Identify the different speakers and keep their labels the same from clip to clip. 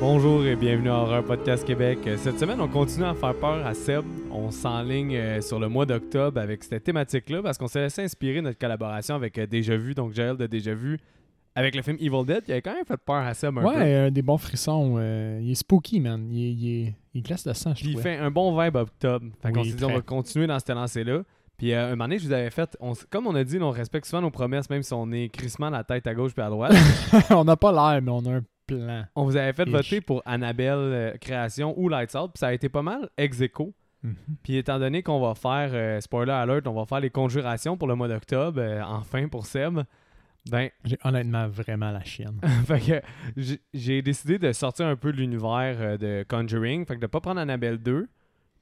Speaker 1: Bonjour et bienvenue à Horror Podcast Québec. Euh, Cette semaine, on continue à faire peur à Seb. On s'enligne euh, sur le mois d'octobre avec cette thématique-là parce qu'on s'est laissé inspirer notre collaboration avec euh, Déjà Vu, donc Jael de Déjà Vu, avec le film Evil Dead qui avait quand même fait peur à Seb un
Speaker 2: ouais,
Speaker 1: peu.
Speaker 2: euh, des bons frissons. euh, il est spooky, man. Il, est- il est- il glace le sang, je
Speaker 1: Puis il
Speaker 2: trouve.
Speaker 1: fait un bon vibe octobre. Fait qu'on
Speaker 2: Oui,
Speaker 1: s'est dit, on va
Speaker 2: très.
Speaker 1: continuer dans cette lancée-là. Puis euh, un moment donné, je vous avais fait, on s- comme on a dit, on respecte souvent nos promesses, même si on est crissement la tête à gauche puis à droite.
Speaker 2: on n'a pas l'air, mais on a un plan.
Speaker 1: on vous avait fait
Speaker 2: Ish.
Speaker 1: voter pour Annabelle euh, Création ou Lights Out, puis ça a été pas mal ex aequo. Puis étant donné qu'on va faire, euh, spoiler alert, on va faire les conjurations pour le mois d'octobre, euh, enfin pour Seb, ben,
Speaker 2: J'ai honnêtement vraiment la chienne.
Speaker 1: fait que j'ai- j'ai décidé de sortir un peu de l'univers euh, de Conjuring, fait que de pas prendre Annabelle 2,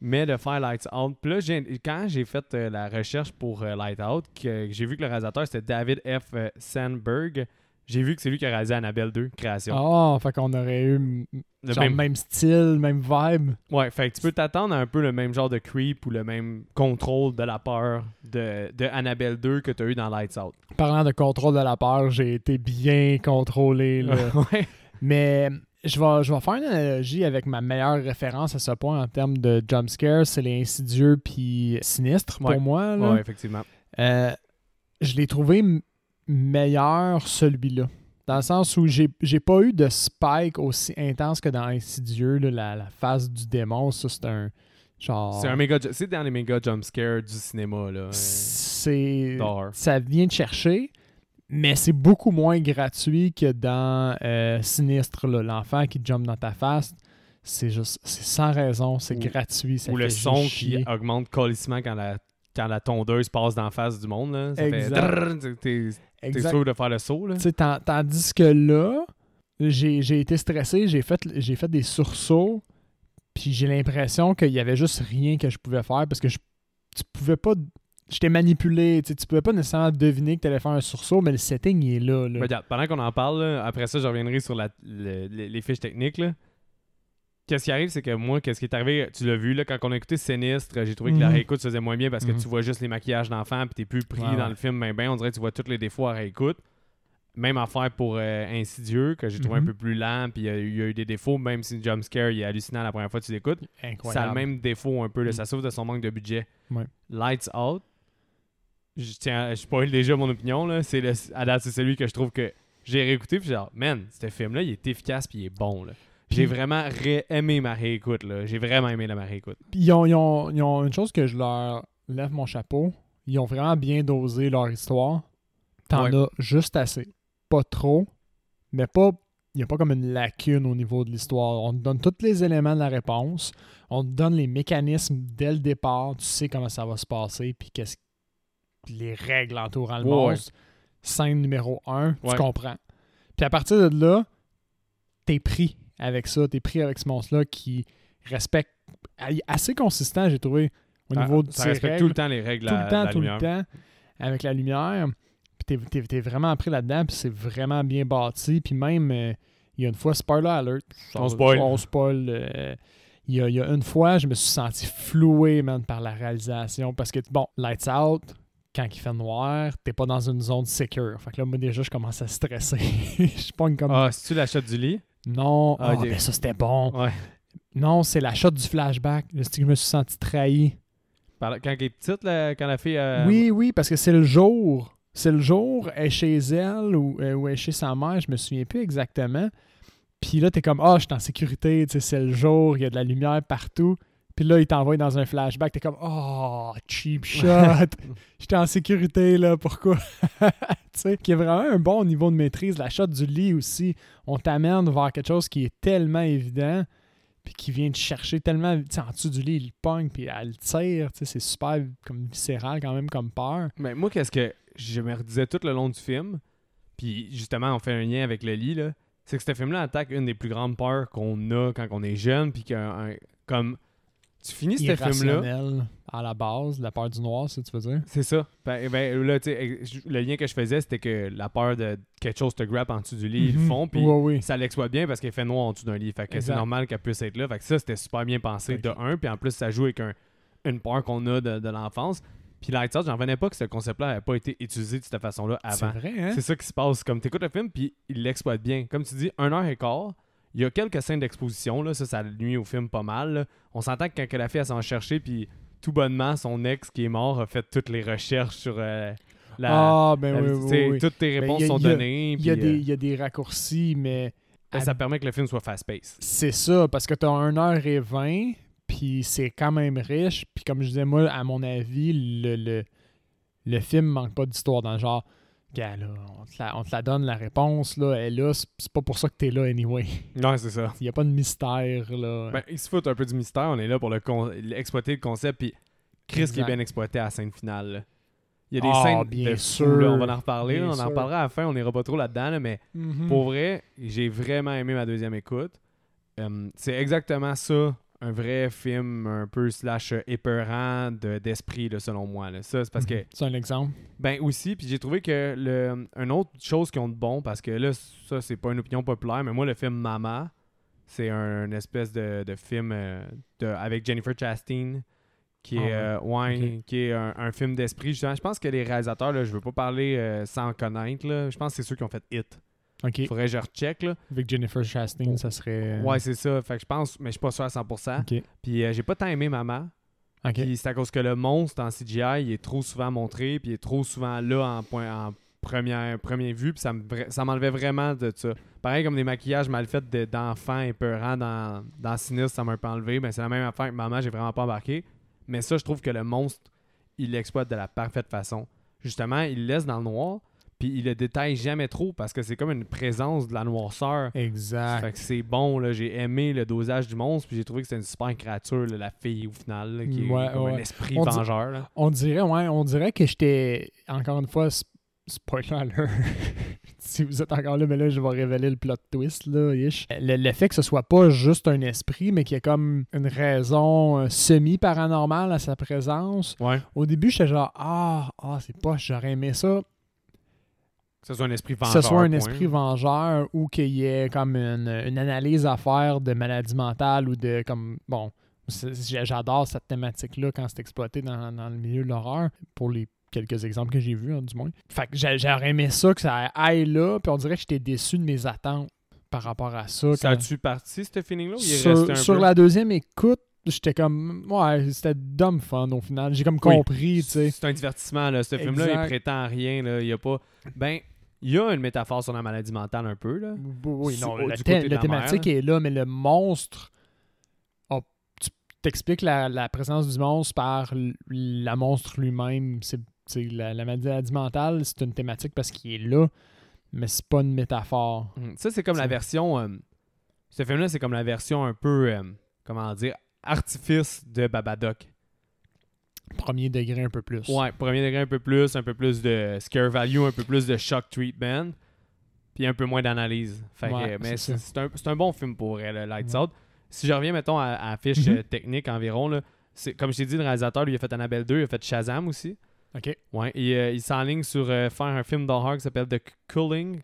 Speaker 1: mais de faire Lights Out. Puis là, j'ai- quand j'ai fait euh, la recherche pour euh, Lights Out, que j'ai vu que le réalisateur c'était David F. euh, Sandberg, j'ai vu que c'est lui qui a réalisé Annabelle 2, Création.
Speaker 2: Oh, fait qu'on aurait eu m-
Speaker 1: Le
Speaker 2: genre
Speaker 1: même-
Speaker 2: même style, même vibe.
Speaker 1: Ouais, fait que tu peux t'attendre à un peu le même genre de creep ou le même contrôle de la peur de, de Annabelle 2 que tu as eu dans Lights Out.
Speaker 2: Parlant de contrôle de la peur, j'ai été bien contrôlé. Là.
Speaker 1: ouais.
Speaker 2: mais je vais, je vais faire une analogie avec ma meilleure référence à ce point en termes de jumpscare. C'est les insidieux puis sinistres
Speaker 1: Ouais.
Speaker 2: pour moi. là.
Speaker 1: ouais, effectivement.
Speaker 2: Euh, je l'ai trouvé m- meilleur celui-là. Dans le sens où j'ai j'ai pas eu de spike aussi intense que dans Insidieux, là, la, la face du démon. Ça, c'est un genre.
Speaker 1: C'est un méga ju- c'est dans les méga jumpscares du cinéma là. euh,
Speaker 2: C'est.
Speaker 1: d'horreur.
Speaker 2: Ça vient de chercher, mais c'est beaucoup moins gratuit que dans euh, Sinistre, là, l'enfant qui jump dans ta face. C'est juste. C'est sans raison, c'est
Speaker 1: Ou-
Speaker 2: gratuit. ça
Speaker 1: Ou le
Speaker 2: fait
Speaker 1: son
Speaker 2: juste chier.
Speaker 1: qui augmente colissement quand la quand la tondeuse passe d'en face du monde là, ça
Speaker 2: Exact.
Speaker 1: fait drrrr, t'es- t'es t'es
Speaker 2: Exact.
Speaker 1: sûr de faire le saut là.
Speaker 2: Tu sais, tan- tandis que là, j'ai j'ai été stressé, j'ai fait, j'ai fait des sursauts, puis j'ai l'impression qu'il y avait juste rien que je pouvais faire parce que je, tu pouvais pas. J'étais manipulé, tu sais, tu pouvais pas nécessairement deviner que tu allais faire un sursaut, mais le setting il est là. là.
Speaker 1: Mais regarde, pendant qu'on en parle, là, après ça je reviendrai sur la- le- les, les fiches techniques là. Qu'est-ce qui arrive, c'est que moi, qu'est-ce qui est arrivé, tu l'as vu, là, quand on a écouté Sinistre, j'ai trouvé que la
Speaker 2: Mhm.
Speaker 1: réécoute se faisait moins bien parce que
Speaker 2: Mhm.
Speaker 1: tu vois juste les maquillages d'enfants puis t'es plus pris
Speaker 2: Ouais, ouais.
Speaker 1: dans le film, mais ben, on dirait que tu vois tous les défauts à réécoute. Même affaire pour euh, Insidieux, que j'ai trouvé un
Speaker 2: Mhm.
Speaker 1: peu plus lent, puis il y a eu- il y, a eu des défauts, même si le jumpscare il est hallucinant la première fois que tu l'écoutes. Ça a le
Speaker 2: Incroyable.
Speaker 1: même défaut un peu, là,
Speaker 2: Mm.
Speaker 1: ça souffre de son manque de budget.
Speaker 2: Ouais.
Speaker 1: Lights Out, je tiens, je spoil déjà mon opinion, là, c'est le, à date, c'est celui que je trouve que j'ai réécouté, puis genre, man, ce film-là, il est efficace, puis il est bon. là. J'ai
Speaker 2: Puis-
Speaker 1: vraiment ré- aimé ma réécoute, là. J'ai vraiment aimé la ma réécoute.
Speaker 2: Puis ils ont, ils ont- ils ont une chose que je leur lève mon chapeau. Ils ont vraiment bien dosé leur histoire. T'en
Speaker 1: Ouais.
Speaker 2: as juste assez. Pas trop, mais pas. Il n'y a pas comme une lacune au niveau de l'histoire. On te donne tous les éléments de la réponse. On te donne les mécanismes dès le départ. Tu sais comment ça va se passer. Puis qu'est-ce puis les règles entourant le
Speaker 1: Ouais,
Speaker 2: monstre. Scène numéro 1,
Speaker 1: Ouais.
Speaker 2: tu comprends. Puis à partir de là, t'es pris avec ça. T'es pris avec ce monstre-là qui respecte. il est Assez consistant, j'ai trouvé. Au niveau
Speaker 1: Ah,
Speaker 2: de
Speaker 1: ça
Speaker 2: ses
Speaker 1: respecte
Speaker 2: règles
Speaker 1: tout le temps les règles,
Speaker 2: tout
Speaker 1: la-
Speaker 2: le temps,
Speaker 1: la
Speaker 2: tout
Speaker 1: lumière.
Speaker 2: le temps, avec la lumière. Puis t'es- t'es t'es vraiment pris là-dedans, puis c'est vraiment bien bâti. Puis même, euh, il y a une fois, spoiler alert.
Speaker 1: On spoil.
Speaker 2: On spoil. euh, il, y a, il y a une fois, je me suis senti floué, man, par la réalisation. Parce que, bon, lights out, quand il fait noir, t'es pas dans une zone secure. Fait que là, moi, déjà, je commence à stresser. je pogne comme.
Speaker 1: Ah, c'est-tu l'achat du lit?
Speaker 2: non,
Speaker 1: Ah,
Speaker 2: ah,
Speaker 1: ok.
Speaker 2: mais ça, c'était bon.
Speaker 1: Ouais.
Speaker 2: Non, c'est la shot du flashback. Je me suis senti trahi.
Speaker 1: Par- Quand elle est petite, là, quand la fille... euh,
Speaker 2: Oui, oui, parce que c'est le jour. C'est le jour, elle est chez elle ou, euh, ou elle est chez sa mère, je me souviens plus exactement. Puis là, t'es comme, ah, je suis en sécurité, tu sais, c'est le jour, il y a de la lumière partout. Puis là, il t'envoie dans un flashback, t'es comme, oh, cheap shot, j'étais en sécurité, là, pourquoi? tu sais, qui est vraiment un bon niveau de maîtrise. La shot du lit aussi, on t'amène vers quelque chose qui est tellement évident, puis qui vient te chercher tellement, tu sais, en dessous du lit, il pogne, puis elle tire, tu sais, c'est super, comme, viscéral quand même, comme peur.
Speaker 1: Mais moi, qu'est-ce que je me redisais tout le long du film, puis justement, on fait un lien avec le lit, là, c'est que ce film-là attaque une des plus grandes peurs qu'on a quand on est jeune, puis qu'un un- comme tu finis ce film-là,
Speaker 2: irrationnel à la base, la peur du noir, ça tu veux dire?
Speaker 1: c'est ça. Ben, ben, là, tu sais, ex- le lien que je faisais, c'était que la peur de quelque chose te grappe en dessous du lit, ils le font, puis
Speaker 2: oui, oui.
Speaker 1: ça l'exploite bien parce qu'elle fait noir en dessous d'un lit. Fait que c'est
Speaker 2: Mhm. Exact.
Speaker 1: normal qu'elle puisse être là. Fait que ça, c'était super bien pensé
Speaker 2: Ok.
Speaker 1: de un. Puis en plus, ça joue avec un- une peur qu'on a de, de l'enfance. Puis Lights Out, j'en venais pas que ce concept-là n'avait pas été utilisé de cette façon-là
Speaker 2: C'est
Speaker 1: avant.
Speaker 2: vrai, hein?
Speaker 1: C'est ça qui se passe. Comme tu écoutes le film, puis il l'exploite bien. Comme tu dis, 1 heure et quart, Il y a quelques scènes d'exposition, là, ça, ça nuit au film pas mal. là. On s'entend que quand que la fille elle s'en cherchait, puis tout bonnement, son ex qui est mort a fait toutes les recherches sur euh, la.
Speaker 2: ah, ben
Speaker 1: la-
Speaker 2: oui,
Speaker 1: tu
Speaker 2: oui,
Speaker 1: sais,
Speaker 2: oui.
Speaker 1: Toutes tes réponses
Speaker 2: il y a-
Speaker 1: sont
Speaker 2: il y a-
Speaker 1: données.
Speaker 2: Il y, a
Speaker 1: puis,
Speaker 2: des,
Speaker 1: euh,
Speaker 2: il y a des raccourcis, mais
Speaker 1: ben, ça permet que le film soit fast-paced.
Speaker 2: c'est ça, parce que tu as 1h20, puis c'est quand même riche. Puis comme je disais, moi, à mon avis, le, le, le film manque pas d'histoire dans le genre. Gars, là, on, te la, on te la donne, la réponse, là, elle est là, c'est c'est pas pour ça que t'es là anyway.
Speaker 1: Non, c'est ça.
Speaker 2: Il y a pas de mystère, là.
Speaker 1: Ben, ils se foutent un peu du mystère. On est là pour le con- exploiter le concept. Puis Chris qui est
Speaker 2: Exact.
Speaker 1: bien exploité à la scène finale. là. Il y a des
Speaker 2: Ah,
Speaker 1: scènes
Speaker 2: bien
Speaker 1: de fou,
Speaker 2: sûr.
Speaker 1: là, on va en reparler.
Speaker 2: Bien
Speaker 1: là, on en
Speaker 2: sûr.
Speaker 1: reparlera à la fin. On n'ira pas trop là-dedans. là, mais
Speaker 2: Mhm.
Speaker 1: pour vrai, j'ai vraiment aimé ma deuxième écoute. Hum, c'est exactement ça. Un vrai film un peu slash euh, épeurant de- d'esprit, là, selon moi. là. Ça, c'est parce que
Speaker 2: C'est un exemple.
Speaker 1: ben aussi, puis j'ai trouvé que le une autre chose qui ont de bon, parce que là, ça, c'est pas une opinion populaire, mais moi, le film Mama, c'est un, une espèce de, de film euh, de- avec Jennifer Chastain, qui
Speaker 2: Ah
Speaker 1: est,
Speaker 2: ouais.
Speaker 1: euh, ouais,
Speaker 2: Ok.
Speaker 1: qui est un, un film d'esprit. Justement, je pense que les réalisateurs, là, je veux pas parler euh, sans connaître, là, je pense que c'est ceux qui ont fait Hit.
Speaker 2: OK.
Speaker 1: Faudrait que je recheck, là.
Speaker 2: Avec Jennifer Chastain, ça serait...
Speaker 1: Ouais, c'est ça. Fait que je pense, mais je suis pas sûr à 100%.
Speaker 2: Euh, OK.
Speaker 1: Puis euh, j'ai pas tant aimé Mama.
Speaker 2: OK.
Speaker 1: Puis c'est à cause que le monstre en CGI, il est trop souvent montré, puis il est trop souvent là en, point, en première, première vue, puis ça me vra- ça m'enlevait vraiment de ça. Pareil comme des maquillages mal faits de- d'enfants épeurants dans, dans Sinistre, ça m'a un peu enlevé. Ben, c'est la même affaire que Maman, j'ai vraiment pas embarqué. Mais ça, je trouve que le monstre, il l'exploite de la parfaite façon. Justement, il le laisse dans le noir, puis il le détaille jamais trop, parce que c'est comme une présence de la noirceur.
Speaker 2: Exact.
Speaker 1: Fait que c'est bon, là. J'ai aimé le dosage du monstre, puis j'ai trouvé que c'était une super créature, là, la fille, au final, là, qui
Speaker 2: Ouais,
Speaker 1: est comme un
Speaker 2: ouais.
Speaker 1: esprit
Speaker 2: On dit-
Speaker 1: vengeur, là.
Speaker 2: On dirait, ouais, on dirait que j'étais, encore une fois, sp- spoiler alert. si vous êtes encore là, mais là, je vais révéler le plot twist, là, ish. Le, le fait que ce soit pas juste un esprit, mais qu'il y ait comme une raison euh, semi-paranormale à sa présence.
Speaker 1: Ouais.
Speaker 2: Au début, j'étais genre, ah, ah, c'est pas, j'aurais aimé ça.
Speaker 1: Que ce soit un esprit
Speaker 2: que
Speaker 1: vengeur.
Speaker 2: ce soit un
Speaker 1: point.
Speaker 2: esprit vengeur ou qu'il y ait comme une, une analyse à faire de maladie mentale ou de comme bon c'est- j'a- j'adore cette thématique là quand c'est exploité dans, dans le milieu de l'horreur pour les quelques exemples que j'ai vus hein, du moins fait que j'a- j'aurais aimé ça que ça aille là puis on dirait que j'étais déçu de mes attentes par rapport à ça,
Speaker 1: Ça
Speaker 2: quand-
Speaker 1: a-tu parti, ce feeling-là, ou il est resté un
Speaker 2: sur, sur
Speaker 1: peu?
Speaker 2: la deuxième écoute j'étais comme ouais c'était dumb fun au final j'ai comme compris tu sais
Speaker 1: C'est un divertissement, là. Ce film-là, il
Speaker 2: Exact.
Speaker 1: prétend à rien, là. Il y a pas... Ben, il y a une métaphore sur la maladie mentale, un peu, là.
Speaker 2: Oui,
Speaker 1: Sur-
Speaker 2: non,
Speaker 1: du
Speaker 2: le,
Speaker 1: côté
Speaker 2: thème-
Speaker 1: de
Speaker 2: le
Speaker 1: la
Speaker 2: thématique est là, mais le monstre. a- tu t'expliques la, la présence du monstre par l- la monstre lui-même. C'est c'est la, la maladie mentale, c'est une thématique parce qu'il est là, mais c'est pas une métaphore.
Speaker 1: Mm. Ça, c'est comme la
Speaker 2: C'est-
Speaker 1: version... euh, Ce film-là, c'est comme la version un peu, euh, comment dire, artifice de Babadoc.
Speaker 2: Premier degré un peu plus.
Speaker 1: Ouais, premier degré un peu plus, un peu plus de scare value, un peu plus de shock treatment, puis un peu moins d'analyse. Fait que,
Speaker 2: Ouais,
Speaker 1: mais
Speaker 2: c'est
Speaker 1: c'est c'est un, c'est un bon film pour elle, le Lights
Speaker 2: Ouais.
Speaker 1: Out. Si je reviens, mettons, à, à la fiche
Speaker 2: Mhm.
Speaker 1: euh, technique environ, là, c'est- comme je t'ai dit, le réalisateur, lui, il a fait Annabelle 2, il a fait Shazam aussi.
Speaker 2: OK.
Speaker 1: Ouais, et euh, il s'enligne sur euh, faire un film d'horreur qui s'appelle The Culling,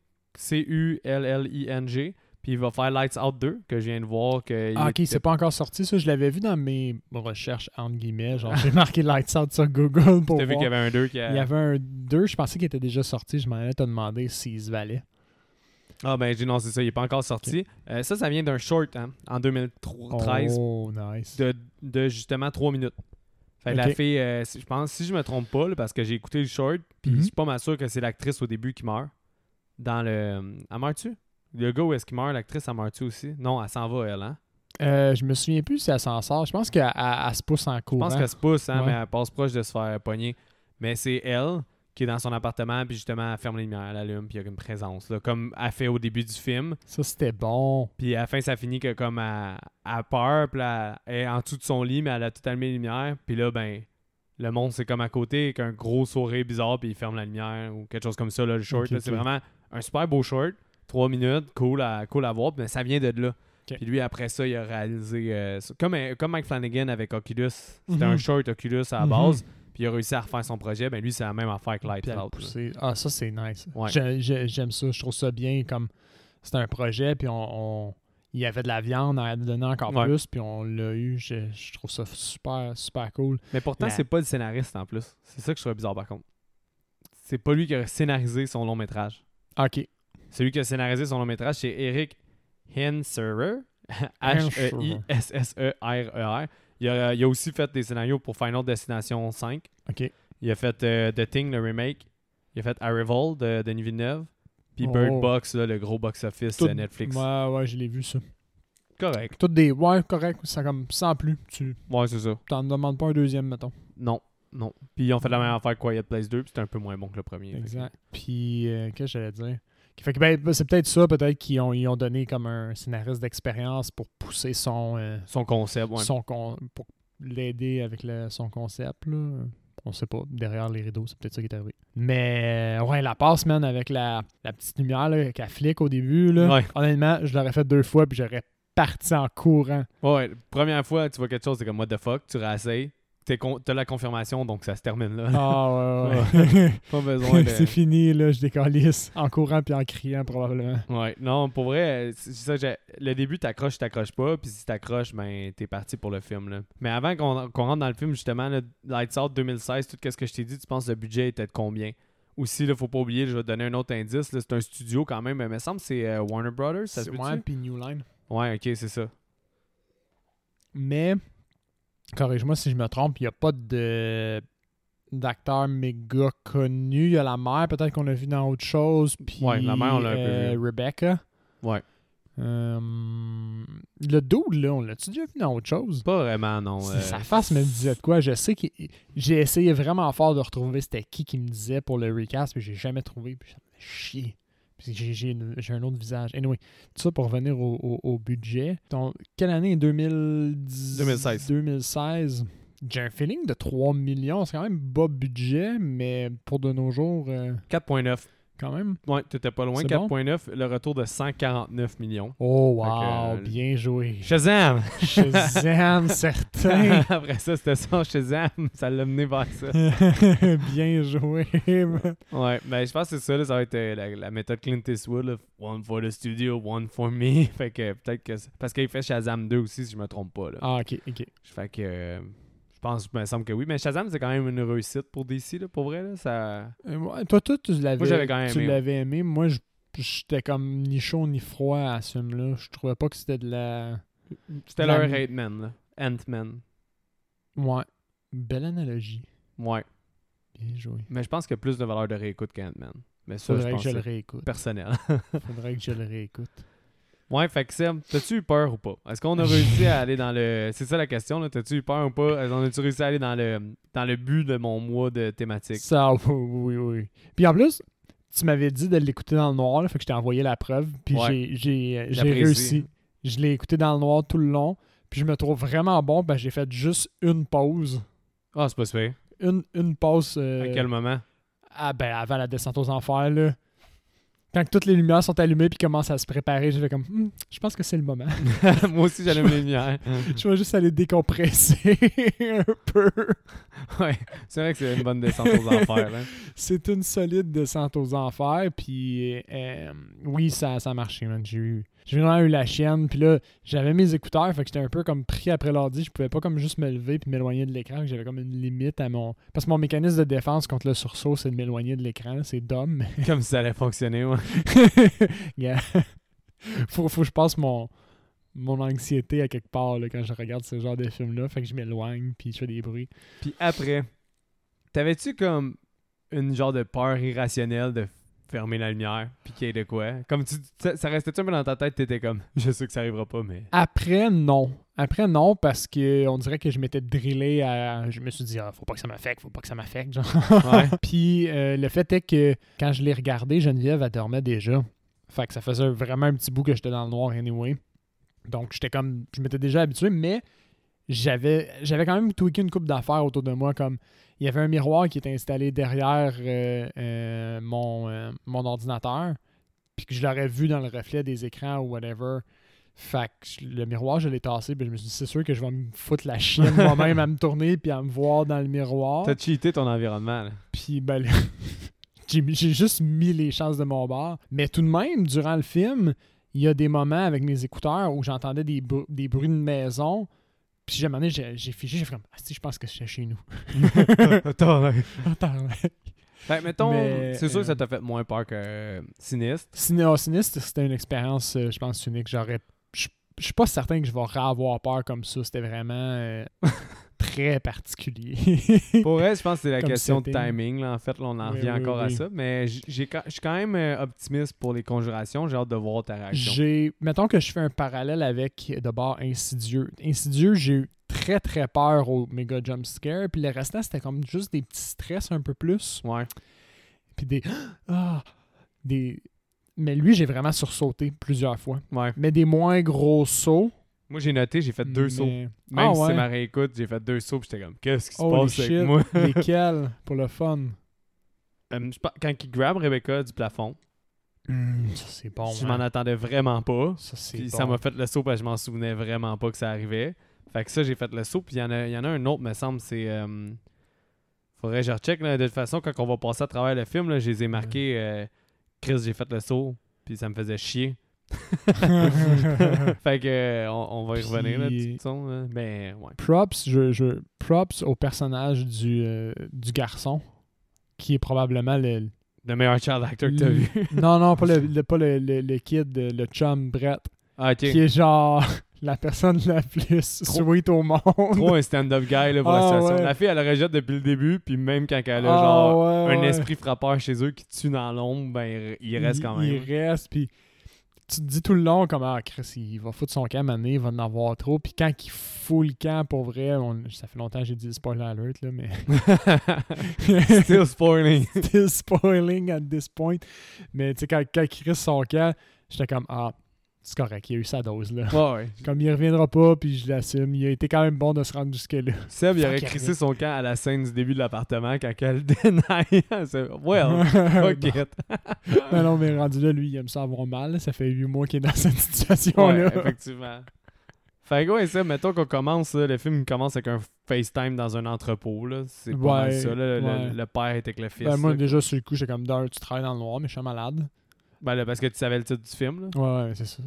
Speaker 1: C-U-L-L-I-N-G, puis il va faire Lights Out 2, que je viens de voir. Que
Speaker 2: Ah,
Speaker 1: il
Speaker 2: ok,
Speaker 1: était-
Speaker 2: c'est pas encore sorti, ça. Je l'avais vu dans mes recherches, entre guillemets. Genre, j'ai marqué Lights Out sur Google pour
Speaker 1: T'as vu
Speaker 2: voir.
Speaker 1: qu'il y avait un 2 qui a...
Speaker 2: Il y avait un 2, je pensais qu'il était déjà sorti. Je m'en allais te demander s'il se valait.
Speaker 1: Ah ben j'ai non c'est ça, il est pas encore sorti. Euh, ça, ça vient d'un short hein, en 2013
Speaker 2: Oh, nice.
Speaker 1: de, de justement 3 minutes. Fait que la
Speaker 2: Ok.
Speaker 1: fille, euh, si- je pense, si je me trompe pas, là, parce que j'ai écouté le short, puis
Speaker 2: Mhm.
Speaker 1: je suis pas mal sûr que c'est l'actrice au début qui meurt. Dans le. Elle meurt-tu? Le gars où est-ce qu'il meurt, l'actrice, elle meurt-tu aussi? Non, elle s'en va, elle, hein?
Speaker 2: Euh, je me souviens plus si elle s'en sort. Je pense qu'elle elle- elle se pousse en
Speaker 1: Je
Speaker 2: courant.
Speaker 1: pense qu'elle se pousse, hein,
Speaker 2: Ouais.
Speaker 1: mais elle passe proche de se faire pogner. Mais c'est elle qui est dans son appartement, puis justement, elle ferme les lumières, elle allume, puis il y a une présence, là, comme elle fait au début du film.
Speaker 2: Ça, c'était bon.
Speaker 1: Puis à la fin, ça finit que comme à, peur, puis là, elle est en dessous de son lit, mais elle a tout allumé les lumières. Puis là, ben, le monde, c'est comme à côté, avec un gros sourire bizarre, puis il ferme la lumière ou quelque chose comme ça, là, le short.
Speaker 2: Ok,
Speaker 1: là,
Speaker 2: ok.
Speaker 1: C'est vraiment un super beau short, trois minutes, cool à, cool à voir, mais ça vient de là. Puis lui, après ça, il a réalisé, euh, ça- comme, comme Mike Flanagan avec Oculus, c'était
Speaker 2: Mhm.
Speaker 1: un short Oculus à la
Speaker 2: Mhm.
Speaker 1: base, puis il a réussi à refaire son projet, ben lui, c'est la même affaire que Light
Speaker 2: Puis elle
Speaker 1: Out. là.
Speaker 2: poussait. Ah, ça, c'est nice.
Speaker 1: Ouais.
Speaker 2: J'ai- j'ai- J'aime ça. Je trouve ça bien. comme C'était un projet, puis on, on- il y avait de la viande, on en a donné encore
Speaker 1: Ouais.
Speaker 2: plus, puis on l'a eu. Je, je trouve ça super, super cool.
Speaker 1: Mais pourtant,
Speaker 2: La-
Speaker 1: c'est pas le scénariste en plus. C'est ça que je trouve bizarre par contre. C'est pas lui qui a scénarisé son long métrage.
Speaker 2: OK.
Speaker 1: Celui qui a scénarisé son long métrage, c'est Eric Henserer, E H-E-I-S-S-E-R-E-R. E Il a, il a aussi fait des scénarios pour Final Destination 5.
Speaker 2: OK.
Speaker 1: Il a fait euh, The Thing, le remake. Il a fait Arrival de Denis Villeneuve. Puis Bird
Speaker 2: Oh.
Speaker 1: Box, là, le gros box-office
Speaker 2: Tout-
Speaker 1: de Netflix.
Speaker 2: Ouais, ouais, je l'ai vu ça.
Speaker 1: Correct.
Speaker 2: Toutes des. Ouais, correct. Ça comme sans plus. Tu
Speaker 1: Ouais, c'est ça.
Speaker 2: t'en demandes pas un deuxième, mettons.
Speaker 1: Non. Non. Puis ils ont fait la même affaire que Quiet Place 2, puis c'était un peu moins bon que le premier.
Speaker 2: Exact. Puis euh, qu'est-ce que j'allais dire? Fait que ben, c'est peut-être ça, peut-être qu'ils ont, ils ont donné comme un scénariste d'expérience pour pousser son, euh,
Speaker 1: Son concept, ouais.
Speaker 2: son con- pour l'aider avec le- son concept. Là. On sait pas. Derrière les rideaux, c'est peut-être ça qui est arrivé. Mais euh, ouais, la passe, man, avec la, la petite lumière là, qu'elle flic au début. Là,
Speaker 1: Ouais.
Speaker 2: Honnêtement, je l'aurais fait deux fois puis j'aurais parti en courant.
Speaker 1: Ouais, première fois, tu vois quelque chose, c'est comme what the fuck, tu réessayes. T'es con- T'as la confirmation, donc ça se termine là.
Speaker 2: Ah ouais, ouais.
Speaker 1: Pas besoin de.
Speaker 2: c'est fini, là, je décalisse. En courant puis en criant probablement.
Speaker 1: Ouais, non, pour vrai, euh, c'est ça. j'ai- Le début, t'accroches, t'accroches pas, puis si t'accroches, ben t'es parti pour le film. Là. Mais avant qu'on qu'on rentre dans le film, justement, là, Lights Out 2016, tout ce que je t'ai dit, tu penses le budget était de combien Aussi, là, faut pas oublier, je vais te donner un autre indice. là, C'est un studio quand même, mais il me semble que c'est euh, Warner Brothers, ça se peut-tu?
Speaker 2: ouais, puis New Line.
Speaker 1: Ouais, ok, c'est ça.
Speaker 2: Mais, corrige-moi si je me trompe, il n'y a pas de d'acteur méga connu. Il y a la mère, peut-être qu'on a vu dans autre chose. Puis,
Speaker 1: Ouais, la mère, on l'a un peu
Speaker 2: euh, Rebecca.
Speaker 1: Ouais.
Speaker 2: Euh, le dude, là, on l'a-tu déjà vu dans autre chose?
Speaker 1: Pas vraiment, non.
Speaker 2: Si
Speaker 1: euh,
Speaker 2: Sa face me disait de quoi. Je sais que j'ai essayé vraiment fort de retrouver c'était qui qui me disait pour le recast, mais j'ai jamais trouvé. Puis ça me fait chier. Puis j'ai- j'ai une- j'ai un autre visage. Anyway, tout ça pour revenir au, au- au budget. Ton- quelle année 2010,
Speaker 1: 2016.
Speaker 2: 2016. J'ai un feeling de 3 millions. C'est quand même bas budget, mais pour de nos jours, euh,
Speaker 1: 4,9.
Speaker 2: quand même.
Speaker 1: Ouais, t'étais pas loin.
Speaker 2: C'est bon?
Speaker 1: 4,9, le retour de 149 millions.
Speaker 2: Oh,
Speaker 1: Fait
Speaker 2: wow,
Speaker 1: que-
Speaker 2: bien joué.
Speaker 1: Shazam!
Speaker 2: Shazam, certain.
Speaker 1: Après ça, c'était son Shazam. Ça l'a mené vers ça.
Speaker 2: bien joué. man.
Speaker 1: Ouais, ben je pense que c'est ça, là, ça va être euh, la, la méthode Clint Eastwood, là. one for the studio, one for me. fait que peut-être que... c'est- Parce qu'il fait Shazam 2 aussi, si je me trompe pas, là.
Speaker 2: Ah, ok, ok.
Speaker 1: Fait que... euh, je pense, il me semble que oui. Mais Shazam, c'est quand même une réussite pour DC, là, pour vrai, là. Ça...
Speaker 2: Euh, ouais, toi, toi, tu l'avais
Speaker 1: Moi, j'avais quand même
Speaker 2: tu
Speaker 1: aimé,
Speaker 2: l'avais aimé. Moi, je- j'étais comme ni chaud ni froid à ce film-là. Je trouvais pas que c'était de la.
Speaker 1: C'était
Speaker 2: La-
Speaker 1: leur Ant-Man, là. Ant-Man.
Speaker 2: Ouais. Belle analogie.
Speaker 1: Ouais.
Speaker 2: Bien joué.
Speaker 1: Mais je pense qu'il y a plus de valeur de réécoute qu'Ant-Man. Mais ça, je
Speaker 2: Faudrait que
Speaker 1: pense
Speaker 2: je
Speaker 1: que
Speaker 2: le
Speaker 1: c'est
Speaker 2: réécoute.
Speaker 1: personnel.
Speaker 2: Faudrait que je le réécoute.
Speaker 1: ouais, fait que Seb, t'as-tu eu peur ou pas? Est-ce qu'on a réussi à aller dans le... C'est ça la question, là. T'as-tu eu peur ou pas? Est-ce qu'on a-tu réussi à aller dans le, dans le but de mon mois de thématique?
Speaker 2: Ça, oui, oui, oui. Puis en plus, tu m'avais dit de l'écouter dans le noir, là, fait que je t'ai envoyé la preuve. Puis
Speaker 1: Ouais.
Speaker 2: j'ai- j'ai euh, j'ai
Speaker 1: J'apprécie.
Speaker 2: réussi. Je l'ai écouté dans le noir tout le long. Puis je me trouve vraiment bon. Ben, j'ai fait juste une pause.
Speaker 1: Ah, c'est pas super.
Speaker 2: Une, une pause. euh,
Speaker 1: À quel moment?
Speaker 2: Ah ben avant la descente aux enfers là. Quand toutes les lumières sont allumées puis commencent à se préparer, je fais comme Hmm, je pense que c'est le moment.
Speaker 1: Moi aussi, j'allume les lumières.
Speaker 2: je vais juste aller décompresser un peu.
Speaker 1: ouais, c'est vrai que c'est une bonne descente aux enfers. hein. Là.
Speaker 2: C'est une solide descente aux enfers puis euh, oui, ça ça a marché man, j'ai eu j'ai vraiment eu la chienne puis là, j'avais mes écouteurs fait que j'étais un peu comme pris après l'ordi, je pouvais pas comme juste me lever puis m'éloigner de l'écran, j'avais comme une limite à mon parce que mon mécanisme de défense contre le sursaut, c'est de m'éloigner de l'écran, c'est dumb mais-
Speaker 1: Comme si ça allait fonctionner. Ouais.
Speaker 2: Yeah. faut, faut que je passe mon, mon anxiété à quelque part là, quand je regarde ce genre de film-là. Fait que je m'éloigne puis je fais des bruits.
Speaker 1: Puis après, t'avais-tu comme une genre de peur irrationnelle de fermer la lumière, puis qu'il y ait de quoi? Comme tu, ça, ça restait-tu un peu dans ta tête, t'étais comme, je sais que ça arrivera pas, mais...
Speaker 2: Après, non. Après, non, parce que on dirait que je m'étais drillé à. Je me suis dit, ah, faut pas que ça m'affecte, faut pas que ça m'affecte. genre.
Speaker 1: Ouais.
Speaker 2: puis euh, le fait est que quand je l'ai regardé, Geneviève, elle dormait déjà. Fait que ça faisait vraiment un petit bout que j'étais dans le noir anyway. Donc j'étais comme. Je m'étais déjà habitué, mais j'avais j'avais quand même tweaké une coupe d'affaires autour de moi. Comme il y avait un miroir qui était installé derrière euh, euh, mon, euh, mon ordinateur. Puis que je l'aurais vu dans le reflet des écrans ou whatever. Fait que je- le miroir, je l'ai tassé, puis je me suis dit, c'est sûr que je vais me foutre la chienne moi-même à me tourner puis à me voir dans le miroir.
Speaker 1: T'as cheaté ton environnement, là.
Speaker 2: Puis ben, là, j'ai mis- j'ai juste mis les chances de mon bord. Mais tout de même, durant le film, il y a des moments avec mes écouteurs où j'entendais des, bru- des bruits de maison. Puis j'ai un moment donné, j'ai j'ai figé, j'ai fait comme, ah, si, je pense que c'est chez nous.
Speaker 1: Attends, ouais.
Speaker 2: Attends, ouais.
Speaker 1: Fait que, Ben, mettons,
Speaker 2: Mais,
Speaker 1: c'est sûr
Speaker 2: euh,
Speaker 1: que ça t'a fait moins peur que euh, Sinistre.
Speaker 2: Cinéa Sinistre, c'était une expérience, euh, je pense, unique. J'aurais. Je je suis pas certain que je vais avoir peur comme ça. C'était vraiment euh, très particulier.
Speaker 1: Pour vrai, je pense que c'est la
Speaker 2: Comme
Speaker 1: question de
Speaker 2: setting.
Speaker 1: timing. là. En fait, là, on en
Speaker 2: Oui,
Speaker 1: revient
Speaker 2: oui,
Speaker 1: encore à
Speaker 2: oui.
Speaker 1: ça. Mais j- j'ai quand- je suis quand même euh, optimiste pour les conjurations. J'ai hâte de voir ta réaction.
Speaker 2: J'ai. Mettons que je fais un parallèle avec d'abord Insidieux. Insidieux, j'ai eu très très peur au méga jump scare. Puis le restant, c'était comme juste des petits stress un peu plus.
Speaker 1: Ouais.
Speaker 2: Puis des. Ah! Des. Mais lui, j'ai vraiment sursauté plusieurs fois.
Speaker 1: ouais.
Speaker 2: Mais des moins gros sauts.
Speaker 1: Moi, j'ai noté, j'ai fait deux sauts. Même
Speaker 2: mais- Ah
Speaker 1: si c'est
Speaker 2: ouais.
Speaker 1: ma réécoute, j'ai fait deux sauts. puis J'étais comme, qu'est-ce qui se
Speaker 2: Holy
Speaker 1: passe avec
Speaker 2: shit.
Speaker 1: moi?
Speaker 2: Lesquels pour le fun?
Speaker 1: Euh, je pense- quand il grabe Rebecca du plafond,
Speaker 2: Hmm, ça c'est bon. hein.
Speaker 1: je m'en attendais vraiment pas.
Speaker 2: Ça c'est
Speaker 1: Puis ça m'a fait le saut parce que je m'en souvenais vraiment pas que ça arrivait. Fait que ça, j'ai fait le saut. Puis il y, en a- il y en a un autre, me semble, c'est. euh, faudrait que je recheck. Là, de toute façon, quand on va passer à travers le film, là, je les ai marqués. euh, Chris, j'ai fait le saut. Puis ça me faisait chier. fait que euh, on, on va y
Speaker 2: Puis-
Speaker 1: revenir, là, de toute façon. là. Mais ouais.
Speaker 2: Props, je, je- props au personnage du, euh, du garçon qui est probablement le.
Speaker 1: Le meilleur child actor que t'as
Speaker 2: Le-
Speaker 1: vu.
Speaker 2: Non, non, pas le, le- pas le, le- le kid, euh, le chum Brett,
Speaker 1: Ah, ok.
Speaker 2: qui est genre la personne la plus
Speaker 1: Trop-
Speaker 2: sweet au monde.
Speaker 1: Trop un stand-up guy là, pour la
Speaker 2: Ah,
Speaker 1: situation.
Speaker 2: ouais.
Speaker 1: La fille, elle le rejette depuis le début. Puis même quand elle a
Speaker 2: Ah,
Speaker 1: genre
Speaker 2: ouais,
Speaker 1: un
Speaker 2: ouais.
Speaker 1: esprit frappeur chez eux qui tue dans l'ombre, ben il, il reste quand même.
Speaker 2: Il reste, puis tu te dis tout le long comme ah, Chris, il va foutre son camp, année, il va en avoir trop. Puis quand il fout le camp, pour vrai, on- ça fait longtemps que j'ai dit spoiler alert, là, mais
Speaker 1: Still spoiling.
Speaker 2: still spoiling at this point. Mais tu sais, quand, quand Chris son camp, j'étais comme ah, c'est correct, il a eu sa dose, là.
Speaker 1: Ouais, ouais.
Speaker 2: Comme il reviendra pas, puis je l'assume. Il a été quand même bon de se rendre jusque-là.
Speaker 1: Seb, il aurait
Speaker 2: Fuck,
Speaker 1: crissé son camp à la scène du début de l'appartement quand elle dénaille. C'est-
Speaker 2: hein.
Speaker 1: Well, fuck
Speaker 2: non,
Speaker 1: it.
Speaker 2: non, non, mais rendu là, lui, il aime ça avoir mal. Ça fait 8 mois qu'il est dans cette
Speaker 1: Ouais,
Speaker 2: situation-là.
Speaker 1: effectivement. Fait que ouais, Seb, mettons qu'on commence, là, le film commence avec un FaceTime dans un entrepôt, là. C'est pas mal
Speaker 2: Ouais,
Speaker 1: ça, là. Le,
Speaker 2: ouais.
Speaker 1: le père était avec le fils.
Speaker 2: Ben, moi,
Speaker 1: là.
Speaker 2: déjà, sur le coup, j'étais comme, d'un, tu travailles dans le noir, mais je suis malade.
Speaker 1: Ben, là, parce que tu savais le titre du film, là.
Speaker 2: Ouais, ouais, c'est ça.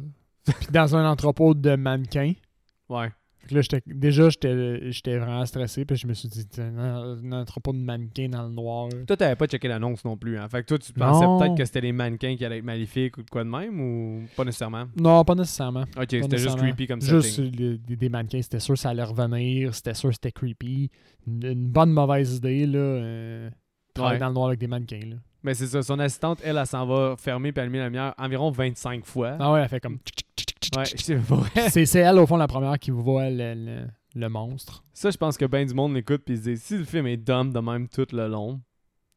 Speaker 2: Puis dans un entrepôt de mannequins.
Speaker 1: Ouais.
Speaker 2: Fait que là, j'étais- déjà, j'étais j'étais vraiment stressé. Puis je me suis dit, Tiens, un, un entrepôt de mannequins dans le noir.
Speaker 1: Toi, t'avais pas checké l'annonce non plus, hein. Fait que toi, tu pensais
Speaker 2: Non.
Speaker 1: peut-être que c'était les mannequins qui allaient être maléfiques ou de quoi de même, ou pas nécessairement?
Speaker 2: Non, pas nécessairement.
Speaker 1: Ok,
Speaker 2: Pas
Speaker 1: c'était juste
Speaker 2: nécessairement.
Speaker 1: creepy comme ça.
Speaker 2: Juste le- des, des mannequins, c'était sûr ça allait revenir. C'était sûr c'était creepy. Une, une bonne mauvaise idée, là. euh, travailler
Speaker 1: Ouais.
Speaker 2: dans le noir avec des mannequins, là.
Speaker 1: Mais c'est ça, son assistante, elle, elle s'en va fermer puis allumer la lumière environ 25 fois.
Speaker 2: Ah ouais, elle fait comme.
Speaker 1: Ouais, c'est vrai.
Speaker 2: C'est c'est elle, au fond, la première qui voit le, le- le monstre.
Speaker 1: Ça, je pense que ben du monde l'écoute puis se dit si le film est dumb de même tout le long,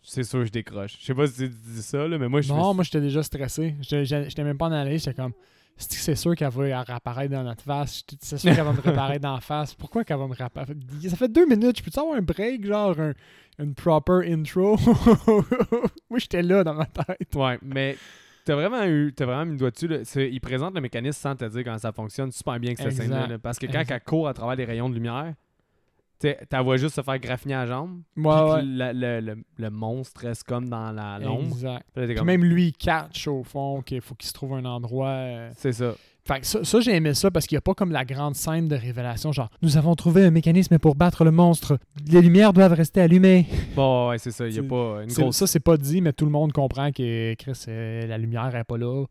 Speaker 1: c'est sûr que je décroche. Je sais pas si tu dis ça, là, mais moi, je
Speaker 2: Non,
Speaker 1: me
Speaker 2: moi, j'étais déjà stressé. J'étais- J'étais même pas en aller. J'étais comme. C'est c'est sûr qu'elle va réapparaître dans notre face. C'est sûr qu'elle va me réapparaître dans la face. Pourquoi qu'elle va me réapparaître? Ça fait deux minutes. Je peux-tu avoir un break, genre un- une proper intro? Moi, j'étais là dans ma tête.
Speaker 1: suis- Ouais, mais t'as vraiment eu, t'as vraiment mis le doigt dessus. là. C'est- Il présente le mécanisme sans te dire quand ça fonctionne super bien que cette
Speaker 2: Exact.
Speaker 1: scène-là. là. Parce que quand
Speaker 2: Exact.
Speaker 1: elle court à travers les rayons de lumière, t'sais, t'as vois juste se faire graffiner à la jambe. puis
Speaker 2: Moi,
Speaker 1: que la- le, le- le monstre reste comme dans la l'ombre.
Speaker 2: Exact.
Speaker 1: Puis là, t'es
Speaker 2: Puis
Speaker 1: comme,
Speaker 2: même lui, il catch au fond qu'il faut qu'il se trouve un endroit. euh,
Speaker 1: C'est ça.
Speaker 2: Fait que ça, ça, j'ai aimé ça parce qu'il n'y a pas comme la grande scène de révélation, genre nous avons trouvé un mécanisme pour battre le monstre. Les lumières doivent rester allumées.
Speaker 1: Bon, ouais, c'est ça. Il n'y a
Speaker 2: C'est-
Speaker 1: pas une
Speaker 2: C'est-
Speaker 1: grosse.
Speaker 2: Ça, c'est pas dit, mais tout le monde comprend que Chris, euh, la lumière n'est pas là.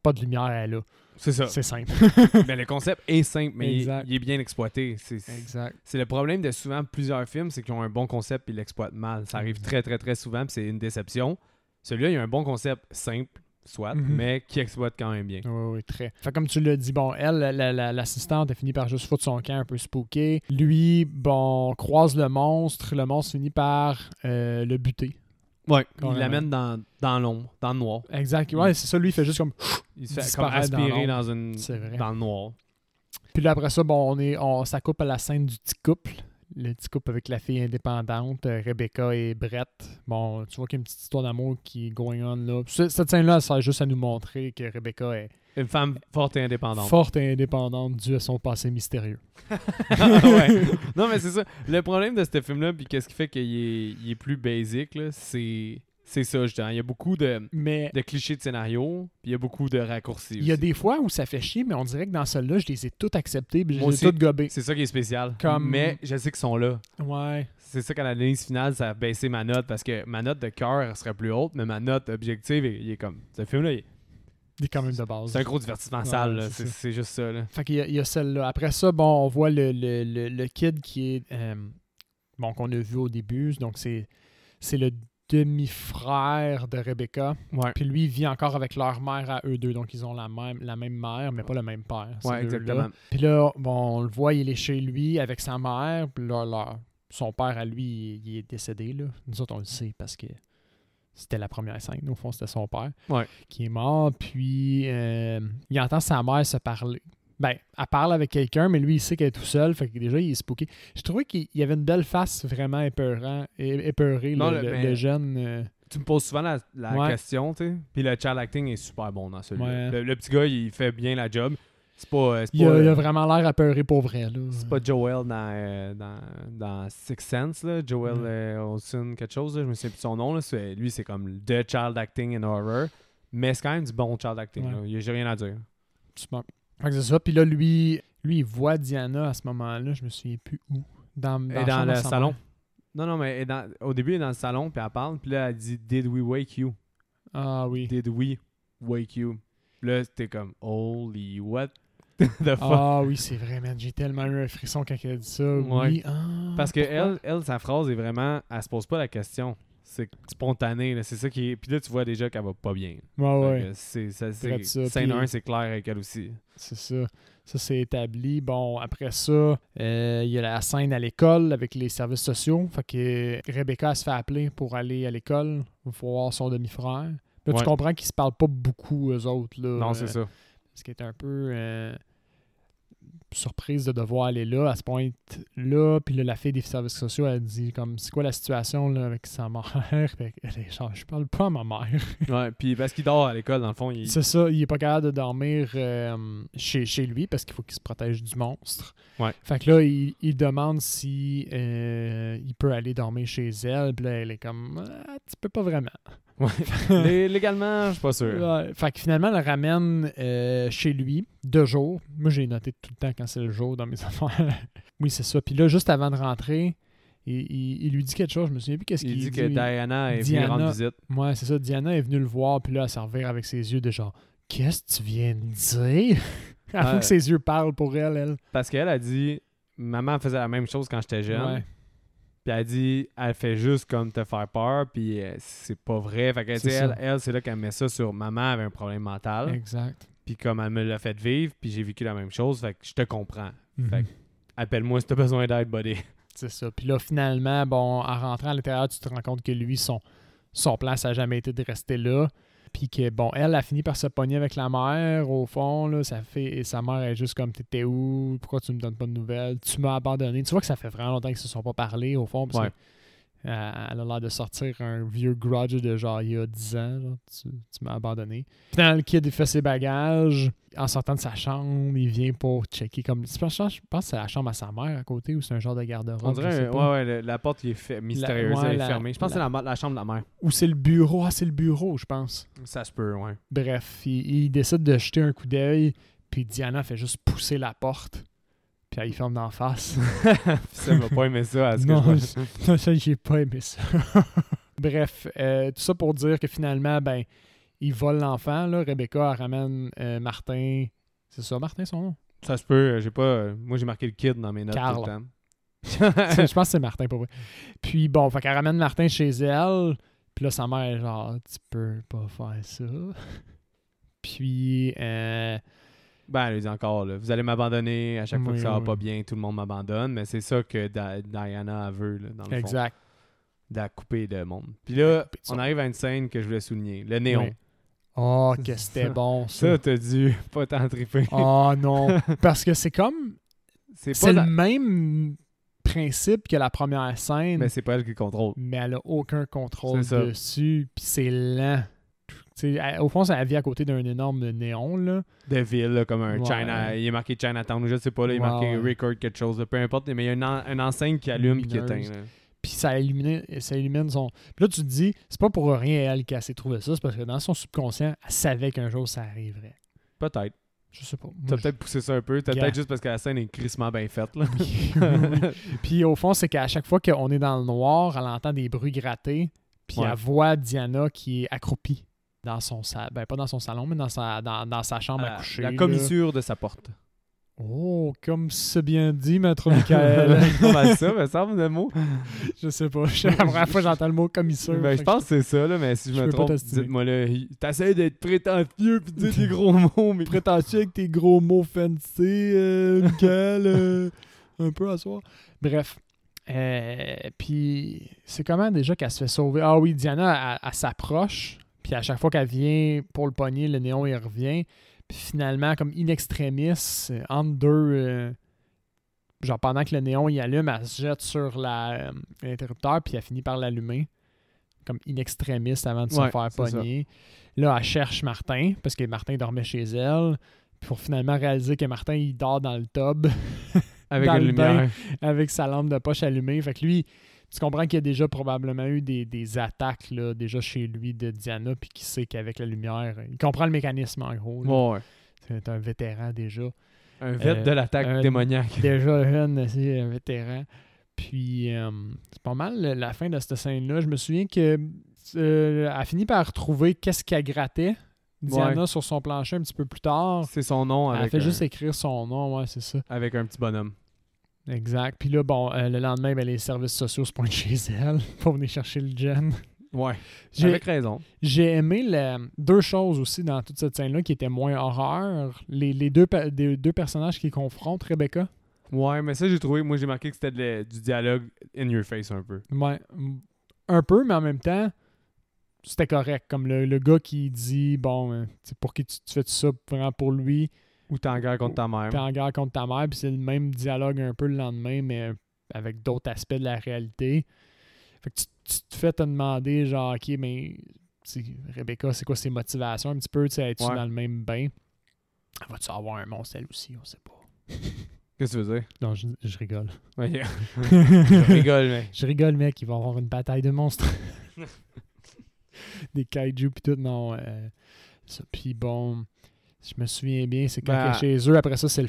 Speaker 2: Pas de lumière elle est là.
Speaker 1: C'est ça.
Speaker 2: C'est simple.
Speaker 1: Mais le concept est simple, mais il,
Speaker 2: Exact.
Speaker 1: il est bien exploité. C'est- C'est
Speaker 2: Exact.
Speaker 1: c'est le problème de souvent plusieurs films, c'est qu'ils ont un bon concept puis ils l'exploitent mal. Ça arrive
Speaker 2: Mhm.
Speaker 1: très, très, très souvent puis c'est une déception. Celui-là, il a un bon concept simple, soit,
Speaker 2: Mhm.
Speaker 1: mais qui exploite quand même bien.
Speaker 2: Oui, oui, très. Fait que comme tu l'as dit, bon, elle, la- la- la- l'assistante, a fini par juste foutre son camp un peu spooké. Lui, bon, croise le monstre. Le monstre finit par euh, le buter.
Speaker 1: Ouais. Il
Speaker 2: Carrément.
Speaker 1: l'amène dans, dans l'ombre, dans le noir.
Speaker 2: Exact. Ouais, c'est ça. Lui, il fait juste comme.
Speaker 1: Il se fait comme
Speaker 2: Disparaître dans
Speaker 1: aspirer
Speaker 2: l'ombre.
Speaker 1: dans, une,
Speaker 2: C'est vrai.
Speaker 1: dans le noir.
Speaker 2: Puis là, après ça, bon, on est, on, ça coupe à la scène du petit couple. Le petit couple avec la fille indépendante, euh, Rebecca et Brett. Bon, tu vois qu'il y a une petite histoire d'amour qui est going on là. Puis ce- Cette scène-là, elle sert juste à nous montrer que Rebecca est
Speaker 1: Une femme forte et indépendante.
Speaker 2: forte et indépendante due à son passé mystérieux.
Speaker 1: Ah Ouais. Non, mais c'est ça. Le problème de ce film-là, puis qu'est-ce qui fait qu'il est, il est plus basic, là, c'est C'est ça, justement. Il y a beaucoup de,
Speaker 2: Mais
Speaker 1: de clichés de scénario, puis il y a beaucoup de raccourcis
Speaker 2: il y a
Speaker 1: aussi.
Speaker 2: des fois où ça fait chier, mais on dirait que dans celle-là, je les ai toutes acceptées puis je
Speaker 1: Moi
Speaker 2: les ai
Speaker 1: aussi.
Speaker 2: toutes gobées.
Speaker 1: C'est ça qui est spécial.
Speaker 2: Comme-
Speaker 1: Mais je sais qu'ils sont là.
Speaker 2: Ouais.
Speaker 1: C'est ça qu'à l'analyse finale, ça a baissé ma note parce que ma note de cœur serait plus haute, mais ma note objective, il, il est comme. Ce film-là, il-
Speaker 2: Des quand même de base.
Speaker 1: c'est un gros divertissement
Speaker 2: Ouais,
Speaker 1: sale. là. C'est
Speaker 2: c'est
Speaker 1: c'est juste ça. Là.
Speaker 2: Fait qu'il y a- il y, a celle-là. Après ça, bon, on voit le, le, le, le kid qui est. euh, bon, qu'on a vu au début. Donc, c'est, c'est le demi-frère de Rebecca.
Speaker 1: Ouais.
Speaker 2: Puis lui, il vit encore avec leur mère à eux deux. Donc, ils ont la même, la même mère, mais pas le même père. ces
Speaker 1: Ouais,
Speaker 2: deux-là.
Speaker 1: exactement.
Speaker 2: Puis là, bon, on le voit, il est chez lui avec sa mère. Puis là, leur- son père à lui, il, il est décédé. Là. Nous autres, on le sait parce que c'était la première scène. Au fond, c'était son père
Speaker 1: Ouais.
Speaker 2: qui est mort. Puis euh, il entend sa mère se parler. Ben, elle parle avec quelqu'un, mais lui, il sait qu'elle est tout seul. Fait que déjà, il est spooké. Je trouvais qu'il il avait une belle face vraiment épeurant, é- épeurée,
Speaker 1: Non,
Speaker 2: le,
Speaker 1: le-
Speaker 2: le-
Speaker 1: mais-
Speaker 2: le jeune. euh,
Speaker 1: Tu me poses souvent la, la
Speaker 2: Ouais.
Speaker 1: question, tu sais. Puis le child acting est super bon dans celui-là.
Speaker 2: Ouais.
Speaker 1: Le, le petit gars, il fait bien la job. C'est pas. euh, c'est
Speaker 2: il,
Speaker 1: pas,
Speaker 2: a, il a
Speaker 1: euh,
Speaker 2: vraiment l'air apeuré pour vrai. Là.
Speaker 1: c'est pas Joel dans, euh, dans, dans Sixth Sense, là. Joel
Speaker 2: Mm.
Speaker 1: euh, Olsen, quelque chose, là. je me souviens plus de son nom. Là. C'est- Lui, c'est comme The Child Acting in Horror. Mais c'est quand même du bon child acting.
Speaker 2: Ouais.
Speaker 1: là. Il y a- J'ai rien à dire.
Speaker 2: Super. Fait que c'est ça. Puis là, lui, lui, il voit Diana à ce moment-là. Je me souviens plus où. Dans,
Speaker 1: Elle est
Speaker 2: la
Speaker 1: dans
Speaker 2: chambre
Speaker 1: le
Speaker 2: à sa
Speaker 1: salon.
Speaker 2: mère.
Speaker 1: Non, non, mais elle est dans- au début, elle est dans le salon, puis elle parle, puis là, elle dit Did we wake you
Speaker 2: Ah oui.
Speaker 1: Did we wake you Puis Là, c'était comme Holy what the fuck
Speaker 2: Ah oui, c'est vrai, man. J'ai tellement eu un frisson quand elle a dit ça. Oui.
Speaker 1: Ouais.
Speaker 2: Ah,
Speaker 1: Parce que
Speaker 2: pourquoi?
Speaker 1: elle, elle, sa phrase est vraiment. Elle se pose pas la question. C'est spontané, là. c'est ça qui est. Puis là, tu vois déjà qu'elle va pas bien.
Speaker 2: Ouais,
Speaker 1: Fait
Speaker 2: ouais.
Speaker 1: que C'est, ça,
Speaker 2: Traite
Speaker 1: c'est,
Speaker 2: ça,
Speaker 1: scène
Speaker 2: puis-
Speaker 1: 1, c'est clair avec elle aussi.
Speaker 2: C'est ça. Ça, c'est établi. Bon, après ça, euh, il y a la scène à l'école avec les services sociaux. Fait que Rebecca elle se fait appeler pour aller à l'école, voir son demi-frère. Là, tu
Speaker 1: Ouais.
Speaker 2: comprends qu'ils se parlent pas beaucoup, eux autres. Là,
Speaker 1: non, c'est
Speaker 2: Euh,
Speaker 1: ça.
Speaker 2: ce qui est un peu euh, surprise de devoir aller là, à ce point là, puis là, la fille des services sociaux, elle dit comme, c'est quoi la situation là, avec sa mère? Fait que, elle est genre, je parle pas à ma mère.
Speaker 1: ouais, puis parce qu'il dort à l'école, dans le fond, il.
Speaker 2: C'est ça, il est pas capable de dormir euh, chez, chez lui parce qu'il faut qu'il se protège du monstre.
Speaker 1: Ouais.
Speaker 2: Fait que là, il, il demande si euh, il peut aller dormir chez elle, puis là, elle est comme, Ah, tu peux pas vraiment.
Speaker 1: Ouais. Lé- Légalement, je suis pas sûr.
Speaker 2: Ouais, fait que finalement, elle le ramène euh, chez lui deux jours. Moi, j'ai noté tout le temps quand c'est le jour dans mes affaires. oui, c'est ça. Puis là, juste avant de rentrer, il, il- il lui dit quelque chose. Je me souviens plus qu'est-ce
Speaker 1: Il
Speaker 2: qu'il
Speaker 1: dit que Diana est venue
Speaker 2: Diana-
Speaker 1: rendre visite.
Speaker 2: Ouais, c'est ça. Diana est venue le voir, puis là, elle s'en revire avec ses yeux de genre Qu'est-ce que tu viens de dire Elle faut
Speaker 1: Ouais.
Speaker 2: que ses yeux parlent pour elle, elle.
Speaker 1: Parce qu'elle a dit Maman faisait la même chose quand j'étais jeune.
Speaker 2: Ouais.
Speaker 1: Puis elle dit Elle fait juste comme te faire peur, puis euh, c'est pas vrai. Fait que, tu
Speaker 2: C'est
Speaker 1: sais,
Speaker 2: ça.
Speaker 1: elle, elle c'est là qu'elle met ça sur Maman avait un problème mental.
Speaker 2: Exact.
Speaker 1: Puis comme elle me l'a fait vivre, puis j'ai vécu la même chose, fait que je te comprends. Fait
Speaker 2: Mhm.
Speaker 1: que- Appelle-moi si t'as besoin d'aide, buddy.
Speaker 2: C'est ça. Puis là, finalement, bon, en rentrant à l'intérieur, tu te rends compte que lui, son, son plan, ça n'a jamais été de rester là. Puis que, bon, elle a fini par se pogner avec la mère, au fond, là, ça fait... Et sa mère est juste comme, t'étais où? Pourquoi tu me donnes pas de nouvelles? Tu m'as abandonné. Tu vois que ça fait vraiment longtemps qu'ils se sont pas parlé, au fond. parce que,
Speaker 1: Ouais.
Speaker 2: euh, elle a l'air de sortir un vieux grudge de genre, il y a 10 ans, genre, tu, tu m'as abandonné. Finalement, le kid, il fait ses bagages. En sortant de sa chambre, il vient pour checker comme... Je pense, je pense que c'est la chambre à sa mère à côté ou c'est un genre de garde-robe.
Speaker 1: On
Speaker 2: je sais
Speaker 1: dirait,
Speaker 2: pas.
Speaker 1: ouais, ouais, le- la porte qui est fe- mystérieuse,
Speaker 2: ouais,
Speaker 1: elle est
Speaker 2: la-
Speaker 1: fermée. Je pense que c'est la, la chambre de la mère.
Speaker 2: Ou c'est le bureau. Ah, c'est le bureau, je pense.
Speaker 1: Ça se peut, ouais.
Speaker 2: Bref, il, il décide de jeter un coup d'œil, puis Diana fait juste pousser la porte, puis elle y ferme d'en face.
Speaker 1: ça va pas aimer ça, à ce que
Speaker 2: Non,
Speaker 1: je vois.
Speaker 2: Non, ça, j'ai pas aimé ça. Bref, euh, tout ça pour dire que finalement, ben, il vole l'enfant, là. Rebecca, elle ramène euh, Martin. C'est ça, Martin, son nom?
Speaker 1: Ça se peut, euh, j'ai pas. euh, moi, j'ai marqué le kid dans mes notes
Speaker 2: Carl.
Speaker 1: tout le temps.
Speaker 2: C'est- je pense que c'est Martin, pour vrai. Puis bon, fait qu'elle ramène Martin chez elle. Puis là, sa mère est genre, tu peux pas faire ça. Puis, euh,
Speaker 1: ben, elle dit encore, là, vous allez m'abandonner à chaque fois
Speaker 2: Oui,
Speaker 1: que ça va
Speaker 2: oui.
Speaker 1: pas bien, tout le monde m'abandonne, mais c'est ça que Di- Diana veut, là, dans le fond.
Speaker 2: exact.
Speaker 1: De la couper de monde. Puis là,
Speaker 2: Couper de son-
Speaker 1: on arrive à une scène que je voulais souligner le néon.
Speaker 2: Oui. Oh, que c'était
Speaker 1: Ça-
Speaker 2: bon, ça.
Speaker 1: Ça, t'as dû pas t'en triper.
Speaker 2: Oh non. Parce que c'est comme.
Speaker 1: c'est pas
Speaker 2: C'est
Speaker 1: la-
Speaker 2: le même principe que la première scène,
Speaker 1: Mais
Speaker 2: mais,
Speaker 1: c'est pas elle qui le contrôle.
Speaker 2: elle a aucun contrôle
Speaker 1: C'est ça.
Speaker 2: dessus, puis c'est lent. Tu sais, elle- au fond, ça vit à côté d'un énorme néon, là.
Speaker 1: de ville, là, comme un
Speaker 2: Ouais.
Speaker 1: China. Il est marqué Chinatown, ou je sais pas, là, il est
Speaker 2: Ouais,
Speaker 1: marqué
Speaker 2: ouais.
Speaker 1: Record, quelque chose, là, peu importe, mais il y a une, en- une enseigne qui allume et qui
Speaker 2: Lumineuse.
Speaker 1: éteint. là.
Speaker 2: puis ça illumine, ça illumine son. Puis là, tu te dis, c'est pas pour rien elle qu'elle s'est trouvé ça, c'est parce que dans son subconscient, elle savait qu'un jour ça arriverait.
Speaker 1: Peut-être.
Speaker 2: Je sais pas. Moi,
Speaker 1: T'as
Speaker 2: je-
Speaker 1: peut-être poussé ça un peu. T'as
Speaker 2: Gars.
Speaker 1: peut-être juste parce que la scène est crissement bien faite. Là.
Speaker 2: Oui, oui, oui. Puis au fond, c'est qu'à chaque fois qu'on est dans le noir, elle entend des bruits gratter, puis
Speaker 1: Ouais.
Speaker 2: elle voit Diana qui est accroupie dans son salon. Ben, pas dans son salon, mais dans sa, dans, dans sa chambre à
Speaker 1: Ah,
Speaker 2: coucher.
Speaker 1: la
Speaker 2: là.
Speaker 1: commissure de sa porte.
Speaker 2: Oh, comme c'est bien dit, maître Michael.
Speaker 1: Pas mal ça, me semble, le mot.
Speaker 2: je sais pas. C'est La première fois que j'entends le mot commisseur.
Speaker 1: Ben,
Speaker 2: Fait
Speaker 1: je
Speaker 2: que
Speaker 1: pense que c'est ça, là, mais si je,
Speaker 2: je
Speaker 1: me
Speaker 2: peux pas
Speaker 1: trompe,
Speaker 2: t'estimer.
Speaker 1: dites-moi là. il- T'essayes d'être prétentieux pis de dire des gros mots, mais.
Speaker 2: prétentieux avec tes gros mots fancy, euh, Michael, euh, un peu à soir. Bref. Euh, puis c'est comment déjà qu'elle se fait sauver? Ah oui, Diana, elle, elle s'approche, puis à chaque fois qu'elle vient pour le pogner, le néon, il revient. Puis finalement, comme in extremis, euh, entre deux... euh, genre pendant que le néon y allume, elle se jette sur la, euh, l'interrupteur, puis elle finit par l'allumer. Comme in extremis avant de
Speaker 1: Ouais,
Speaker 2: se faire
Speaker 1: c'est ça.
Speaker 2: pogner. Là, elle cherche Martin, parce que Martin dormait chez elle, pour finalement réaliser que Martin, il dort dans le tub
Speaker 1: Avec
Speaker 2: Dans
Speaker 1: une
Speaker 2: le bain.
Speaker 1: lumière.
Speaker 2: avec sa lampe de poche allumée. Fait que lui, tu comprends qu'il y a déjà probablement eu des, des attaques là, déjà chez lui de Diana, puis qu'il sait qu'avec la lumière, il comprend le mécanisme en gros. là.
Speaker 1: Ouais.
Speaker 2: C'est un vétéran déjà.
Speaker 1: Un vête
Speaker 2: Euh,
Speaker 1: de l'attaque
Speaker 2: un-
Speaker 1: démoniaque.
Speaker 2: Déjà jeune, c'est un vétéran. Puis, euh, c'est pas mal le- la fin de cette scène-là. Je me souviens que euh, elle finit par trouver qu'est-ce qu'elle grattait, Diana, sur son plancher un petit peu plus tard.
Speaker 1: C'est son nom
Speaker 2: Elle
Speaker 1: avec,
Speaker 2: fait
Speaker 1: un,
Speaker 2: juste écrire son nom, ouais, c'est ça.
Speaker 1: avec un petit bonhomme.
Speaker 2: Exact. Puis là, bon, euh, le lendemain, ben, les services sociaux se pointent chez elle pour venir chercher le gen.
Speaker 1: Ouais.
Speaker 2: J'ai-
Speaker 1: Avec raison.
Speaker 2: J'ai aimé la- deux choses aussi dans toute cette scène-là qui étaient moins horreur. Les, les deux, pa- des- deux personnages qui confrontent Rebecca.
Speaker 1: Ouais, mais ça, j'ai trouvé. Moi, j'ai marqué que c'était de la- du dialogue in your face un peu.
Speaker 2: Ouais. Un peu, mais en même temps, c'était correct. Comme le, le gars qui dit Bon, euh, tu sais, pour qui tu, tu fais ça vraiment pour lui,
Speaker 1: Ou t'es en guerre contre ta mère.
Speaker 2: t'es en guerre contre ta mère, puis c'est le même dialogue un peu le lendemain, mais avec d'autres aspects de la réalité. Fait que tu, tu te fais te demander, genre, ok, mais tu sais, Rebecca, c'est quoi ses motivations un petit peu, tu sais, es-tu
Speaker 1: Ouais.
Speaker 2: dans le même bain? Va-tu avoir un monstre elle aussi, on sait pas.
Speaker 1: Qu'est-ce que tu veux dire?
Speaker 2: non, je, je rigole.
Speaker 1: Ouais, je rigole, mais.
Speaker 2: Je rigole, mec, il va avoir une bataille de monstres. Des kaiju puis tout, non. euh, ça. Puis bon, je me souviens bien, c'est quand
Speaker 1: Ben,
Speaker 2: que chez eux, après ça, c'est le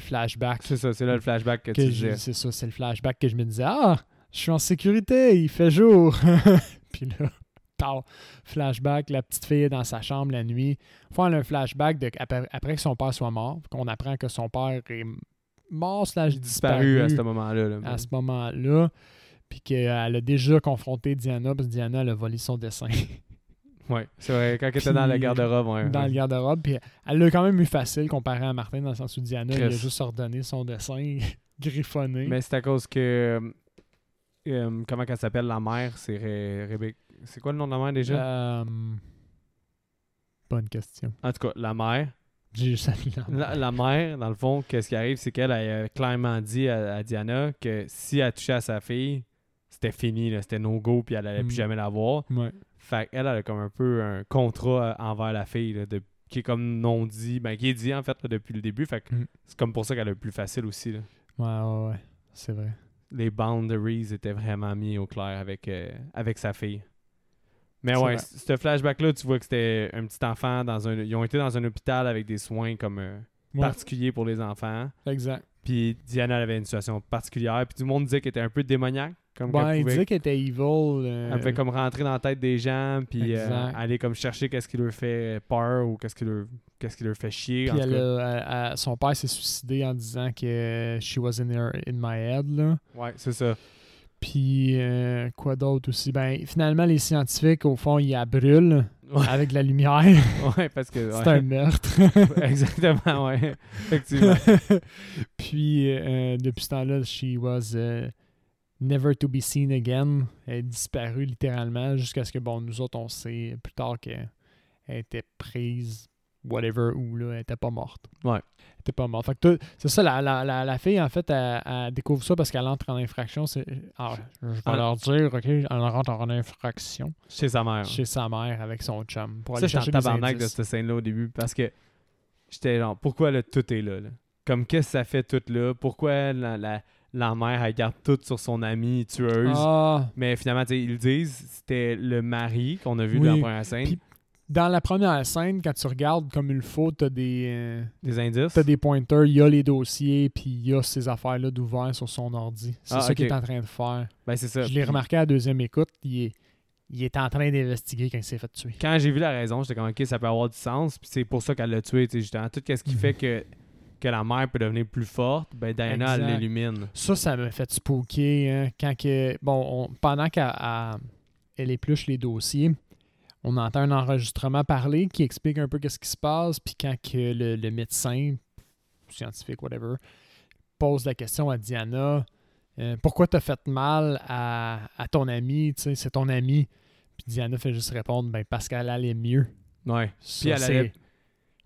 Speaker 2: flashback.
Speaker 1: C'est ça, c'est là le flashback que,
Speaker 2: que
Speaker 1: tu
Speaker 2: je-
Speaker 1: disais.
Speaker 2: C'est ça, c'est le flashback que je me disais, ah, je suis en sécurité, il fait jour. puis là, pow, flashback, la petite fille est dans sa chambre la nuit. Faut un flashback de, après, après que son père soit mort, qu'on apprend que son père est mort slash
Speaker 1: Disparu, à ce moment-là. là.
Speaker 2: à ce moment-là. Puis qu'elle a déjà confronté Diana, parce que Diana, elle a volé son dessin
Speaker 1: Ouais, c'est vrai. Quand il était dans la
Speaker 2: Puis,
Speaker 1: garde-robe, ouais.
Speaker 2: dans le garde-robe. Puis elle l'a quand même eu facile comparé à Martin, dans le sens où Diana, il a
Speaker 1: Chris.
Speaker 2: juste ordonné son dessin griffonné.
Speaker 1: Mais c'est à cause que. euh, comment qu'elle s'appelle la mère C'est Re- Rebecca. C'est quoi le nom de la mère déjà
Speaker 2: Euh, bonne question.
Speaker 1: En tout cas, la mère.
Speaker 2: J'ai juste appris la-
Speaker 1: La, la mère, dans le fond, qu'est-ce qui arrive, c'est qu'elle a clairement dit à, à Diana que si elle touchait à sa fille, c'était fini, là, c'était no go, puis elle allait
Speaker 2: Mm.
Speaker 1: plus jamais la voir.
Speaker 2: Ouais.
Speaker 1: Fait qu'elle, elle a comme un peu un contrat euh, envers la fille, là, de- qui est comme non dit, ben qui est dit en fait là, depuis le début. Fait que
Speaker 2: Mm.
Speaker 1: c'est comme pour ça qu'elle a le plus facile aussi. là.
Speaker 2: Ouais, ouais, ouais. C'est vrai.
Speaker 1: les boundaries étaient vraiment mis au clair avec, euh, avec sa fille. Mais
Speaker 2: C'est
Speaker 1: ouais,
Speaker 2: vrai.
Speaker 1: c- ce flashback-là, tu vois que c'était un petit enfant dans un. Ils ont été dans un hôpital avec des soins comme euh,
Speaker 2: Ouais,
Speaker 1: particuliers pour les enfants.
Speaker 2: exact.
Speaker 1: Puis Diana elle avait une situation particulière. Puis tout le monde disait qu'elle était un peu démoniaque. Comme
Speaker 2: Ben,
Speaker 1: qu'elle
Speaker 2: il
Speaker 1: pouvait,
Speaker 2: disait qu'elle était evil. euh,
Speaker 1: elle pouvait comme rentrer dans la tête des gens. Puis euh,
Speaker 2: Exact.
Speaker 1: aller comme chercher qu'est-ce qui leur fait peur ou qu'est-ce qui leur, qu'est-ce qui leur fait chier.
Speaker 2: Puis
Speaker 1: en tout
Speaker 2: elle
Speaker 1: cas.
Speaker 2: a- elle- elle- son père s'est suicidé en disant que she was in, her- in my head. Là.
Speaker 1: Ouais, c'est ça.
Speaker 2: Puis euh, quoi d'autre aussi? Ben, finalement, les scientifiques, au fond, ils la brûlent
Speaker 1: Ouais,
Speaker 2: avec de la lumière.
Speaker 1: ouais, parce que.
Speaker 2: C'est
Speaker 1: ouais.
Speaker 2: un meurtre.
Speaker 1: Exactement, ouais. Effectivement.
Speaker 2: Puis euh, depuis ce temps-là, she was euh, never to be seen again. Elle est disparue littéralement jusqu'à ce que, bon, nous autres, on sait plus tard qu'elle était prise, whatever, ou là, elle était pas morte.
Speaker 1: Ouais.
Speaker 2: Elle était pas morte. Fait que tout- c'est ça, la, la, la, la fille, en fait, elle, elle découvre ça parce qu'elle entre en infraction. C'est, ah, je vais
Speaker 1: Elle-
Speaker 2: leur dire, OK, elle rentre en infraction
Speaker 1: Chez sa mère.
Speaker 2: chez sa mère avec son chum pour
Speaker 1: Ah Ça,
Speaker 2: aller
Speaker 1: j'étais en
Speaker 2: chercher des
Speaker 1: tabarnak de
Speaker 2: indices.
Speaker 1: cette scène-là au début parce que j'étais genre, pourquoi là, tout est là? là? Comme qu'est-ce que ça fait tout là? Pourquoi la, la, la mère, elle garde tout sur son amie tueuse.
Speaker 2: Ah.
Speaker 1: Mais finalement, tu sais, ils le disent, c'était le mari qu'on a vu
Speaker 2: Oui.
Speaker 1: dans la première scène.
Speaker 2: Puis- Dans la première scène, quand tu regardes comme il faut, t'as des, euh,
Speaker 1: des indices.
Speaker 2: t'as des pointers, il y a les dossiers, puis il y a ces affaires-là d'ouvert sur son ordi. C'est
Speaker 1: Ah,
Speaker 2: ça
Speaker 1: ok.
Speaker 2: qu'il est en train de faire.
Speaker 1: Ben, c'est ça.
Speaker 2: Je l'ai
Speaker 1: Puis
Speaker 2: remarqué à la deuxième écoute, il est, il est en train d'investiguer quand il s'est fait tuer.
Speaker 1: Quand j'ai vu la raison, j'étais comme, OK, ça peut avoir du sens. Puis c'est pour ça qu'elle l'a tué, tu sais, justement. Tout
Speaker 2: Mhm.
Speaker 1: ce qui fait que, que la mère peut devenir plus forte, ben Diana, elle
Speaker 2: Exact.
Speaker 1: l'illumine.
Speaker 2: Ça, ça m'a fait spooker. hein, quand que, bon, on- pendant qu'elle elle- elle épluche les dossiers, on entend un enregistrement parler qui explique un peu ce qui se passe. Puis quand que le, le médecin, scientifique, whatever, pose la question à Diana euh, Pourquoi t'as fait mal à, à ton ami Tu sais, C'est ton ami. Puis Diana fait juste répondre ben, Parce qu'elle allait mieux.
Speaker 1: Ouais.
Speaker 2: Ça,
Speaker 1: Puis elle
Speaker 2: c'est-
Speaker 1: allait-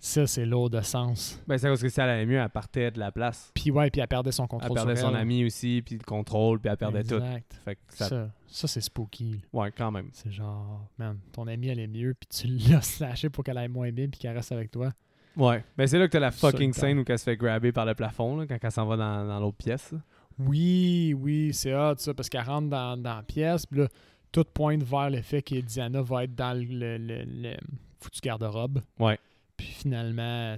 Speaker 2: ça, c'est lourd de sens.
Speaker 1: Ben, c'est parce que si elle allait mieux, elle partait de la place.
Speaker 2: Puis ouais, puis elle perdait son contrôle.
Speaker 1: Elle perdait
Speaker 2: sur
Speaker 1: son
Speaker 2: elle.
Speaker 1: ami aussi, puis le contrôle, puis elle perdait tout.
Speaker 2: Exact.
Speaker 1: Fait que ça-
Speaker 2: Ça, ça, c'est spooky. là.
Speaker 1: Ouais, quand même.
Speaker 2: C'est genre, man, ton ami allait mieux, puis tu l'as slashé pour qu'elle aille moins bien, puis qu'elle reste avec toi.
Speaker 1: Ouais. Ben, c'est là que t'as la
Speaker 2: Ça,
Speaker 1: fucking
Speaker 2: quand
Speaker 1: scène
Speaker 2: même.
Speaker 1: où elle se fait grabber par le plafond, là, quand elle s'en va dans, dans l'autre pièce. là.
Speaker 2: Oui, oui, c'est hot, ça, parce qu'elle rentre dans, dans la pièce, puis là, tout pointe vers le fait que Diana va être dans le, le, le- le foutu garde-robe.
Speaker 1: Ouais.
Speaker 2: Puis finalement,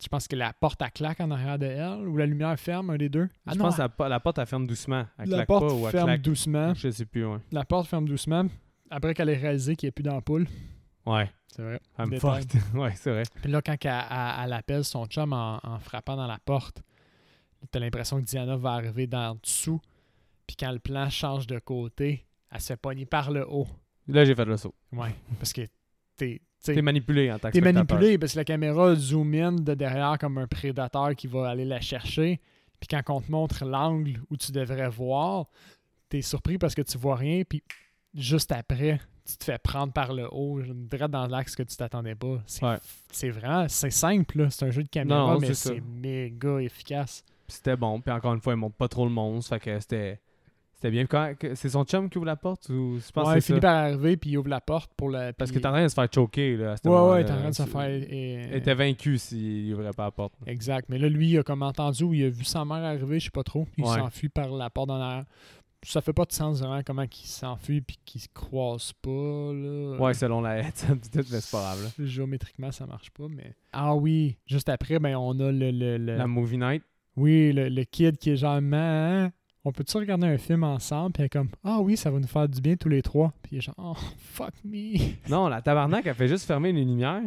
Speaker 2: je pense que la porte à claque en arrière de elle, ou la lumière ferme, un des deux. Ah
Speaker 1: je
Speaker 2: non,
Speaker 1: pense que la, po- la porte, elle ferme doucement. Elle
Speaker 2: la
Speaker 1: claque
Speaker 2: porte
Speaker 1: pas ou elle
Speaker 2: ferme
Speaker 1: claque.
Speaker 2: doucement.
Speaker 1: Je sais plus, ouais.
Speaker 2: La porte ferme doucement, après qu'elle ait réalisé qu'il n'y a plus d'ampoule.
Speaker 1: Ouais.
Speaker 2: C'est vrai.
Speaker 1: I'm
Speaker 2: Détail.
Speaker 1: fucked. ouais, c'est vrai.
Speaker 2: Puis là, quand qu'elle- elle, elle appelle son chum en, en frappant dans la porte, t'as l'impression que Diana va arriver d'en dessous. Puis quand le plan change de côté, elle se fait pogner par le haut.
Speaker 1: Là, j'ai fait le saut.
Speaker 2: Ouais. Parce que t'es.
Speaker 1: T'es
Speaker 2: T'es
Speaker 1: manipulé en tant que
Speaker 2: t'es
Speaker 1: spectateur.
Speaker 2: manipulé parce que la caméra zoom in de derrière comme un prédateur qui va aller la chercher. Puis quand on te montre l'angle où tu devrais voir, t'es surpris parce que tu vois rien. Puis juste après, tu te fais prendre par le haut, direct dans l'axe que tu t'attendais pas. C'est
Speaker 1: Ouais.
Speaker 2: c'est vraiment, c'est simple, là. c'est un jeu de caméra,
Speaker 1: Non, c'est
Speaker 2: mais
Speaker 1: ça.
Speaker 2: c'est méga efficace.
Speaker 1: Puis c'était bon. Puis encore une fois, il montre pas trop le monstre. Fait que c'était. C'était bien. Quand- que- C'est son chum qui ouvre la porte ou je pense
Speaker 2: Ouais,
Speaker 1: que
Speaker 2: il
Speaker 1: c'est
Speaker 2: finit
Speaker 1: ça?
Speaker 2: par arriver, puis il ouvre la porte pour la.
Speaker 1: Parce que
Speaker 2: puis-
Speaker 1: t'es en train de se faire choquer, là. à ce
Speaker 2: Ouais,
Speaker 1: moment-là.
Speaker 2: ouais, t'es en train de se
Speaker 1: Tu-
Speaker 2: faire. euh,
Speaker 1: Elle était vaincu s'il ouvrait pas la porte.
Speaker 2: Exact. Mais là, lui, il a comme entendu ou il a vu sa mère arriver, je sais pas trop. Il
Speaker 1: Ouais.
Speaker 2: s'enfuit par la porte en arrière. Ça fait pas de sens vraiment comment qu'il s'enfuit puis qu'il se croise pas. Là.
Speaker 1: Ouais, selon la étape du titre, mais c'est pas grave. là.
Speaker 2: Géométriquement, ça marche pas, mais. Ah oui, juste après, ben on a le. le, le-
Speaker 1: La movie night.
Speaker 2: Oui, le, le kid qui est genre Man, on peut-tu regarder un film ensemble? Puis elle est comme Ah oui, ça va nous faire du bien tous les trois. Puis il est genre Oh fuck me.
Speaker 1: Non, la tabarnak, elle fait juste fermer les lumières.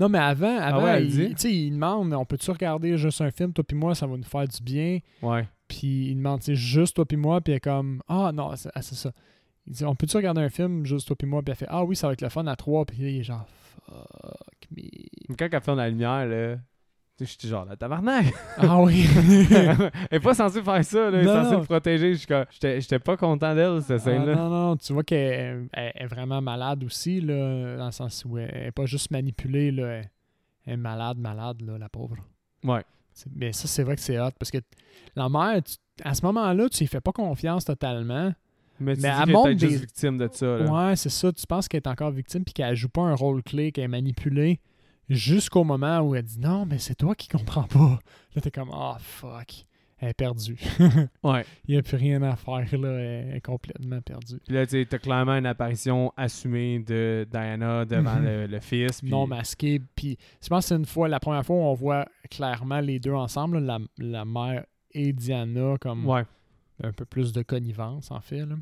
Speaker 2: Non, mais avant, avant
Speaker 1: Ah ouais, elle
Speaker 2: il,
Speaker 1: dit?
Speaker 2: tu sais, il demande On peut-tu regarder juste un film, toi puis moi, ça va nous faire du bien?
Speaker 1: Ouais.
Speaker 2: Puis il demande, c'est juste toi puis moi. Puis elle est comme, ah non, c'est ah, c'est ça. Il dit, on peut-tu regarder un film, juste toi puis moi? Puis elle fait, ah oui, ça va être le fun à trois. Puis là, il est genre, fuck me.
Speaker 1: Mais quand elle ferme la lumière, là. tu sais, J'étais genre, la tabarnak!
Speaker 2: Ah oui.
Speaker 1: elle est pas censée faire ça, là. Elle est
Speaker 2: Non,
Speaker 1: censée
Speaker 2: non.
Speaker 1: le protéger. Je suis comme- J'étais j'étais pas content d'elle, cette
Speaker 2: Ah,
Speaker 1: scène-là.
Speaker 2: non, non, tu vois qu'elle elle- elle est vraiment malade aussi, là, dans le sens où elle, elle est pas juste manipulée, là. Elle, elle est malade, malade, là, la pauvre.
Speaker 1: Ouais.
Speaker 2: C'est- Mais ça, c'est vrai que c'est hot parce que la mère, tu- à ce moment-là, tu lui fais pas confiance totalement.
Speaker 1: Mais tu
Speaker 2: Mais
Speaker 1: dis
Speaker 2: elle
Speaker 1: qu'elle est
Speaker 2: montre
Speaker 1: peut-être
Speaker 2: des-
Speaker 1: juste victime de ça, là.
Speaker 2: Ouais, c'est ça. Tu penses qu'elle est encore victime puis qu'elle joue pas un rôle clé, qu'elle est manipulée jusqu'au moment où elle dit non, mais c'est toi qui comprends pas. Là, t'es comme ah fuck, elle est perdue.
Speaker 1: Ouais.
Speaker 2: Il n'y a plus rien à faire là, elle est complètement perdue.
Speaker 1: Puis là, tu sais, t'as clairement une apparition assumée de Diana devant
Speaker 2: Mhm.
Speaker 1: le, le fils. puis-
Speaker 2: Non masquée. Puis je pense que c'est une fois, la première fois où on voit clairement les deux ensemble, là, la, la mère et Diana comme
Speaker 1: Ouais.
Speaker 2: un peu plus de connivence en fait. Là.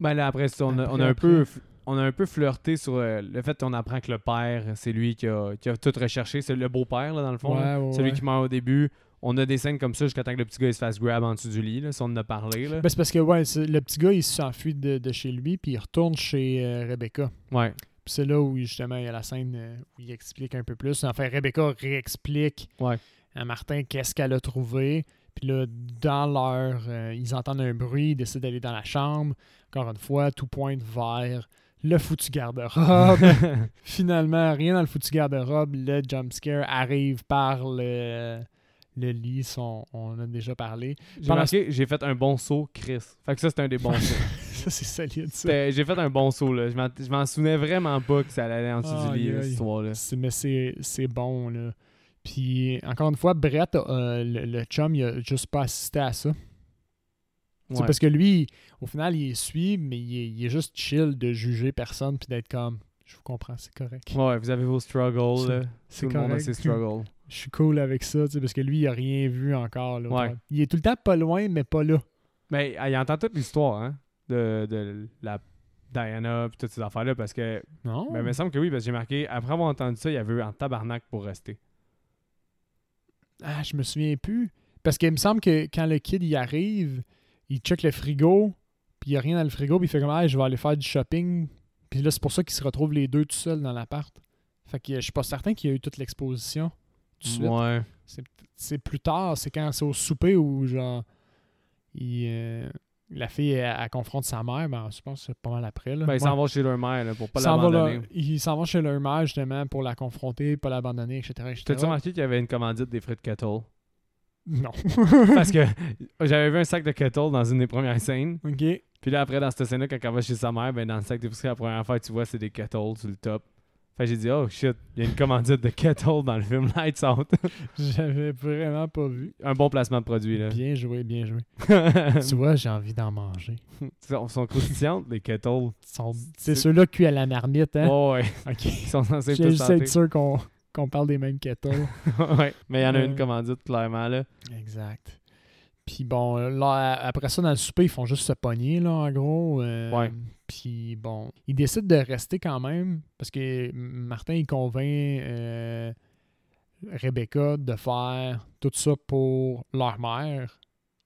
Speaker 1: Ben là, après, ça, on a, on a
Speaker 2: Après,
Speaker 1: un peu. f-
Speaker 2: après.
Speaker 1: On a un peu flirté sur euh, le fait qu'on apprend que le père, c'est lui qui a, qui a tout recherché. C'est le beau-père, là, dans le fond. là.
Speaker 2: Ouais, ouais,
Speaker 1: Celui
Speaker 2: ouais.
Speaker 1: qui meurt au début. On a des scènes comme ça jusqu'à temps que le petit gars il se fasse grab en dessous du lit, là, si on en a parlé. Là.
Speaker 2: Ben, c'est parce que ouais, c'est- le petit gars il s'enfuit de, de chez lui puis il retourne chez euh, Rebecca.
Speaker 1: Ouais,
Speaker 2: Puis c'est là où justement il y a la scène euh, où il explique un peu plus. Enfin, Rebecca réexplique
Speaker 1: Ouais.
Speaker 2: à Martin qu'est-ce qu'elle a trouvé. Puis là, dans leur. euh, ils entendent un bruit, ils décident d'aller dans la chambre. Encore une fois, tout pointe vers le foutu garde-robe. Finalement, rien dans le foutu garde-robe. Le jumpscare arrive par le, le lit, son- on, en a déjà parlé.
Speaker 1: j'ai
Speaker 2: Pendant
Speaker 1: marqué, j'ai fait un bon saut, Chris. Fait que ça, c'était un des bons sauts.
Speaker 2: ça, c'est solide, ça.
Speaker 1: C'était- J'ai fait un bon saut, là. Je m'en- Je m'en souvenais vraiment pas que ça allait en dessous du
Speaker 2: Aïe,
Speaker 1: lit, là,
Speaker 2: aïe.
Speaker 1: cette histoire-là.
Speaker 2: C'est- mais c'est c'est bon, là. Puis, encore une fois, Brett, euh, le, le chum, il a juste pas assisté à ça. Tu sais,
Speaker 1: Ouais.
Speaker 2: Parce que lui, au final, il est suit, mais il est, il est juste chill de juger personne puis d'être comme je vous comprends, c'est correct.
Speaker 1: Ouais, vous avez vos struggles.
Speaker 2: C'est-
Speaker 1: là.
Speaker 2: c'est
Speaker 1: Tout le monde a ses struggles.
Speaker 2: Je suis cool avec ça, tu sais, parce que lui, il a rien vu encore. là, au
Speaker 1: Ouais.
Speaker 2: travers. Il est tout le temps pas loin, mais pas là.
Speaker 1: Mais euh, il entend toute l'histoire, hein, de, de la Diana puis toutes ces affaires-là, parce que...
Speaker 2: Non?
Speaker 1: Mais il me semble que oui, parce que j'ai marqué, après avoir entendu ça, il y avait en tabarnak pour rester.
Speaker 2: Ah, je me souviens plus. Parce qu'il me semble que quand le kid y arrive, il check le frigo, puis il n'y a rien dans le frigo, puis il fait comme Ah, je vais aller faire du shopping. Puis là, c'est pour ça qu'ils se retrouvent les deux tout seuls dans l'appart. Fait que je suis pas certain qu'il y a eu toute l'exposition tout de suite.
Speaker 1: Ouais.
Speaker 2: C'est plus tard, c'est quand c'est au souper où genre il, euh, la fille elle, elle confronte sa mère, ben, je pense que c'est pas mal après. Là.
Speaker 1: Ben, ils
Speaker 2: Ouais.
Speaker 1: s'en vont chez leur mère, là, pour pas
Speaker 2: Ils s'en vont là-
Speaker 1: l'abandonner.
Speaker 2: ils s'en vont chez leur mère justement pour la confronter, pas l'abandonner, etc. etc.
Speaker 1: T'as-tu remarqué qu'il y avait une commandite des frites Kettle?
Speaker 2: Non.
Speaker 1: Parce que j'avais vu un sac de Kettle dans une des premières scènes.
Speaker 2: ok.
Speaker 1: Puis là, après, dans cette scène-là, quand elle va chez sa mère, ben, dans le sac d'épicerie, la première fois, tu vois, c'est des Kettle sur le top. Fait que j'ai dit, oh shit, il y a une commandite de Kettle dans le film Lights Out.
Speaker 2: J'avais vraiment pas vu.
Speaker 1: un bon placement de produit, là.
Speaker 2: Bien joué, bien joué. tu vois, j'ai envie d'en manger.
Speaker 1: sont, sont croustillantes, les Kettle.
Speaker 2: Ils sont- C'est
Speaker 1: C'est-
Speaker 2: ceux-là cuits à la marmite, hein?
Speaker 1: Ouais, ouais.
Speaker 2: Ok.
Speaker 1: Ils sont censés
Speaker 2: J'ai
Speaker 1: plus
Speaker 2: juste être
Speaker 1: santé.
Speaker 2: sûr qu'on qu'on parle des mêmes kettles.
Speaker 1: ouais. Mais il y en a
Speaker 2: Euh.
Speaker 1: une commandite, clairement, là.
Speaker 2: exact. Puis bon, euh, là, a- après ça, dans le souper, ils font juste se pogner, là, en gros. euh,
Speaker 1: Ouais.
Speaker 2: Puis bon, ils décident de rester quand même parce que M- Martin, il convainc euh, Rebecca de faire tout ça pour leur mère.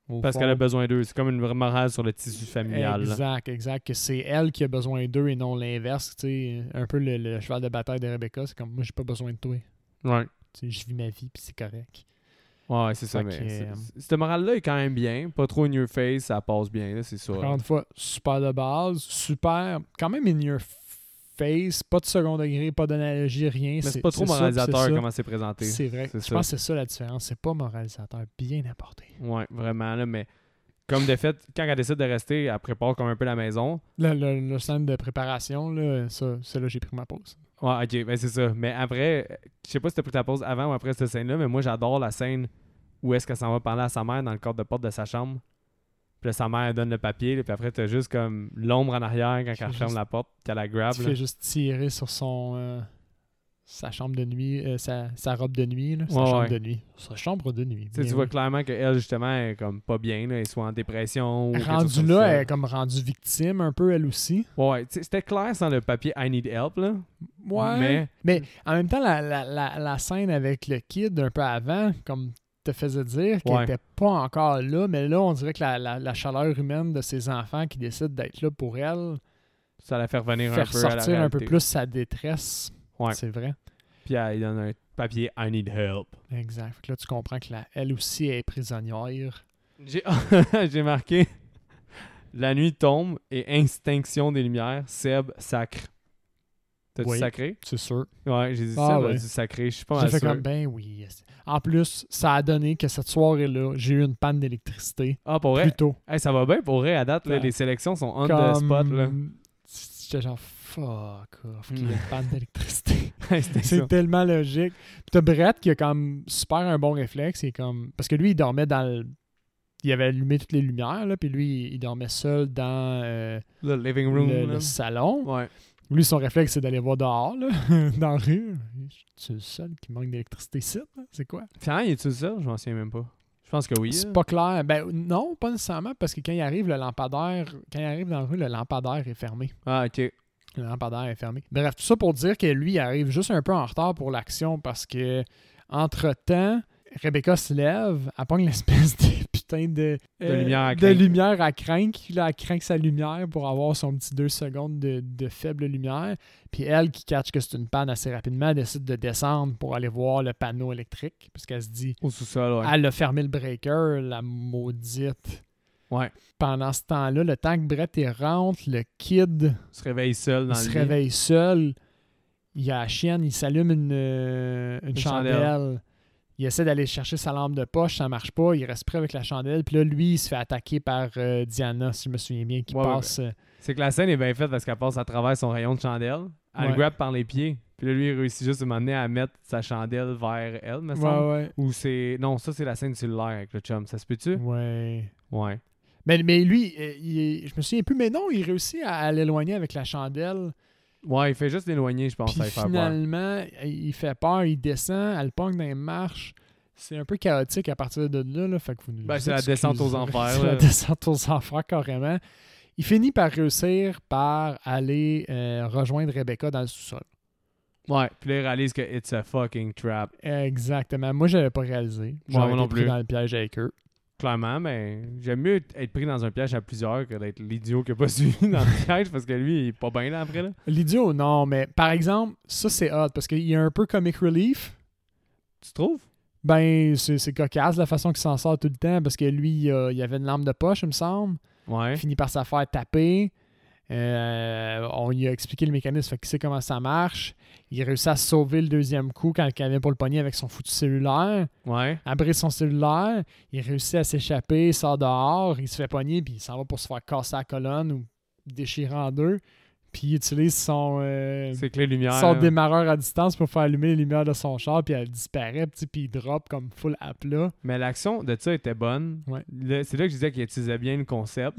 Speaker 2: au
Speaker 1: Parce
Speaker 2: fond.
Speaker 1: qu'elle a besoin d'eux. C'est comme une vraie morale sur le tissu familial. là.
Speaker 2: Exact, exact. Que c'est elle qui a besoin d'eux et non l'inverse. tu sais. Un peu le, le cheval de bataille de Rebecca, c'est comme moi, j'ai pas besoin de toi.
Speaker 1: Ouais.
Speaker 2: Tu sais, Je vis ma vie, puis c'est correct.
Speaker 1: Ouais, c'est ça.
Speaker 2: Fait
Speaker 1: Mais
Speaker 2: que,
Speaker 1: c'est-
Speaker 2: euh,
Speaker 1: c'est- cette morale-là est quand même bien. Pas trop in your face, ça passe bien, là, c'est sûr.
Speaker 2: Encore une fois, super de base, super, quand même in your face, pas de second degré, pas d'analogie, rien.
Speaker 1: Mais c'est pas trop
Speaker 2: ça, puis c'est
Speaker 1: moralisateur
Speaker 2: ça.
Speaker 1: comment c'est présenté.
Speaker 2: C'est vrai.
Speaker 1: C'est
Speaker 2: Je
Speaker 1: ça.
Speaker 2: pense que c'est ça la différence. C'est pas moralisateur, bien apporté.
Speaker 1: Ouais, vraiment, là. Mais comme de fait, quand elle décide de rester, elle prépare comme un peu la maison.
Speaker 2: Le, le, le stand de préparation, là, ça, c'est là j'ai pris ma pause.
Speaker 1: Ouais, ok, ben c'est ça. Mais après, euh, je sais pas si t'as pris ta pause avant ou après cette scène-là, mais moi j'adore la scène où est-ce qu'elle s'en va parler à sa mère dans le cadre de porte de sa chambre. Puis là, sa mère elle donne le papier, là, puis après t'as juste comme l'ombre en arrière quand
Speaker 2: Fais
Speaker 1: elle ferme
Speaker 2: juste-
Speaker 1: la porte, puis elle la grab.
Speaker 2: Tu
Speaker 1: là.
Speaker 2: fais juste tirer sur son euh, sa chambre de nuit, euh, sa, sa robe de nuit, là, sa
Speaker 1: Ouais,
Speaker 2: chambre
Speaker 1: ouais.
Speaker 2: de nuit. Sa chambre de nuit.
Speaker 1: Tu sais,
Speaker 2: bien
Speaker 1: tu vois
Speaker 2: oui.
Speaker 1: clairement qu'elle, justement, elle est comme pas bien, là, elle est soit en dépression ou quelque chose
Speaker 2: Rendue
Speaker 1: comme
Speaker 2: là,
Speaker 1: ça.
Speaker 2: elle est comme rendue victime un peu, elle aussi.
Speaker 1: Ouais, tu sais, c'était clair sans le papier I need help, là.
Speaker 2: Mais,
Speaker 1: Mais-
Speaker 2: en même temps, la, la, la, la scène avec le kid un peu avant, comme te faisais dire, qu'elle
Speaker 1: Ouais.
Speaker 2: n'était pas encore là, mais là, on dirait que la, la, la chaleur humaine de ses enfants qui décident d'être là pour elle,
Speaker 1: Ça la fait revenir un
Speaker 2: faire
Speaker 1: peu à la
Speaker 2: sortir un peu
Speaker 1: réalité.
Speaker 2: plus sa détresse.
Speaker 1: Ouais.
Speaker 2: C'est vrai.
Speaker 1: Puis elle il donne un papier I need help.
Speaker 2: Exact. Fait que là, tu comprends que la- elle aussi est prisonnière.
Speaker 1: J'ai j'ai marqué La nuit tombe et extinction des lumières, Seb sacre. T'as-tu
Speaker 2: Oui.
Speaker 1: sacré?
Speaker 2: C'est sûr.
Speaker 1: Ouais, j'ai dit
Speaker 2: Ah
Speaker 1: Seb a
Speaker 2: ouais.
Speaker 1: dit sacré, je suis pas
Speaker 2: J'ai
Speaker 1: mal
Speaker 2: fait
Speaker 1: sûr.
Speaker 2: comme, ben oui. yes. En plus, ça a donné que cette soirée-là, j'ai eu une panne d'électricité.
Speaker 1: Ah, pour vrai?
Speaker 2: Plus tôt.
Speaker 1: Hey, ça va bien pour vrai, à date, là,
Speaker 2: Ouais.
Speaker 1: les sélections sont on
Speaker 2: Comme-
Speaker 1: the spot. Là. Hmm.
Speaker 2: J'étais genre, fuck off, qu'il y a une panne d'électricité. C'est
Speaker 1: Extinction.
Speaker 2: tellement logique. Puis t'as Brett qui a comme super un bon réflexe. Il est comme... Parce que lui, il dormait dans le... Il avait allumé toutes les lumières, là, puis lui, il dormait seul dans euh,
Speaker 1: Le living room. là.
Speaker 2: le, le salon.
Speaker 1: Ouais.
Speaker 2: Lui, son réflexe, c'est d'aller voir dehors, là, dans la rue. C'est le seul qui manque d'électricité ici, là? c'est quoi?
Speaker 1: Finalement, y est-tu ça? Je m'en souviens même pas. Je pense que oui.
Speaker 2: C'est
Speaker 1: là.
Speaker 2: pas clair. Ben non, pas nécessairement, parce que quand il arrive, le lampadaire... Quand il arrive dans la rue, le lampadaire est fermé.
Speaker 1: Ah, ok.
Speaker 2: Le lampadaire est fermé. Bref, tout ça pour dire que lui, il arrive juste un peu en retard pour l'action parce que, entre-temps, Rebecca se lève, elle pogne l'espèce de putain de, euh,
Speaker 1: De lumière à
Speaker 2: de
Speaker 1: crinque.
Speaker 2: lumière à crinque. Là, elle crinque sa lumière pour avoir son petit deux secondes de, de faible lumière. Puis elle, qui catch que c'est une panne assez rapidement, elle décide de descendre pour aller voir le panneau électrique parce qu'elle se dit
Speaker 1: Au sous-sol, ouais.
Speaker 2: elle a fermé le breaker, la maudite.
Speaker 1: Ouais.
Speaker 2: Pendant ce temps-là, le temps que Brett y rentre, le kid
Speaker 1: se réveille seul dans
Speaker 2: il
Speaker 1: le
Speaker 2: se
Speaker 1: lit.
Speaker 2: réveille seul. Il a la chienne, il s'allume une, euh, une
Speaker 1: Une
Speaker 2: chandelle.
Speaker 1: chandelle.
Speaker 2: Il essaie d'aller chercher sa lampe de poche, ça marche pas. Il reste prêt avec la chandelle. Puis là, lui, il se fait attaquer par euh, Diana, si je me souviens bien, qui
Speaker 1: Ouais, ouais,
Speaker 2: passe. euh,
Speaker 1: C'est que la scène est bien faite parce qu'elle passe à travers son rayon de chandelle. Elle le
Speaker 2: Ouais.
Speaker 1: grappe par les pieds. Puis là, lui, il réussit juste à m'amener à mettre sa chandelle vers elle, me
Speaker 2: ouais,
Speaker 1: semble.
Speaker 2: ouais.
Speaker 1: Ou c'est. Non, ça, c'est la scène du cellulaire avec le chum. Ça se peut-tu?
Speaker 2: Ouais.
Speaker 1: Ouais.
Speaker 2: Mais, mais lui, euh, il est- je me souviens plus, mais non, il réussit à, à l'éloigner avec la chandelle.
Speaker 1: Ouais, il fait juste l'éloigner, je pense,
Speaker 2: Puis
Speaker 1: ça lui fait peur.
Speaker 2: finalement, il fait peur, il descend, elle pogne dans les marches. C'est un peu chaotique à partir de là. là, fait que vous nous
Speaker 1: Ben, c'est la
Speaker 2: excuserez.
Speaker 1: descente aux enfers,
Speaker 2: C'est la
Speaker 1: là.
Speaker 2: descente aux enfers, carrément. Il finit par réussir par aller euh, rejoindre Rebecca dans le sous-sol.
Speaker 1: Ouais, puis là, il réalise que it's a fucking trap.
Speaker 2: Exactement. Moi, j'avais pas réalisé. J'aurais
Speaker 1: moi
Speaker 2: été
Speaker 1: non
Speaker 2: pris
Speaker 1: plus.
Speaker 2: dans le piège avec eux.
Speaker 1: Clairement, mais j'aime mieux être pris dans un piège à plusieurs que d'être l'idiot qui a pas suivi dans le piège parce que lui, il est pas bien là après, là.
Speaker 2: L'idiot, non, mais par exemple, ça, c'est hot parce qu'il y a un peu comic relief.
Speaker 1: Tu trouves?
Speaker 2: Ben, c'est c'est cocasse la façon qu'il s'en sort tout le temps parce que lui, il, a- il avait une lampe de poche, il me semble.
Speaker 1: Ouais.
Speaker 2: Il finit par se faire taper. Euh, on lui a expliqué le mécanisme, fait qu'il sait comment ça marche. Il réussit à se sauver le deuxième coup quand il avait pour le pogner avec son foutu cellulaire.
Speaker 1: Ouais.
Speaker 2: Abri son cellulaire, il réussit à s'échapper, il sort dehors, il se fait pogner, puis il s'en va pour se faire casser la colonne ou déchirer en deux. Puis il utilise son. euh,
Speaker 1: C'est que les lumières.
Speaker 2: sort
Speaker 1: là.
Speaker 2: des démarreur à distance pour faire allumer les lumières de son char, puis elle disparaît, petit, puis il drop comme full à plat.
Speaker 1: Mais l'action de ça était bonne.
Speaker 2: Ouais.
Speaker 1: Le- C'est là que je disais qu'il utilisait bien le concept.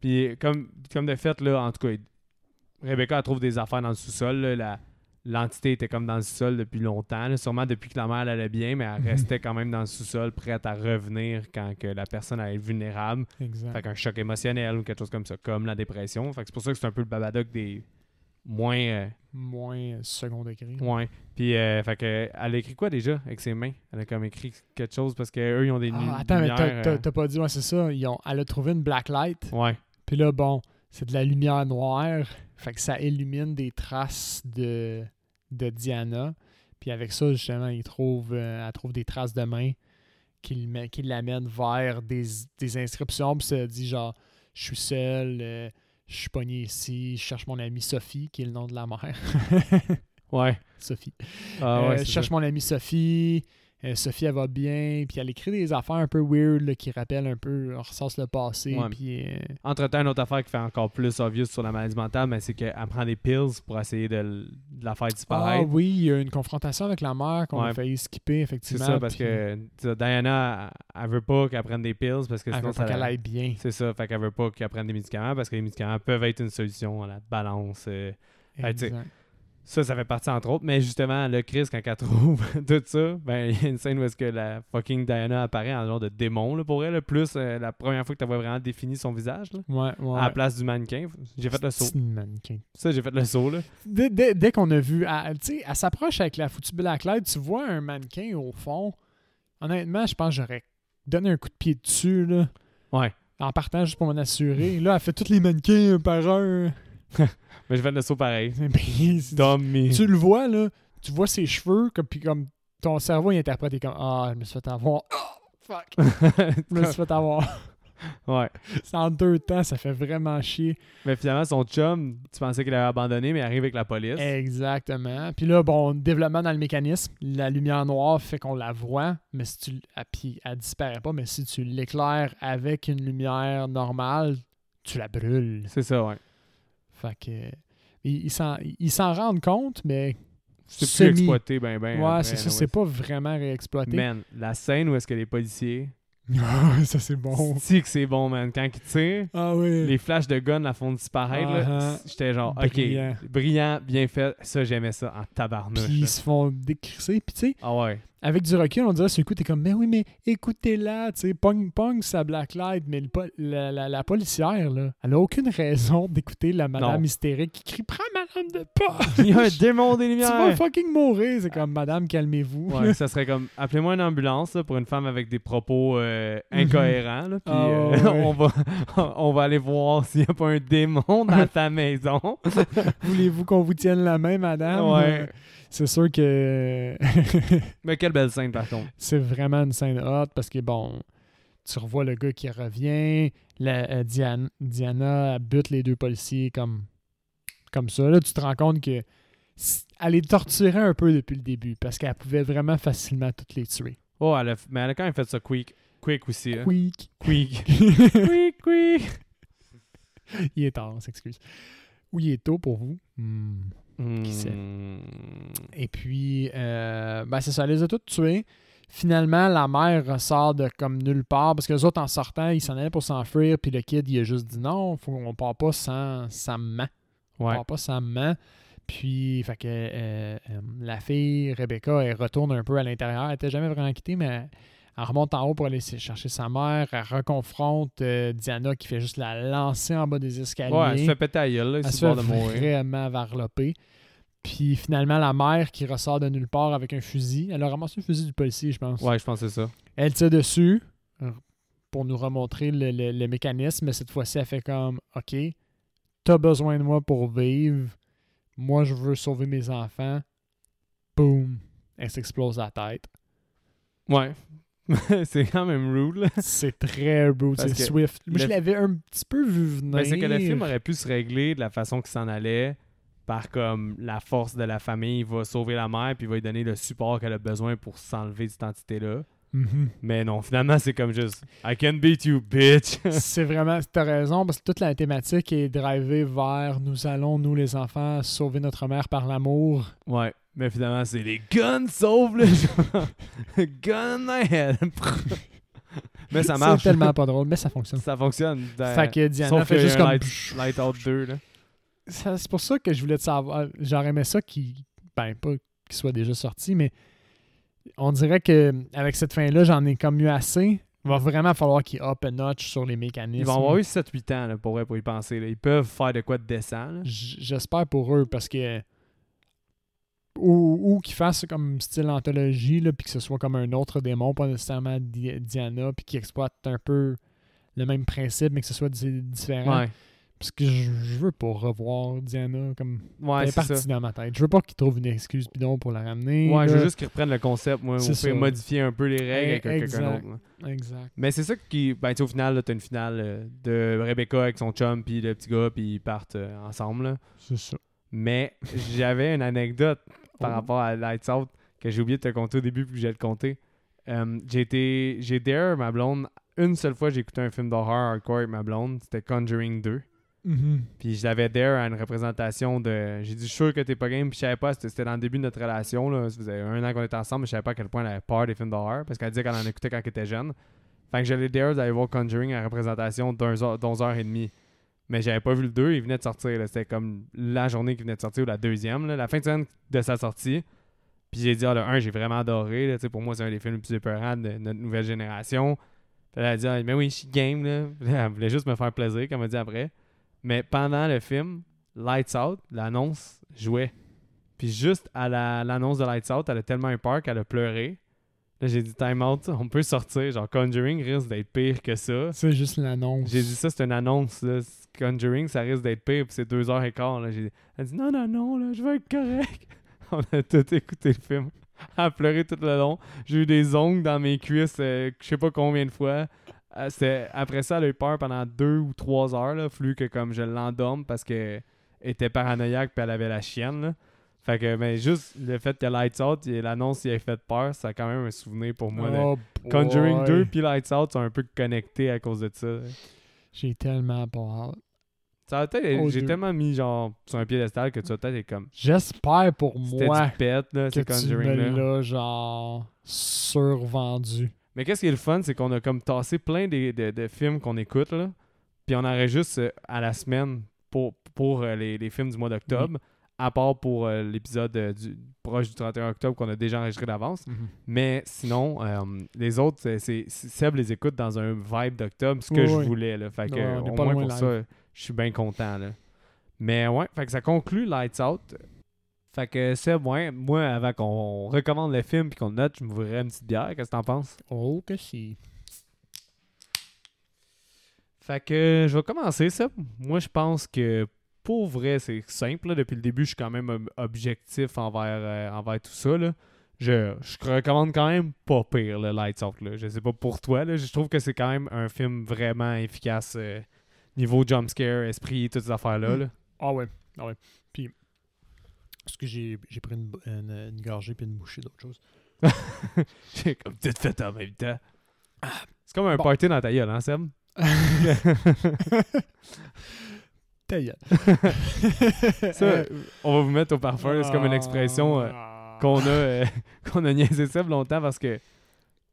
Speaker 1: Puis comme, comme de fait, là, en tout cas, il- Rebecca elle trouve des affaires dans le sous-sol. là. La- L'entité était comme dans le sous-sol depuis longtemps. là. Sûrement depuis que la mère elle allait bien, mais elle
Speaker 2: Mhm.
Speaker 1: restait quand même dans le sous-sol, prête à revenir quand que la personne allait être vulnérable.
Speaker 2: Exact.
Speaker 1: Fait qu'un choc émotionnel ou quelque chose comme ça, comme la dépression. Fait que c'est pour ça que c'est un peu le babadoc des moins. euh,
Speaker 2: Moins euh, second degré.
Speaker 1: ouais. Puis, euh, fait que, elle a écrit quoi déjà avec ses mains Elle a comme écrit quelque chose parce qu'eux, ils ont des nu-
Speaker 2: Ah, attends, mais
Speaker 1: lumières,
Speaker 2: t'as- t'as
Speaker 1: euh,
Speaker 2: t'as pas dit, ouais, c'est ça. Ils ont, elle a trouvé une blacklight,
Speaker 1: Ouais.
Speaker 2: puis là, bon, c'est de la lumière noire, fait que ça illumine des traces de, de Diana. Puis avec ça, justement, il trouve, euh, elle trouve des traces de main qui, le mè- qui l'amènent vers des, des inscriptions. Puis ça dit genre, je suis seul, euh, je suis pogné ici, je cherche mon amie Sophie, qui est le nom de la mère.
Speaker 1: Ouais.
Speaker 2: Sophie.
Speaker 1: Ah,
Speaker 2: Euh,
Speaker 1: ouais,
Speaker 2: je
Speaker 1: c'est
Speaker 2: cherche mon amie Sophie. euh, Sophie, elle va bien. Puis elle écrit des affaires un peu weird là, qui rappellent un peu, on ressasse le passé.
Speaker 1: Ouais.
Speaker 2: Puis euh,
Speaker 1: ça. Entre-temps, une autre affaire qui fait encore plus obvious sur la maladie mentale, mais c'est qu'elle prend des pills pour essayer de, l- de la faire
Speaker 2: Ah
Speaker 1: disparaître.
Speaker 2: oui, il y a une confrontation avec la mère qu'on a
Speaker 1: Ouais.
Speaker 2: failli skipper,
Speaker 1: c'est
Speaker 2: effectivement.
Speaker 1: ça, parce
Speaker 2: puis
Speaker 1: que tu sais, Diana, elle elle veut pas qu'elle prenne des pills parce que
Speaker 2: Elle
Speaker 1: sinon
Speaker 2: veut pas
Speaker 1: ça
Speaker 2: qu'elle
Speaker 1: la-
Speaker 2: aille bien.
Speaker 1: C'est ça, fait qu'elle veut pas qu'elle prenne des médicaments parce que les médicaments peuvent être une solution à la balance. euh, Ah, tu sais,
Speaker 2: Exact.
Speaker 1: Ça, ça fait partie entre autres. Mais justement, le Chris, quand elle trouve tout ça, ben, il y a une scène où est-ce que la fucking Diana apparaît en genre de démon là, pour elle. là. Plus euh, la première fois que tu vois vraiment défini son visage là,
Speaker 2: Ouais, ouais.
Speaker 1: à la place du mannequin. J'ai fait le saut.
Speaker 2: C'est une mannequin.
Speaker 1: Ça, j'ai fait le saut là.
Speaker 2: Dès, dès- dès qu'on a vu, elle, tu sais, elle s'approche avec la foutue Blacklight, tu vois un mannequin au fond. Honnêtement, je pense que j'aurais donné un coup de pied dessus, là,
Speaker 1: Ouais.
Speaker 2: en partant juste pour m'en assurer. là, elle fait tous les mannequins un par un.
Speaker 1: Mais j'ai fait le saut pareil.
Speaker 2: Ben, c'est-
Speaker 1: Dummy.
Speaker 2: tu le vois, là, tu vois ses cheveux, comme, puis comme ton cerveau, il interprète, il est comme Ah, je me suis fait avoir. Oh, fuck, je me suis fait avoir.
Speaker 1: ouais.
Speaker 2: C'est en deux temps, ça fait vraiment chier.
Speaker 1: Mais finalement, son chum, tu pensais qu'il avait abandonné, mais il arrive avec la police.
Speaker 2: Eh. Exactement. Puis là, bon, développement dans le mécanisme, la lumière noire fait qu'on la voit, mais si tu l- ah, puis elle disparaît pas, mais si tu l'éclaires avec une lumière normale, tu la brûles.
Speaker 1: C'est ça, ouais.
Speaker 2: Fait que ils ils s'en ils s'en rendent compte, mais
Speaker 1: C'est plus
Speaker 2: semi-
Speaker 1: exploité, ben, ben.
Speaker 2: Ouais,
Speaker 1: après,
Speaker 2: c'est ça,
Speaker 1: anyway.
Speaker 2: c'est pas vraiment réexploité.
Speaker 1: Man, la scène où est-ce que les policiers.
Speaker 2: Ah ça c'est bon.
Speaker 1: Si que c'est bon, man. Quand ils tirent.
Speaker 2: Ah oui.
Speaker 1: les flashs de gun la font disparaître. là.
Speaker 2: Uh-huh.
Speaker 1: J'étais genre, ok,
Speaker 2: Brillant.
Speaker 1: brillant. bien fait. Ça, j'aimais ça en tabarnouche.
Speaker 2: Puis
Speaker 1: là.
Speaker 2: ils se font décrisser, puis tu sais,
Speaker 1: Ah ouais.
Speaker 2: avec du recul, on dirait sur le coup, t'es comme, mais oui, mais écoutez-la, tu sais, pong pong sa blacklight, mais le pol- la, la- la policière, là, elle a aucune raison d'écouter la madame
Speaker 1: Non.
Speaker 2: hystérique qui crie, prends madame de pas!
Speaker 1: Il y a un démon des
Speaker 2: tu vas
Speaker 1: lumières.
Speaker 2: fucking mourir! C'est comme, madame, calmez-vous.
Speaker 1: Ouais, ça serait comme, appelez-moi une ambulance là, pour une femme avec des propos euh, incohérents. là, puis
Speaker 2: Ah,
Speaker 1: euh,
Speaker 2: ouais.
Speaker 1: on, va, on va aller voir s'il n'y a pas un démon dans ta maison.
Speaker 2: Voulez-vous qu'on vous tienne la main, madame? Euh,
Speaker 1: Ah ouais.
Speaker 2: C'est sûr que
Speaker 1: Mais quelle belle scène, par contre.
Speaker 2: c'est vraiment une scène hot parce que, bon, tu revois le gars qui revient, la, euh, Diane- Diana elle bute les deux policiers comme, comme ça. Là, tu te rends compte que s- elle les torturait un peu depuis le début parce qu'elle pouvait vraiment facilement toutes les tuer.
Speaker 1: Oh, elle a, mais elle a quand même fait ça quick. Quick aussi. Là.
Speaker 2: Quick.
Speaker 1: Quick.
Speaker 2: il
Speaker 1: quick, quick.
Speaker 2: est tard, on s'excuse. Ou il est tôt pour vous. Hmm.
Speaker 1: Qui Hmm.
Speaker 2: sait? Et puis, euh, ben c'est ça, elle les a toutes tuées. Finalement, la mère ressort de comme nulle part parce que les autres, en sortant, ils s'en allaient pour s'enfuir. Puis le kid, il a juste dit non, faut, on part pas sans, sans maman. On
Speaker 1: Ouais.
Speaker 2: part pas sans maman. Puis, fait que euh, euh, la fille, Rebecca, elle retourne un peu à l'intérieur. Elle était jamais vraiment quittée, mais elle remonte en haut pour aller chercher sa mère. Elle reconfronte euh, Diana qui fait juste la lancer en bas des escaliers.
Speaker 1: Ouais, elle se fait péter la gueule, là,
Speaker 2: Elle
Speaker 1: ici,
Speaker 2: se
Speaker 1: au
Speaker 2: fait
Speaker 1: bord de mourir.
Speaker 2: vraiment varloper. Puis finalement, la mère qui ressort de nulle part avec un fusil. Elle a ramassé le fusil du policier, je pense.
Speaker 1: Ouais, je pense que c'est ça.
Speaker 2: Elle tire dessus euh, pour nous remontrer le, le- le mécanisme. Mais cette fois-ci, elle fait comme OK, t'as besoin de moi pour vivre. Moi, je veux sauver mes enfants. Boum. Elle s'explose la tête.
Speaker 1: Ouais. c'est quand même rude, là.
Speaker 2: C'est très rude,
Speaker 1: Parce
Speaker 2: c'est
Speaker 1: que
Speaker 2: Swift. Moi,
Speaker 1: le-
Speaker 2: je l'avais un petit peu vu venir.
Speaker 1: Ben, c'est que le film aurait pu se régler de la façon qu'il s'en allait, par comme la force de la famille va sauver la mère, puis va lui donner le support qu'elle a besoin pour s'enlever de cette entité-là.
Speaker 2: Mhm.
Speaker 1: Mais non, finalement, c'est comme juste I can beat you, bitch.
Speaker 2: c'est vraiment, t'as raison, parce que toute la thématique est drivée vers nous allons, nous les enfants, sauver notre mère par l'amour.
Speaker 1: ouais, mais finalement, c'est les guns sauvent le jeu. Gun ahead. mais ça marche.
Speaker 2: C'est tellement pas drôle, mais ça fonctionne.
Speaker 1: Ça fonctionne. Ben,
Speaker 2: fait que Diana
Speaker 1: Sauf
Speaker 2: fait
Speaker 1: qu'il y a
Speaker 2: juste
Speaker 1: un
Speaker 2: comme.
Speaker 1: light, Light Out 2, là.
Speaker 2: Ça, C'est pour ça que je voulais te savoir. J'aurais aimé ça qui. Ben, pas qu'il soit déjà sorti, mais on dirait que avec cette fin-là, j'en ai comme eu assez. Il va vraiment falloir qu'il up a notch sur les mécanismes.
Speaker 1: Ils vont avoir eu 7-8 ans là, pour, vrai, pour y penser. là. Ils peuvent faire de quoi de décent. là.
Speaker 2: J- J'espère pour eux parce que. Ou, ou qu'ils fassent comme style anthologie, là, puis que ce soit comme un autre démon, pas nécessairement Di- Diana, puis qui exploite un peu le même principe, mais que ce soit di- différent.
Speaker 1: Ouais,
Speaker 2: Parce que je, je veux pas revoir Diana comme.
Speaker 1: ouais
Speaker 2: elle est
Speaker 1: c'est ça.
Speaker 2: partie dans ma tête. Je veux pas qu'ils trouvent une excuse bidon pour la ramener.
Speaker 1: Ouais, je veux
Speaker 2: là.
Speaker 1: juste qu'ils reprennent le concept, moi,
Speaker 2: C'est
Speaker 1: ou
Speaker 2: ça. Eh,
Speaker 1: faire modifier un peu les règles avec euh, quelqu'un
Speaker 2: Exact.
Speaker 1: d'autre. là.
Speaker 2: Exact.
Speaker 1: Mais c'est ça qui. Ben, tu sais, au final, là, t'as une finale euh, de Rebecca avec son chum, puis le petit gars, puis ils partent euh, ensemble. là.
Speaker 2: C'est ça.
Speaker 1: Mais j'avais une anecdote par
Speaker 2: Oh.
Speaker 1: rapport à Lights Out que j'ai oublié de te conter au début, puis que j'ai le compté. Euh, j'ai été. J'ai dare ma blonde. Une seule fois, j'ai écouté un film d'horreur hardcore avec ma blonde. C'était Conjuring 2.
Speaker 2: Mhm.
Speaker 1: Puis je l'avais dare à une représentation de. J'ai dit, je suis sûr que t'es pas game. Puis je savais pas, c'était c'était dans le début de notre relation. Là. Ça faisait un an qu'on était ensemble, mais je savais pas à quel point elle avait peur des films d'horreur. Parce qu'elle disait qu'elle en écoutait quand elle était jeune. Fait que j'allais dare d'aller voir Conjuring à la représentation d'un heure- d'11 heures et demie. Mais j'avais pas vu le 2, il venait de sortir. là. C'était comme la journée qui venait de sortir ou la deuxième, là, la fin de semaine de sa sortie. Puis j'ai dit, ah, le 1, j'ai vraiment adoré. là. Tu sais, Pour moi, c'est un des films les plus épeurants de notre nouvelle génération. Puis elle a dit, ah, mais oui, je suis game. Là. Elle voulait juste me faire plaisir, comme elle dit après. Mais pendant le film, Lights Out, l'annonce jouait. Puis juste à la- l'annonce de Lights Out, elle a tellement eu peur qu'elle a pleuré. Là, j'ai dit, time out, on peut sortir. Genre, Conjuring risque d'être pire que ça.
Speaker 2: C'est juste l'annonce.
Speaker 1: J'ai dit ça, c'est une annonce. Là. Conjuring, ça risque d'être pire, puis c'est deux heures et quart. Là. J'ai- Elle dit non, non, non, là, je vais être correct. On a tout écouté le film. Elle a pleuré tout le long. J'ai eu des ongles dans mes cuisses, euh, je sais pas combien de fois. Euh, c'était- après ça, elle a eu peur pendant deux ou trois heures. Là, fallu que comme je l'endorme parce qu'elle était paranoïaque puis elle avait la chienne. là. Fait que, mais juste le fait que Lights Out et l'annonce y ait fait peur, ça a quand même un souvenir pour moi. de-
Speaker 2: Oh
Speaker 1: Conjuring
Speaker 2: boy.
Speaker 1: 2 puis Lights Out sont un peu connectés à cause de ça. là.
Speaker 2: J'ai tellement peur.
Speaker 1: Ça a peut-être-
Speaker 2: Oh,
Speaker 1: j'ai
Speaker 2: Dieu.
Speaker 1: tellement mis genre sur un piédestal que tu vas peut-être être comme.
Speaker 2: J'espère pour
Speaker 1: C'était
Speaker 2: moi
Speaker 1: du pet, là,
Speaker 2: que
Speaker 1: c'est
Speaker 2: tu me
Speaker 1: Conjuring là.
Speaker 2: l'as genre survendu.
Speaker 1: Mais qu'est-ce qui est le fun, c'est qu'on a comme tassé plein des- de, de films qu'on écoute, là. Puis on enregistre euh, à la semaine pour, pour euh, les, les films du mois d'octobre, à part pour euh, l'épisode euh, du, proche du 31 octobre qu'on a déjà enregistré d'avance. Mais sinon, euh, les autres, c'est, c'est- c'est- Seb les écoute dans un vibe d'octobre, ce que
Speaker 2: Oui,
Speaker 1: je
Speaker 2: oui.
Speaker 1: voulais. Là. Fait que,
Speaker 2: Ouais, on
Speaker 1: au
Speaker 2: est pas
Speaker 1: moins
Speaker 2: loin
Speaker 1: pour ça, je suis bien content. Là. Mais ouais, fait que ça conclut Lights Out. Fait que Seb, ouais, moi, avant qu'on recommande le film et qu'on le note, je m'ouvrirais une petite bière. Qu'est-ce que t'en penses?
Speaker 2: Oh que si.
Speaker 1: Fait que euh, je vais commencer ça. Moi, je pense que pour vrai, c'est simple. là. Depuis le début, je suis quand même ob- objectif envers, euh, envers tout ça. là. Je, je recommande quand même pas pire le Lights Out. Là. Je sais pas pour toi. là. Je trouve que c'est quand même un film vraiment efficace euh, niveau jumpscare, esprit, toutes ces affaires-là. là.
Speaker 2: Ah ouais, ah ouais. Puis, parce que j'ai j'ai pris une, bo- une, une gorgée puis une bouchée d'autre chose.
Speaker 1: J'ai comme tout fait en même temps. Ah, C'est comme un party dans ta gueule, hein, Seb?
Speaker 2: Ta gueule.
Speaker 1: Ça,
Speaker 2: Euh,
Speaker 1: on va vous mettre au parfum. là. C'est comme une expression. euh,
Speaker 2: Ah.
Speaker 1: qu'on a, euh, qu'on a niaisé Seb longtemps parce que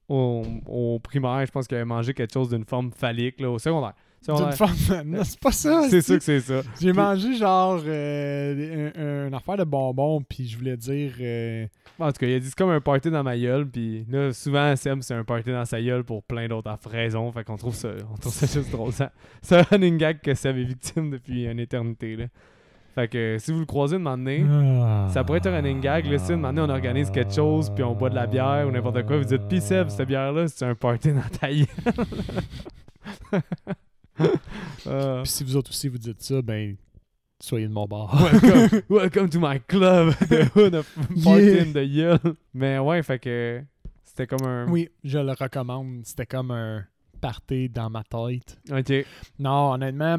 Speaker 1: au, au primaire, je pense qu'elle avait mangé quelque chose d'une forme phallique là, au secondaire.
Speaker 2: D'une
Speaker 1: Secondaire.
Speaker 2: forme- Non, c'est pas ça.
Speaker 1: C'est sûr que c'est ça.
Speaker 2: J'ai
Speaker 1: Puis-
Speaker 2: mangé genre euh, un, un- une affaire de bonbons, puis je voulais dire. euh,
Speaker 1: En tout cas, il a dit c'est comme un party dans ma gueule, puis là, souvent, Sam, c'est un party dans sa gueule pour plein d'autres aff- raisons, fait qu'on trouve ça, on trouve ça juste drôle. Ça- C'est un running gag que Sam est victime depuis une éternité, là. Fait que si vous le croisez, demandez. Ça pourrait être un running gag, là, si un moment donné, on organise quelque chose, puis on boit de la bière ou n'importe quoi, vous dites « Pis Seb, cette bière-là, c'est un party dans ta gueule. Euh,
Speaker 2: Puis si vous autres aussi vous dites ça, ben, soyez de mon bord.
Speaker 1: welcome, welcome to my club, the hood of party
Speaker 2: Yeah.
Speaker 1: in the gueule. Mais ouais, fait que c'était comme un...
Speaker 2: oui, je le recommande. C'était comme un party dans ma tête.
Speaker 1: Ok.
Speaker 2: Non, honnêtement,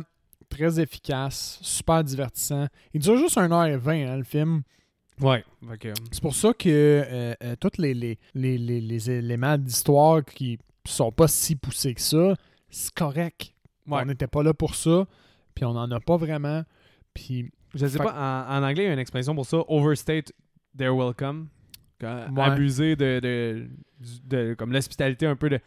Speaker 2: très efficace, super divertissant. Il dure juste 1h20, hein, le film.
Speaker 1: Ouais. Fait que,
Speaker 2: C'est pour ça que euh, euh, tous les, les, les, les, les éléments d'histoire qui sont pas si poussés que ça, c'est correct.
Speaker 1: Ouais.
Speaker 2: On n'était pas là pour ça, puis on n'en a pas vraiment. Puis
Speaker 1: je sais
Speaker 2: Fait-
Speaker 1: pas, en, en anglais, il y a une expression pour ça, overstate their welcome. Quand-
Speaker 2: Ouais.
Speaker 1: Abuser de, de, du- de- comme l'hospitalité un peu de...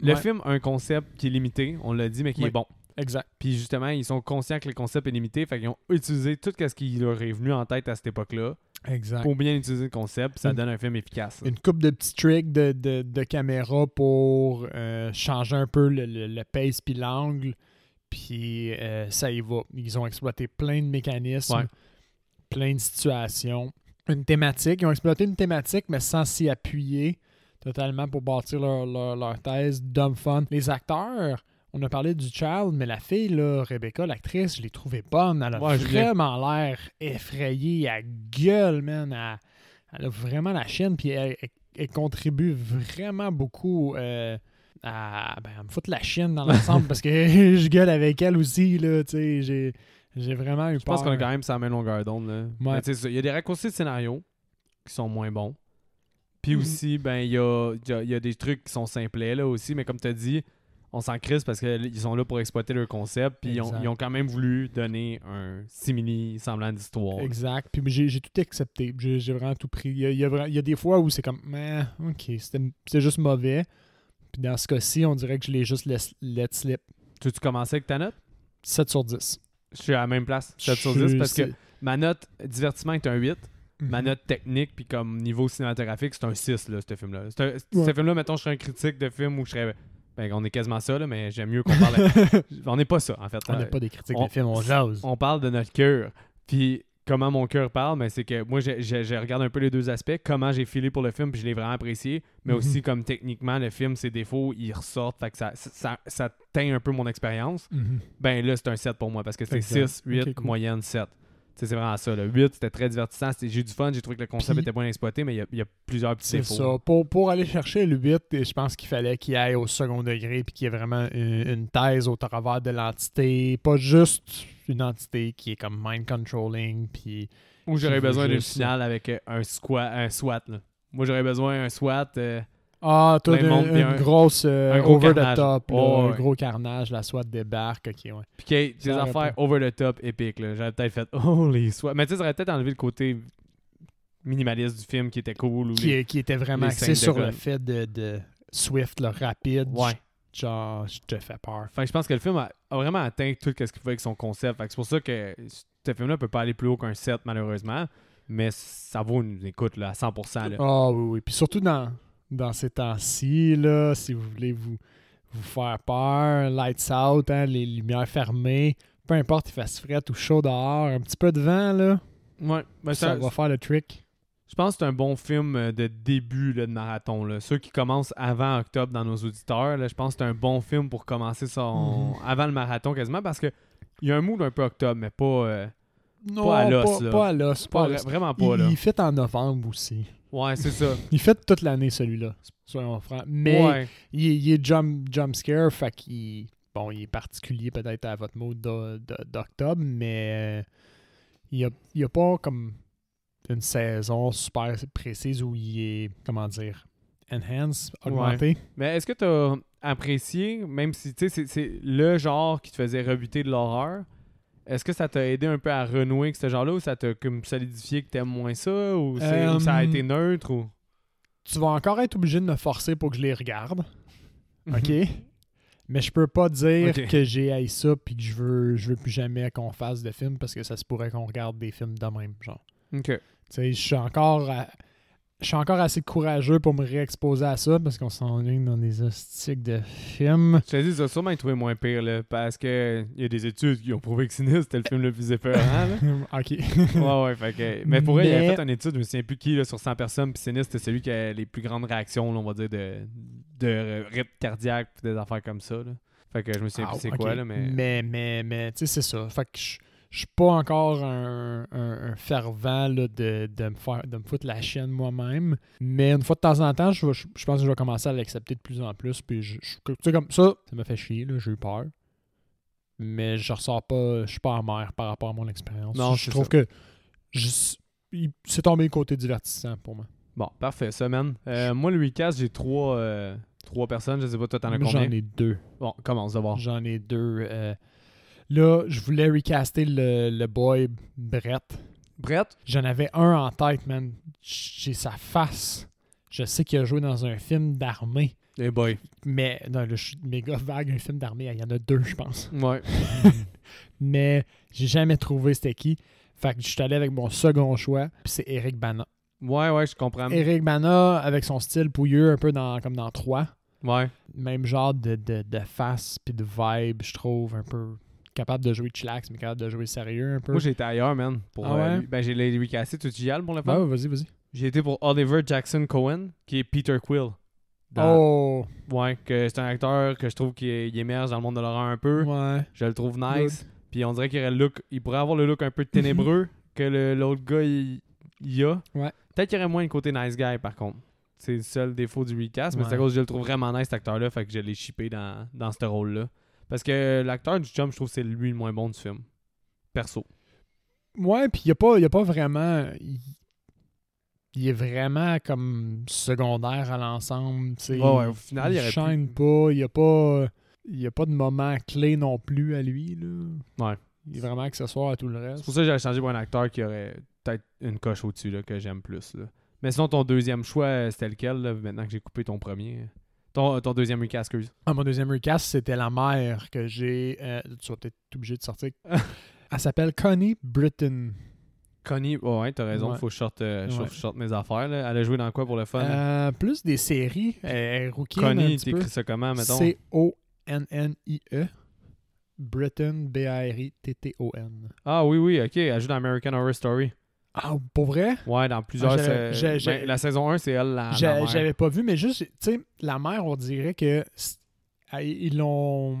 Speaker 1: Le
Speaker 2: Ouais.
Speaker 1: film a un concept qui est limité, on l'a dit, mais qui
Speaker 2: Oui.
Speaker 1: est bon.
Speaker 2: Exact.
Speaker 1: Puis justement, ils sont conscients que le concept est limité, fait qu'ils ont utilisé tout ce qui leur est venu en tête à cette époque-là
Speaker 2: Exact.
Speaker 1: pour bien utiliser le concept, puis ça
Speaker 2: Une-
Speaker 1: donne un film efficace.
Speaker 2: Une coupe de petits tricks de, de, de caméra pour euh, changer un peu le, le, le pace puis l'angle. Puis euh, ça y va. Ils ont exploité plein de mécanismes,
Speaker 1: Ouais.
Speaker 2: plein de situations. Une thématique. Ils ont exploité une thématique, mais sans s'y appuyer totalement pour bâtir leur, leur, leur thèse. Dumb fun. Les acteurs, on a parlé du child, mais la fille, là, Rebecca, l'actrice, je l'ai trouvée bonne. Elle a
Speaker 1: Ouais, je l'ai-
Speaker 2: vraiment l'air effrayée. Elle gueule, man. Elle, elle a vraiment la chaîne, puis elle, elle- elle contribue vraiment beaucoup euh, à. Ben, elle me fout la chienne dans l'ensemble parce que je gueule avec elle aussi, là. Tu sais, j'ai, j'ai vraiment eu
Speaker 1: Je pense qu'on a
Speaker 2: peur.
Speaker 1: quand même sa même longueur d'onde. là. Mais tu sais, ça, Il y a des raccourcis de scénario qui sont moins bons. Puis
Speaker 2: Mhm.
Speaker 1: aussi, ben il y a, il y a- il y a des trucs qui sont simplets là aussi, mais comme tu as dit, on s'en crisse parce qu'ils sont là pour exploiter leur concept. Puis ils ont,
Speaker 2: Exact.
Speaker 1: ils ont quand même voulu donner un simili semblant d'histoire.
Speaker 2: Exact. Puis j'ai, j'ai tout accepté. J'ai, j'ai vraiment tout pris. Il y a, il y a vra- il y a des fois où c'est comme, mais ok, c'était, c'est juste mauvais. Puis dans ce cas-ci, on dirait que je l'ai juste laissé let slip.
Speaker 1: Tu tu commençais avec ta note
Speaker 2: 7 sur 10.
Speaker 1: Je suis à la même place, 7 sur 10, parce que ma note divertissement est un 8. Ma note technique, puis comme niveau cinématographique, c'est un 6, là, ce film-là. C'est un-
Speaker 2: Ouais.
Speaker 1: Ce film-là, mettons, je serais un critique de film où je serais. Ben, on est quasiment ça, là, mais j'aime mieux qu'on parle. on n'est pas ça, en fait.
Speaker 2: On n'a
Speaker 1: Euh,
Speaker 2: pas des critiques
Speaker 1: on-
Speaker 2: de films, on jase.
Speaker 1: on parle de notre cœur. Puis comment mon cœur parle, mais c'est que moi, je, je- je regarde un peu les deux aspects, comment j'ai filé pour le film, puis je l'ai vraiment apprécié, mais
Speaker 2: Mhm.
Speaker 1: aussi comme techniquement, le film, ses défauts, ils ressortent, fait que ça, ça, ça teint un peu mon expérience.
Speaker 2: Mhm.
Speaker 1: Ben là, c'est un 7 pour moi, parce que c'est
Speaker 2: Exact.
Speaker 1: 6, 8,
Speaker 2: Ok, cool.
Speaker 1: moyenne 7. Tu sais, C'est vraiment ça. Le 8, c'était très divertissant. c'était- J'ai eu du fun. J'ai trouvé que le concept
Speaker 2: Puis-
Speaker 1: était bien exploité, mais il y a- il y, a plusieurs petits
Speaker 2: C'est
Speaker 1: défauts.
Speaker 2: ça. Pour, pour aller chercher le 8, je pense qu'il fallait qu'il aille au second degré puis qu'il y ait vraiment une, une thèse au travers de l'entité, pas juste une entité qui est comme mind controlling puis
Speaker 1: Ou j'aurais
Speaker 2: Qui veut
Speaker 1: besoin d'une
Speaker 2: juste-
Speaker 1: finale avec euh, un, squat, un SWAT. là. Moi, j'aurais besoin d'un SWAT. euh,
Speaker 2: ah toi
Speaker 1: Plein de
Speaker 2: une,
Speaker 1: monde, puis
Speaker 2: une
Speaker 1: un-
Speaker 2: grosse euh,
Speaker 1: un gros
Speaker 2: over
Speaker 1: carnage.
Speaker 2: the top, là,
Speaker 1: Oh,
Speaker 2: un
Speaker 1: ouais.
Speaker 2: gros carnage, la SWAT débarque, ok ouais.
Speaker 1: Puis qu'il y ait des
Speaker 2: Ça aurait
Speaker 1: affaires over the top épiques. là. J'aurais peut-être fait Holy soit. Mais tu sais, ça aurait peut-être enlevé le côté minimaliste du film qui était cool. Ou
Speaker 2: Qui, euh,
Speaker 1: les-
Speaker 2: qui était vraiment
Speaker 1: les scènes
Speaker 2: axé
Speaker 1: de
Speaker 2: sur le
Speaker 1: gun.
Speaker 2: fait de, de Swift, le rapide,
Speaker 1: Ouais.
Speaker 2: genre je te fais peur.
Speaker 1: Fait que je pense que le film a, a vraiment atteint tout ce qu'il pouvait avec son concept. Fait que c'est pour ça que ce film-là peut pas aller plus haut qu'un 7, malheureusement. Mais ça vaut une écoute là, à 100%. là.
Speaker 2: Ah oui, oui. Puis surtout dans, dans ces temps-ci, là, si vous voulez vous, vous faire peur, lights out, hein, les lumières fermées, peu importe, il fasse fret ou chaud dehors, un petit peu de vent, là,
Speaker 1: Ouais, mais c'est
Speaker 2: ça
Speaker 1: un-
Speaker 2: va faire le trick.
Speaker 1: je pense que c'est un bon film euh, de début là, de marathon. là. Ceux qui commencent avant octobre dans nos auditeurs, là, je pense que c'est un bon film pour commencer son...
Speaker 2: Mhm.
Speaker 1: avant le marathon quasiment parce que il y a un mood un peu octobre, mais pas. euh,
Speaker 2: Non,
Speaker 1: à l'os,
Speaker 2: pas,
Speaker 1: là.
Speaker 2: pas à l'os, pas
Speaker 1: Pas
Speaker 2: à
Speaker 1: vra-
Speaker 2: l'os.
Speaker 1: vraiment
Speaker 2: Il,
Speaker 1: pas, là.
Speaker 2: il fit en novembre aussi.
Speaker 1: Ouais, c'est ça.
Speaker 2: Il fait toute l'année, celui-là, soyons francs. Mais
Speaker 1: Ouais.
Speaker 2: il, est- il est jump, jump scare, fait qu'il bon, il est particulier peut-être à votre mode d'o- d'o- d'octobre, mais euh, il n'y a, il y a pas comme une saison super précise où il est, comment dire, enhanced,
Speaker 1: Ouais.
Speaker 2: augmenté.
Speaker 1: Mais est-ce que t'as apprécié, même si, tu sais, c'est- c'est le genre qui te faisait rebuter de l'horreur, est-ce que ça t'a aidé un peu à renouer avec ce genre-là ou ça t'a comme solidifié que t'aimes moins ça ou, c'est- ou ça a
Speaker 2: Euh,
Speaker 1: été neutre ou...
Speaker 2: tu vas encore être obligé de me forcer pour que je les regarde. OK? Mais je peux pas dire
Speaker 1: Mhm. Ok.
Speaker 2: que j'ai haï ça puis que je veux, je veux plus jamais qu'on fasse de films parce que ça se pourrait qu'on regarde des films de même, genre.
Speaker 1: OK.
Speaker 2: Tu sais, je suis encore à- Je suis encore assez courageux pour me réexposer à ça parce qu'on s'ennuie dans des hostiques de films.
Speaker 1: Je te dis, ils ont sûrement trouvé moins pire, là, parce que il y a des études qui ont prouvé que Sinus, c'était le film le plus effrayant, là.
Speaker 2: ok.
Speaker 1: Ouais, ouais, fait que... Mais pour elle, il
Speaker 2: Mais-
Speaker 1: avait fait une étude, je me souviens plus qui, là, sur 100 personnes, puis Sinus, c'était celui qui a les plus grandes réactions, là, on va dire, de, de rythme cardiaque, puis des affaires comme ça, là. Fait que je me souviens
Speaker 2: Ah,
Speaker 1: plus c'est
Speaker 2: ok.
Speaker 1: quoi, là, mais...
Speaker 2: Mais, mais, mais, tu sais, c'est ça. Fait que je je suis pas encore un, un- un fervent là, de, de, me faire, de me foutre la chienne moi-même. Mais une fois de temps en temps, je, vais- je, je pense que je vais commencer à l'accepter de plus en plus. Puis, je, je- tu sais, comme ça, ça m'a fait chier, là, j'ai eu peur. Mais je ressors pas, je suis pas amer par rapport à mon expérience.
Speaker 1: Non,
Speaker 2: je
Speaker 1: c'est
Speaker 2: trouve
Speaker 1: ça.
Speaker 2: que je- il- c'est tombé le côté divertissant pour moi.
Speaker 1: Bon, parfait, ça, man. Euh, moi, le recast, j'ai trois, euh, trois personnes, je sais pas, toi, t'en as
Speaker 2: Moi, J'en
Speaker 1: combien? Ah.
Speaker 2: ai deux.
Speaker 1: Bon, commence d'abord.
Speaker 2: J'en ai deux. euh, là, je voulais recaster le, le boy Brett.
Speaker 1: Brett?
Speaker 2: J'en avais un en tête, man. J'ai sa face. Je sais qu'il a joué dans un film d'armée.
Speaker 1: Les boy.
Speaker 2: Mais, non, là, je suis méga vague, un film d'armée. Il y en a deux, je pense.
Speaker 1: Ouais.
Speaker 2: Mais j'ai jamais trouvé c'était qui. Fait que je suis allé avec mon second choix, puis c'est Eric Bana.
Speaker 1: Ouais, ouais, je comprends.
Speaker 2: Eric Bana, avec son style pouilleux, un peu dans, comme dans 3.
Speaker 1: Ouais.
Speaker 2: Même genre de, de, de face, puis de vibe, je trouve, un peu capable de jouer chillax, mais capable de jouer sérieux un peu.
Speaker 1: Moi, j'ai été ailleurs, man. Pour,
Speaker 2: Ah
Speaker 1: euh,
Speaker 2: ouais? Ben
Speaker 1: lui. Ben, j'ai les recassé, tu y pour la
Speaker 2: Ouais,
Speaker 1: fin?
Speaker 2: ouais, vas-y, vas-y.
Speaker 1: J'ai été pour Oliver Jackson Cohen, qui est Peter Quill. Dans-
Speaker 2: Oh!
Speaker 1: Ouais, que c'est un acteur que je trouve qu'il il émerge dans le monde de l'horreur un peu.
Speaker 2: Ouais.
Speaker 1: Je le trouve nice. Puis on dirait qu'il aurait le look, il pourrait avoir le look un peu ténébreux que le- l'autre gars il, il a.
Speaker 2: Ouais.
Speaker 1: Peut-être qu'il y aurait moins le côté nice guy par contre. C'est le seul défaut du recast, mais
Speaker 2: Ouais.
Speaker 1: c'est à cause que je le trouve vraiment nice cet acteur-là, fait que je l'ai chippé dans, dans ce rôle-là. Parce que l'acteur du chum, je trouve que c'est lui le moins bon du film. Perso.
Speaker 2: Ouais, puis il n'y a, pas- y a pas vraiment. Il il est vraiment comme secondaire à l'ensemble. tu sais.
Speaker 1: Ouais, ouais, au final, il
Speaker 2: il
Speaker 1: aurait pu-
Speaker 2: chaîne pas. Il n'y a pas. Il y a pas de moment clé non plus à lui. Là.
Speaker 1: Ouais.
Speaker 2: Il est vraiment accessoire à tout le
Speaker 1: C'est
Speaker 2: reste.
Speaker 1: pour ça que j'avais changé pour un acteur qui aurait peut-être une coche au-dessus là, que j'aime plus. là. Mais sinon, ton deuxième choix, euh, c'était lequel là, maintenant que j'ai coupé ton premier Ton, ton deuxième recast, excuse.
Speaker 2: Ah, mon deuxième recast, c'était la mère que j'ai. euh, tu vas peut-être être obligé de sortir. Elle s'appelle Connie Britton.
Speaker 1: Connie, oh, ouais, t'as raison,
Speaker 2: Ouais.
Speaker 1: faut que je sorte, euh,
Speaker 2: Ouais.
Speaker 1: faut que je sorte mes affaires. là. Elle a joué dans quoi pour le fun
Speaker 2: Euh, plus des séries. Euh, rookie.
Speaker 1: Connie, t'écris ça comment, mettons
Speaker 2: C-O-N-N-I-E. Britton, B-A-R-I-T-T-O-N.
Speaker 1: Ah oui, oui, ok, elle joue dans American Horror Story.
Speaker 2: Ah, pour vrai?
Speaker 1: Ouais, dans plusieurs.
Speaker 2: Ah, j'avais-
Speaker 1: c'est-
Speaker 2: j'ai- j'ai-
Speaker 1: ben, la saison 1, c'est elle la. la
Speaker 2: J'a-
Speaker 1: mère.
Speaker 2: J'avais pas vu, mais juste, tu sais, la mère, on dirait que c'est- ah, ils ils l'ont.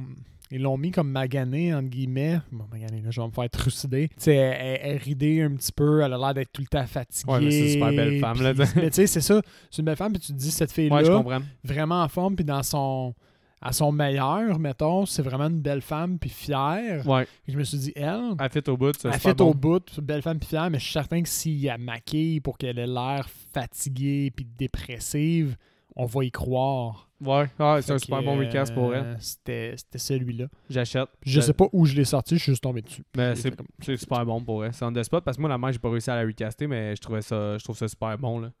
Speaker 2: Ils l'ont mis comme magané, entre guillemets. Bon, magané, là, je vais me faire trucider. Tu sais, elle, elle- elle est ridée un petit peu, elle a l'air d'être tout le temps fatiguée.
Speaker 1: Ouais, mais c'est une super belle femme, là.
Speaker 2: puis- mais tu sais, c'est ça. C'est une belle femme, puis tu te dis, cette fille-là,
Speaker 1: Ouais, je comprends.
Speaker 2: vraiment en forme, puis dans son. à son meilleur, mettons, c'est vraiment une belle femme, puis fière.
Speaker 1: Ouais,
Speaker 2: Et Je me suis dit, elle,
Speaker 1: elle fit au bout, ça.
Speaker 2: Elle
Speaker 1: c'est pas
Speaker 2: fait
Speaker 1: bon.
Speaker 2: au bout, c'est une belle femme pis fière, mais je suis certain que s'il la maquille pour qu'elle ait l'air fatiguée puis dépressive, on va y croire.
Speaker 1: Ouais, ah, c'est
Speaker 2: Fait
Speaker 1: un
Speaker 2: que,
Speaker 1: super bon recast pour elle.
Speaker 2: euh, C'était c'était celui-là.
Speaker 1: J'achète.
Speaker 2: Je
Speaker 1: Euh,
Speaker 2: sais pas où je l'ai sorti, je suis juste tombé dessus.
Speaker 1: Mais
Speaker 2: J'ai
Speaker 1: Ben, c'est
Speaker 2: fait comme-
Speaker 1: C'est super bon pour vrai. C'est on the spot parce que moi, la mère, j'ai pas réussi à la recaster, mais je trouvais ça, je trouve ça super bon. Là.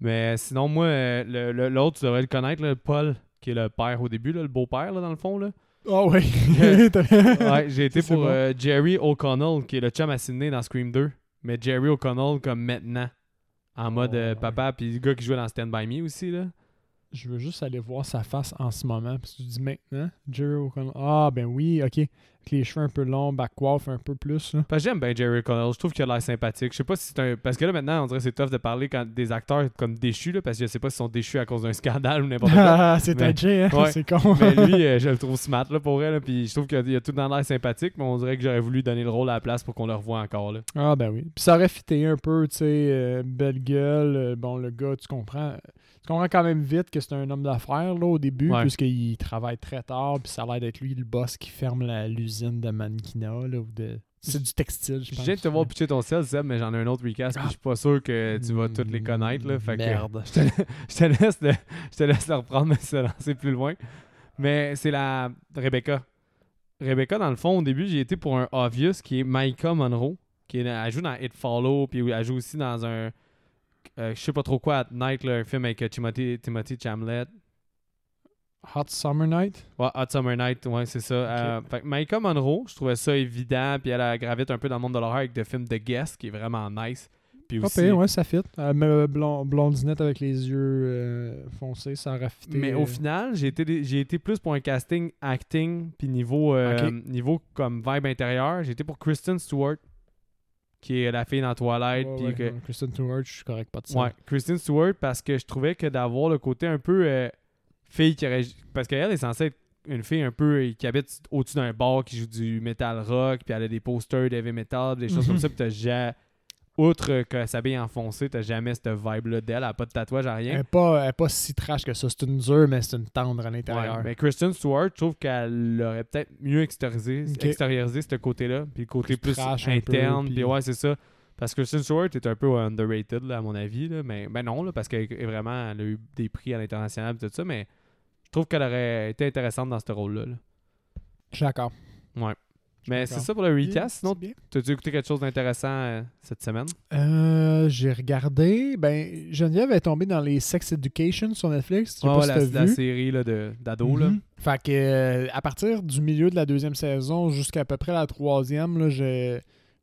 Speaker 1: Mais sinon, moi, euh, le- le- l'autre, tu devrais le connaître, là, Paul, qui est le père au début, là, le beau-père, là, dans le fond. Là.
Speaker 2: Ah ouais.
Speaker 1: Ouais, j'ai été
Speaker 2: C'est
Speaker 1: pour
Speaker 2: bon.
Speaker 1: euh, Jerry O'Connell, qui est le chum à Sydney dans Scream 2. Mais Jerry O'Connell, comme maintenant, en mode
Speaker 2: Oh,
Speaker 1: euh,
Speaker 2: ouais.
Speaker 1: papa, puis le gars qui jouait dans Stand By Me aussi. Là.
Speaker 2: Je veux juste aller voir sa face en ce moment. Puis tu dis maintenant, Jerry O'Connell. Ah ben oui, ok. Avec les cheveux un peu longs, back coiffe un peu plus. Là.
Speaker 1: Parce que j'aime bien Jerry O'Connell. Je trouve qu'il a l'air sympathique. Je sais pas si c'est un. Parce que là, maintenant, on dirait que c'est tough de parler quand des acteurs comme déchus, là, parce que je sais pas s'ils sont déchus à cause d'un scandale ou n'importe quoi.
Speaker 2: Ah, c'est un
Speaker 1: Mais-
Speaker 2: Jay, hein?
Speaker 1: Ouais.
Speaker 2: c'est con.
Speaker 1: Mais lui, euh, je le trouve smart là, pour elle. là, Puis je trouve qu'il a- il a tout dans l'air sympathique, mais on dirait que j'aurais voulu donner le rôle à la place pour qu'on le revoie encore. Là.
Speaker 2: Ah ben oui. Puis ça aurait fité un peu, tu sais, euh, belle gueule. euh, bon, le gars, tu comprends. Tu comprends quand même vite que c'est un homme d'affaires là au début,
Speaker 1: Ouais.
Speaker 2: puisqu'il travaille très tard, puis ça a l'air d'être lui le boss qui ferme la- l'usine de mannequinat, là, ou de. C'est du textile, je
Speaker 1: Je
Speaker 2: pense.
Speaker 1: viens de te voir pitcher ton sel, Seb, mais j'en ai un autre recast, puis je suis pas sûr que tu vas toutes
Speaker 2: Hmm.
Speaker 1: les connaître. Là, fait que,
Speaker 2: Mm, Merde.
Speaker 1: je, te, je te laisse le, je te laisse le reprendre, mais se lancer plus loin. Mais c'est la Rebecca. Rebecca, dans le fond, au début, j'ai été pour un obvious qui est Micah Monroe. Qui est, elle joue dans It Follow, puis elle joue aussi dans un. euh, je sais pas trop quoi, At Night, là, un film avec euh, Timothy, Timothy Chamlet.
Speaker 2: Hot Summer Night.
Speaker 1: Ouais, Hot Summer Night, ouais, c'est ça. Euh, fait que Maika Monroe, je trouvais ça évident, puis elle, elle gravite un peu dans le monde de l'horreur avec le film The Guest, qui est vraiment nice. Puis
Speaker 2: Pas
Speaker 1: aussi,
Speaker 2: pire, ouais, ça fit. Euh, mais, euh, blond- blondinette avec les yeux euh, foncés, ça euh, raffité.
Speaker 1: Mais au final, j'ai été, des- j'ai été plus pour un casting acting, puis niveau, euh,
Speaker 2: Ok.
Speaker 1: niveau comme vibe intérieur, j'ai été pour Kristen Stewart, qui est la fille dans Twilight. puis que- ouais,
Speaker 2: Kristen Stewart, je suis correct, pas de ça.
Speaker 1: Kristen Stewart, parce que je trouvais que d'avoir le côté un peu euh, fille qui aurait. Parce qu'elle est censée être une fille un peu euh, qui habite au-dessus d'un bar, qui joue du metal rock, puis elle a des posters d'heavy metal, des choses
Speaker 2: Mhm.
Speaker 1: comme ça, puis t'as ja- Outre que sa bille enfoncée, t'as jamais cette vibe-là d'elle, elle a pas de tatouage, elle a rien.
Speaker 2: Elle n'est pas, elle est pas si trash que ça. C'est une dure, mais c'est une tendre à l'intérieur.
Speaker 1: Ouais, mais Kristen Stewart, je trouve qu'elle aurait peut-être mieux extériorisé,
Speaker 2: Ok.
Speaker 1: extériorisé ce côté-là, puis le côté plus,
Speaker 2: Plus trash un peu,
Speaker 1: interne, puis
Speaker 2: puis-
Speaker 1: ouais, c'est ça. Parce que Kristen Stewart est un peu underrated, là, à mon avis, là, mais ben non, là, parce qu'elle est vraiment, elle a eu des prix à l'international et tout ça, mais je trouve qu'elle aurait été intéressante dans ce rôle-là. là.
Speaker 2: Je suis d'accord.
Speaker 1: Mais
Speaker 2: d'accord.
Speaker 1: c'est ça pour le recast.
Speaker 2: non
Speaker 1: Sinon, t'as-tu écouté quelque chose d'intéressant euh, cette semaine?
Speaker 2: Euh, J'ai regardé. Ben, Geneviève est tombée dans les Sex Education sur Netflix. Je sais
Speaker 1: Ouais,
Speaker 2: pas
Speaker 1: ouais,
Speaker 2: si
Speaker 1: la,
Speaker 2: t'as
Speaker 1: la
Speaker 2: vu.
Speaker 1: série là, de- d'ado, là.
Speaker 2: Mhm. Fait que euh, à partir du milieu de la deuxième saison jusqu'à à peu près la troisième, là, je,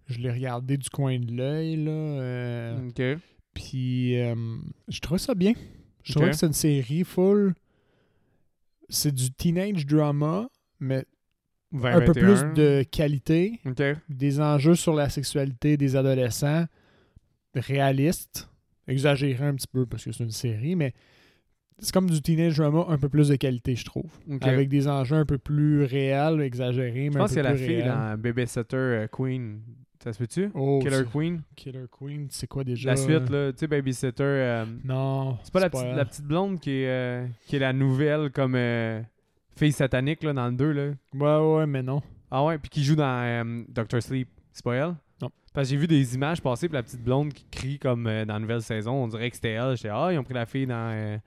Speaker 2: je l'ai regardé du coin de l'œil. là, euh,
Speaker 1: Ok.
Speaker 2: Puis euh, je trouvais ça bien. Je
Speaker 1: Ok.
Speaker 2: trouvais que c'est une série full. C'est du teenage drama, mais un
Speaker 1: 20-21.
Speaker 2: peu plus de qualité.
Speaker 1: Ok.
Speaker 2: Des enjeux sur la sexualité des adolescents réalistes. Exagéré un petit peu parce que c'est une série, mais c'est comme du teenage drama un peu plus de qualité, je trouve
Speaker 1: ok.
Speaker 2: avec des enjeux un peu plus réels, exagérés, mais
Speaker 1: Je
Speaker 2: un
Speaker 1: pense
Speaker 2: peu
Speaker 1: que la
Speaker 2: plus
Speaker 1: fille
Speaker 2: réels.
Speaker 1: dans Babysitter euh, Queen. Ça se peut-tu?
Speaker 2: Oh,
Speaker 1: Killer
Speaker 2: c'est-
Speaker 1: Queen.
Speaker 2: Killer Queen, c'est quoi déjà
Speaker 1: La suite, là. Tu sais, Babysitter. euh,
Speaker 2: Non.
Speaker 1: c'est pas, la, petite,
Speaker 2: elle.
Speaker 1: la petite blonde qui est, euh, qui est la nouvelle comme euh, fille satanique, là, dans le 2, là.
Speaker 2: Ouais, ouais, mais non.
Speaker 1: Ah ouais, puis qui joue dans euh, Doctor Sleep. C'est pas elle?
Speaker 2: Non.
Speaker 1: Parce que j'ai vu des images passer, puis la petite blonde qui crie comme euh, dans la nouvelle saison. On dirait que c'était elle. J'étais, ah, ils ont pris la fille dans euh,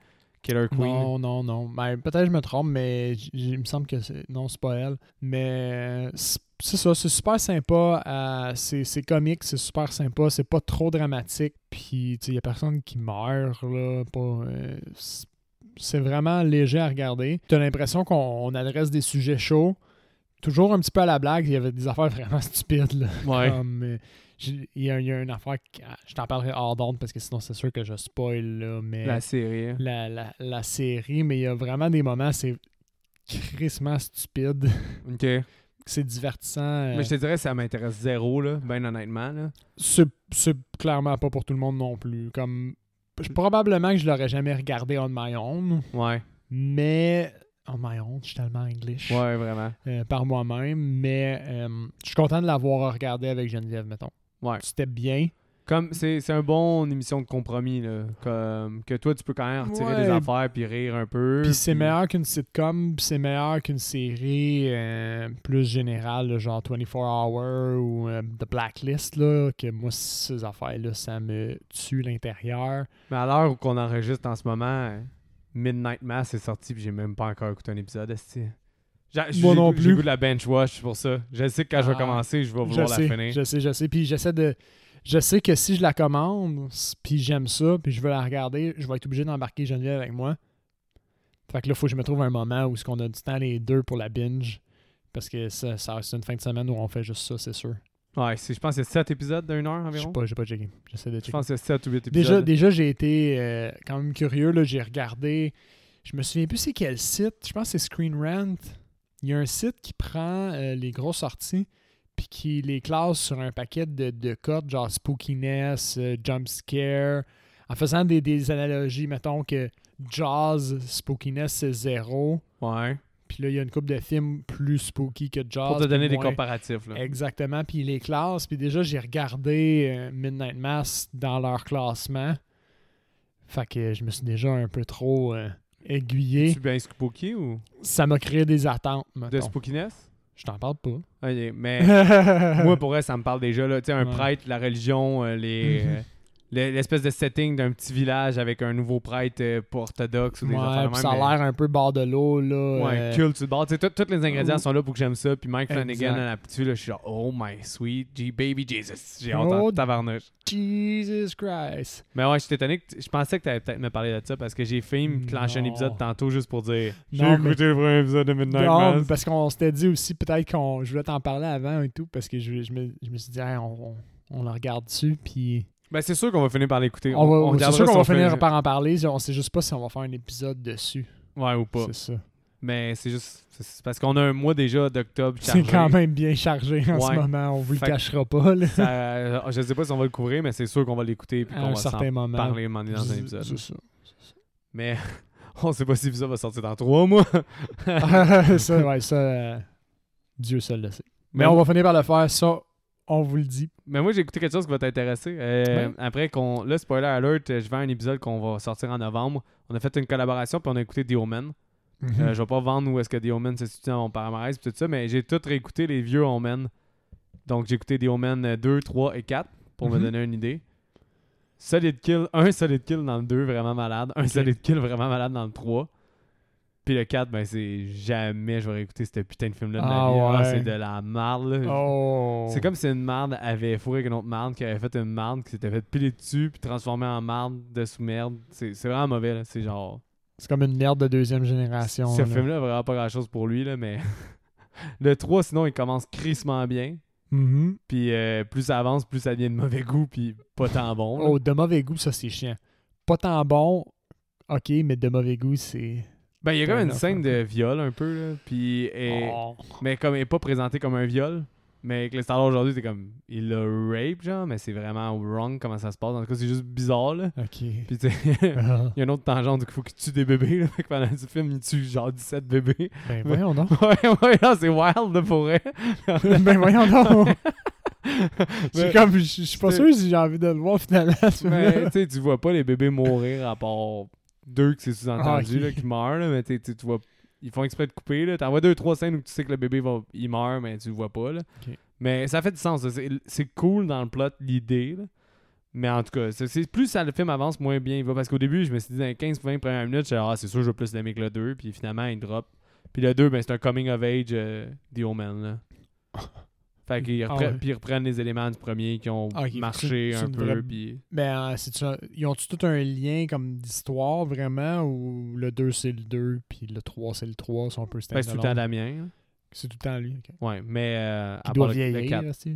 Speaker 1: Killer Queen.
Speaker 2: Non, non, non. Ben, Peut-être que je me trompe, mais j- il me semble que c'est... Non, c'est pas elle. Mais c'est c'est ça, c'est super sympa. euh, c'est, c'est comique, c'est super sympa. C'est pas trop dramatique. Puis, tu sais, il y a personne qui meurt, là. Pas, euh, c'est- c'est vraiment léger à regarder. T'as l'impression qu'on on adresse des sujets chauds. Toujours un petit peu à la blague. Il y avait des affaires vraiment stupides, là.
Speaker 1: Ouais.
Speaker 2: Comme, euh, j'ai- il y, a- il y a une affaire, qui- ah, je t'en parlerai hors d'onde parce que sinon c'est sûr que je spoil là, mais
Speaker 1: La série. hein.
Speaker 2: la, la- la série, mais il y a vraiment des moments, c'est crissement stupide.
Speaker 1: Ok. Mais
Speaker 2: c'est divertissant. euh,
Speaker 1: je te dirais, ça m'intéresse zéro, là, ben honnêtement, là.
Speaker 2: C'est c'est clairement pas pour tout le monde non plus. Comme je- Probablement que je l'aurais jamais regardé on my own,
Speaker 1: Ouais.
Speaker 2: mais on my own, je suis tellement English
Speaker 1: Ouais, vraiment.
Speaker 2: euh, par moi-même, mais euh, je suis content de l'avoir regardé avec Geneviève, mettons.
Speaker 1: Ouais.
Speaker 2: C'était bien.
Speaker 1: Comme c'est c'est un bon émission de compromis là, comme que toi tu peux quand même retirer
Speaker 2: Ouais.
Speaker 1: des affaires puis rire un peu.
Speaker 2: Puis c'est meilleur qu'une sitcom, puis c'est meilleur qu'une série euh, plus générale, là, genre 24 Hours ou euh, The Blacklist, là, que moi, ces affaires-là, ça me tue l'intérieur.
Speaker 1: Mais à l'heure où qu'on enregistre en ce moment, euh, Midnight Mass est sorti puis j'ai même pas encore écouté un épisode. esti. J'a- j'ai-
Speaker 2: Moi non
Speaker 1: j'ai
Speaker 2: plus.
Speaker 1: goût de la bench watch c'est pour ça. Je sais que quand je vais
Speaker 2: Ah,
Speaker 1: commencer, je vais
Speaker 2: Je
Speaker 1: vouloir la
Speaker 2: sais,
Speaker 1: finir.
Speaker 2: je sais, je sais. Puis j'essaie de... Je sais que si je la commande, s- puis j'aime ça, puis je veux la regarder, je vais être obligé d'embarquer Geneviève avec moi. Fait que là, faut que je me trouve un moment où ce qu'on a du temps les deux pour la binge. Parce que ça, ça- c'est une fin de semaine où on fait juste ça, c'est sûr.
Speaker 1: Ouais, c'est- je pense que c'est 7 épisodes d'une heure
Speaker 2: Je sais
Speaker 1: environ.
Speaker 2: pas, j'ai pas checké. J'essaie de
Speaker 1: Je
Speaker 2: checker.
Speaker 1: pense que c'est 7 ou 8 épisodes.
Speaker 2: Déjà, déjà j'ai été euh, quand même curieux. là. J'ai regardé. Je me souviens plus c'est quel site. Je pense que c'est Screen Rant. Il y a un site qui prend euh, les grosses sorties puis qui les classe sur un paquet de, de codes, genre spookiness, euh, jump scare, en faisant des, des analogies, mettons que Jaws, spookiness, c'est zéro.
Speaker 1: Ouais.
Speaker 2: Puis là, il y a une couple de films plus spooky que Jaws.
Speaker 1: Pour te donner des
Speaker 2: puis Ah, moins-
Speaker 1: comparatifs là.
Speaker 2: Exactement. Puis les classes. Puis déjà, j'ai regardé euh, Midnight Mass dans leur classement. Fait que je me suis déjà un peu trop euh, aiguillé.
Speaker 1: Tu bien spooky ou
Speaker 2: Ça m'a créé des attentes,
Speaker 1: de
Speaker 2: mettons.
Speaker 1: spookiness
Speaker 2: Je t'en parle pas.
Speaker 1: Ok, mais
Speaker 2: Moi,
Speaker 1: Moi, pour vrai, ça me parle déjà. Là. Tu sais, Un
Speaker 2: Ouais.
Speaker 1: prêtre, la religion, euh, les,
Speaker 2: Mhm.
Speaker 1: euh, le- l'espèce de setting d'un petit village avec un nouveau prêtre euh, pas orthodoxe ou des
Speaker 2: Ouais,
Speaker 1: affaires de
Speaker 2: puis
Speaker 1: même,
Speaker 2: ça a
Speaker 1: mais-
Speaker 2: l'air un peu bord de l'eau, là.
Speaker 1: Ouais,
Speaker 2: euh,
Speaker 1: culte sur le bord. Tu sais, tout- Tous les ingrédients
Speaker 2: Ouh.
Speaker 1: sont là pour que j'aime ça. Puis Mike
Speaker 2: Exact.
Speaker 1: Flanagan à la petite fille, là, je suis genre, oh my sweet G- baby Jesus. J'ai hâte
Speaker 2: Oh.
Speaker 1: en tabarnouche.
Speaker 2: Jesus Christ.
Speaker 1: Mais ouais, je suis étonné. que t- Je pensais que t'allais peut-être me parler de ça parce que j'ai failli me clencher un
Speaker 2: Non.
Speaker 1: épisode tantôt juste pour dire, j'ai
Speaker 2: Non, mais-
Speaker 1: écouté le premier épisode de Midnight
Speaker 2: Non, ben,
Speaker 1: Mass.
Speaker 2: mais parce qu'on s'était dit aussi, peut-être qu'on. Je voulais t'en parler avant et tout, parce que je, je me, je me suis dit, Hey, on, on, on la regarde dessus, puis.
Speaker 1: Ben, c'est sûr qu'on va finir par l'écouter.
Speaker 2: On va-
Speaker 1: on
Speaker 2: c'est sûr
Speaker 1: gardera
Speaker 2: qu'on va
Speaker 1: sur
Speaker 2: finir
Speaker 1: Facebook.
Speaker 2: par en parler, on sait juste pas si on va faire un épisode dessus.
Speaker 1: Ouais, ou pas.
Speaker 2: C'est ça.
Speaker 1: Mais c'est juste. c'est- C'est parce qu'on a un mois déjà d'octobre.
Speaker 2: C'est
Speaker 1: chargé.
Speaker 2: quand même bien chargé en ce
Speaker 1: Ouais.
Speaker 2: moment, on vous le
Speaker 1: Fait-
Speaker 2: cachera pas, là.
Speaker 1: Ça, euh, je sais pas si on va le couvrir, mais c'est sûr qu'on va l'écouter puis
Speaker 2: À
Speaker 1: qu'on
Speaker 2: un
Speaker 1: va s'en
Speaker 2: certain moment.
Speaker 1: parler à un moment donné dans un
Speaker 2: C'est-
Speaker 1: épisode.
Speaker 2: c'est ça.
Speaker 1: Mais on sait pas si ça va sortir dans trois mois.
Speaker 2: Ah, ça, ouais, ça. euh, Dieu seul le sait. Mais
Speaker 1: Ben
Speaker 2: on va finir par le faire, ça, on vous le dit.
Speaker 1: Mais moi, j'ai écouté quelque chose qui va t'intéresser. Euh,
Speaker 2: Ouais.
Speaker 1: Après qu'on. Là, spoiler alert, euh, je vais à un épisode qu'on va sortir en novembre. On a fait une collaboration puis on a écouté The Omen.
Speaker 2: Mhm.
Speaker 1: Euh, je vais pas vendre où est-ce que The Omen se situe dans mon palmarès puis tout ça, mais j'ai tout réécouté les vieux Omen. Donc, j'ai écouté The Omen euh, 2, 3 et 4 pour
Speaker 2: Mhm.
Speaker 1: me donner une idée. Solid kill, un solid kill dans le 2, vraiment malade. Un solid kill, vraiment malade dans le 3. Puis le 4, ben c'est jamais je vais réécouter ce putain de film-là de ma
Speaker 2: Ah
Speaker 1: vie. Ah,
Speaker 2: ouais.
Speaker 1: c'est de la marde. là.
Speaker 2: Oh.
Speaker 1: C'est comme si une marde avait fourré avec une autre marde, qui avait fait une marde, qui s'était fait piler dessus, puis transformée en marde de sous-merde. C'est c'est vraiment mauvais, là. C'est genre.
Speaker 2: C'est comme une merde de deuxième génération.
Speaker 1: ce
Speaker 2: là.
Speaker 1: film-là, vraiment pas grand-chose pour lui, là, mais. le 3, sinon, il commence crissement bien.
Speaker 2: Mhm.
Speaker 1: Puis euh, plus ça avance, plus ça devient de mauvais goût, puis pas tant bon. là.
Speaker 2: Oh, de mauvais goût, ça, c'est chiant. Pas tant bon, ok, mais de mauvais goût, c'est.
Speaker 1: ben, il y a
Speaker 2: fair
Speaker 1: comme une
Speaker 2: enough,
Speaker 1: scène
Speaker 2: ok.
Speaker 1: de viol, un peu, là. Puis. elle-
Speaker 2: Oh.
Speaker 1: Mais comme, elle est pas présentée comme un viol. Mais avec les stars aujourd'hui, t'es comme. Il l'a rape, genre, mais c'est vraiment wrong comment ça se passe. En tout cas, c'est juste bizarre, là.
Speaker 2: Ok.
Speaker 1: Puis, tu sais,
Speaker 2: Ah.
Speaker 1: Il y a une autre tangente, donc il faut qu'il tue des bébés. Là. Fait que pendant du film, il tue genre 17 bébés.
Speaker 2: Ben voyons donc.
Speaker 1: ouais, ouais, non, c'est wild là, pour vrai.
Speaker 2: ben voyons donc.
Speaker 1: Mais-
Speaker 2: C'est comme, je je suis pas
Speaker 1: Ben, c'est-
Speaker 2: sûr si j'ai envie de le voir finalement. ce
Speaker 1: Mais
Speaker 2: film-là.
Speaker 1: tu sais, tu vois pas les bébés mourir à part deux que c'est sous-entendu
Speaker 2: Ah, ok.
Speaker 1: là, qui meurent. Là, mais tu sais, tu tu vois, ils font exprès de couper. Là. T'en vois deux, trois scènes où tu sais que le bébé va, il meurt, mais tu le vois pas. Là.
Speaker 2: Ok.
Speaker 1: Mais ça fait du sens. là. C'est, c'est cool dans le plot, l'idée. là. Mais en tout cas, c'est, c'est- plus ça, le film avance, moins bien il va. Parce qu'au début, je me suis dit dans les 15-20 premières minutes, j'étais, ah, c'est sûr, je vais plus l'aimer que le 2. Puis finalement, il drop. Puis le 2, ben, c'est un coming of age euh, The Omen. Là. Fait qu'ils
Speaker 2: Ah
Speaker 1: repren-
Speaker 2: ouais.
Speaker 1: puis ils reprennent les éléments du premier qui ont
Speaker 2: Ah, ok,
Speaker 1: marché
Speaker 2: c'est- c'est
Speaker 1: un
Speaker 2: une
Speaker 1: peu.
Speaker 2: vraie-
Speaker 1: Puis...
Speaker 2: Mais euh, c'est-tu un- ils ont-tu tout un lien comme d'histoire vraiment ou le 2 c'est le 2 puis le 3 c'est le 3 si on peut se
Speaker 1: Ben, c'est tout le temps Damien.
Speaker 2: C'est tout le temps lui. ok.
Speaker 1: Ouais, mais. Euh, à
Speaker 2: Qui
Speaker 1: part
Speaker 2: doit
Speaker 1: le- le
Speaker 2: vieillir.
Speaker 1: quatre.
Speaker 2: là, c'est-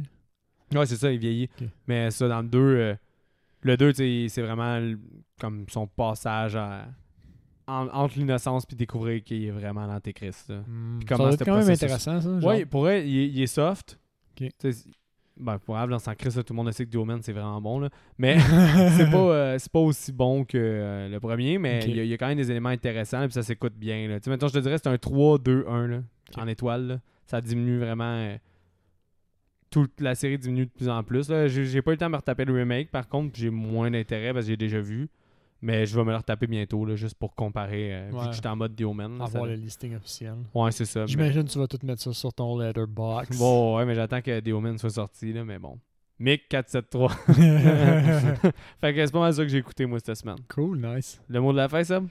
Speaker 1: Ouais, c'est ça, il vieillit.
Speaker 2: Ok.
Speaker 1: Mais ça, dans le 2, le 2, c'est vraiment l- comme son passage à- en- entre l'innocence puis découvrir qu'il est vraiment l'antéchrist. là.
Speaker 2: Hmm,
Speaker 1: Puis
Speaker 2: Ça
Speaker 1: comment
Speaker 2: doit
Speaker 1: ce
Speaker 2: être quand même
Speaker 1: processus-
Speaker 2: intéressant ça. genre.
Speaker 1: Ouais, pour elle, il, est- il est soft.
Speaker 2: Ok.
Speaker 1: Tu sais, c'est- Ben, pour elle, dans son Christ, là, tout le monde sait que Domain, c'est vraiment bon. Là. Mais c'est pas, euh, c'est pas aussi bon que euh, le premier, mais
Speaker 2: Ok.
Speaker 1: il y, a- il y a quand même des éléments intéressants, puis ça s'écoute bien. Là. Tu sais, mettons, je te dirais, c'est un 3-2-1 là,
Speaker 2: Ok.
Speaker 1: en étoile. là. Ça diminue vraiment. euh, toute la série diminue de plus en plus. là. J'ai j'ai pas eu le temps de me retaper le remake, par contre, puis j'ai moins d'intérêt parce que j'ai déjà vu. Mais je vais me le retaper bientôt, là, juste pour comparer, euh, vu
Speaker 2: Ouais.
Speaker 1: que je suis en mode Domain. là, ça-
Speaker 2: avoir le listing officiel.
Speaker 1: Ouais, c'est ça. mais-
Speaker 2: J'imagine que tu vas tout mettre ça sur ton letterbox.
Speaker 1: Bon, ouais, mais j'attends que The Omen soit sorti, là, mais bon. Mick 473. fait que c'est pas mal ça que j'ai écouté, moi, cette semaine.
Speaker 2: cool, nice.
Speaker 1: Le mot de la fin, ça?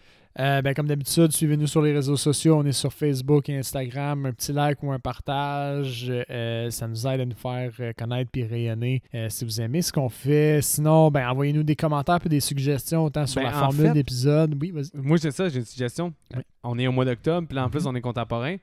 Speaker 2: Euh, ben, comme d'habitude, suivez-nous sur les réseaux sociaux. On est sur Facebook et Instagram. Un petit like ou un partage, euh, ça nous aide à nous faire euh, connaître puis rayonner euh, si vous aimez ce qu'on fait. Sinon, ben, envoyez-nous des commentaires puis des suggestions autant sur
Speaker 1: Ben,
Speaker 2: la
Speaker 1: en
Speaker 2: formule
Speaker 1: fait-
Speaker 2: d'épisode. Oui, vas-y.
Speaker 1: Moi, c'est ça, j'ai une suggestion.
Speaker 2: Oui.
Speaker 1: On est au mois d'octobre, puis là, en plus,
Speaker 2: Mhm.
Speaker 1: on est contemporain.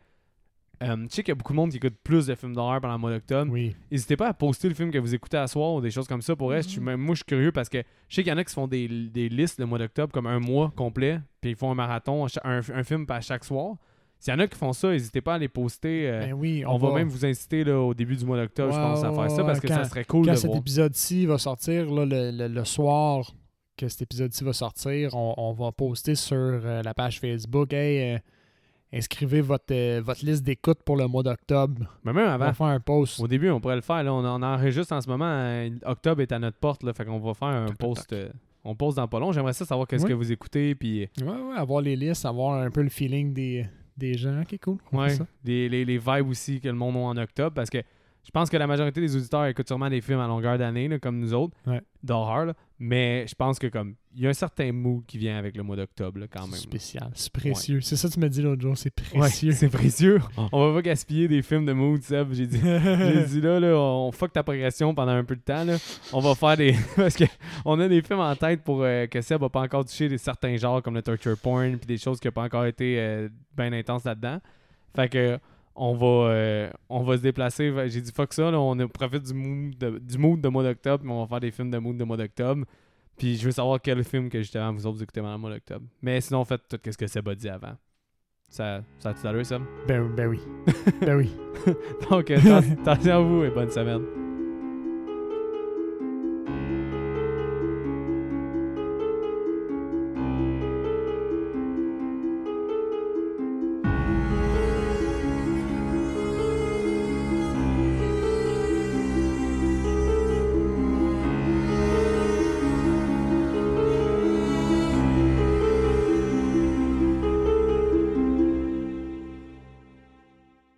Speaker 1: Euh, tu sais qu'il y a beaucoup de monde qui écoute plus de films d'horreur pendant le mois d'octobre.
Speaker 2: Oui.
Speaker 1: N'hésitez pas à poster le film que vous écoutez à soir ou des choses comme ça. Pour elle, je suis- même- moi, je suis curieux parce que je sais qu'il y en a qui se font des, des listes le mois d'octobre, comme un mois complet, puis ils font un marathon, un, un film à chaque soir. S'il y en a qui font ça, n'hésitez pas à les poster. euh,
Speaker 2: Ben oui, on,
Speaker 1: On, va, même vous inciter là, au début du mois d'octobre, je
Speaker 2: Ouais,
Speaker 1: pense, à
Speaker 2: ouais,
Speaker 1: faire ça
Speaker 2: ouais,
Speaker 1: parce que
Speaker 2: quand-
Speaker 1: ça serait cool
Speaker 2: Quand
Speaker 1: de
Speaker 2: cet
Speaker 1: voir.
Speaker 2: épisode-ci va sortir, là, le, le- le soir que cet épisode-ci va sortir, on, on va poster sur euh, la page Facebook. Hey, euh, inscrivez votre, euh, votre liste d'écoute pour le mois d'octobre.
Speaker 1: Mais même
Speaker 2: On va
Speaker 1: avant,
Speaker 2: faire un post.
Speaker 1: au début, on pourrait le faire. Là, on, on enregistre en ce moment. euh, Octobre est à notre porte. Là, fait qu'on va faire un
Speaker 2: Toc, toc,
Speaker 1: post. euh, on poste dans pas long. J'aimerais ça savoir qu'est-ce
Speaker 2: Oui.
Speaker 1: que vous écoutez. Puis, euh,
Speaker 2: Ouais, ouais, avoir les listes, avoir un peu le feeling des, des gens. Ok, cool. on fait
Speaker 1: ouais,
Speaker 2: ça.
Speaker 1: les, les- les vibes aussi que le monde a en octobre. Parce que Je pense que la majorité des auditeurs écoutent sûrement des films à longueur d'année, là, comme nous autres,
Speaker 2: Ouais.
Speaker 1: d'horreur. là. Mais je pense que comme il y a un certain mood qui vient avec le mois d'octobre là, quand
Speaker 2: C'est
Speaker 1: même. là.
Speaker 2: spécial, c'est précieux. C'est ça que tu m'as dit l'autre jour, c'est
Speaker 1: Ouais,
Speaker 2: précieux.
Speaker 1: c'est précieux. On va pas gaspiller des films de mood, Seb. J'ai dit, j'ai dit là, là, on fuck ta progression pendant un peu de temps. là. On va faire des. Parce que on a des films en tête pour euh, que Seb n'a pas encore touché des certains genres comme le torture porn puis des choses qui n'ont pas encore été euh, bien intenses là-dedans. Fait que on va euh, on va se déplacer. Fait- J'ai dit fuck ça, là, on profite du mood de, du mood de mois d'octobre, mais on va faire des films de mood de mois d'octobre. Puis je veux savoir quel film que justement vous autres vous écoutez pendant le mois d'octobre. Mais sinon faites tout ce que Seb a dit avant. Ça, ça a tout à l'heure, Seb?
Speaker 2: Ben, ben oui. ben oui.
Speaker 1: Donc, euh, atten- attention à vous et bonne semaine.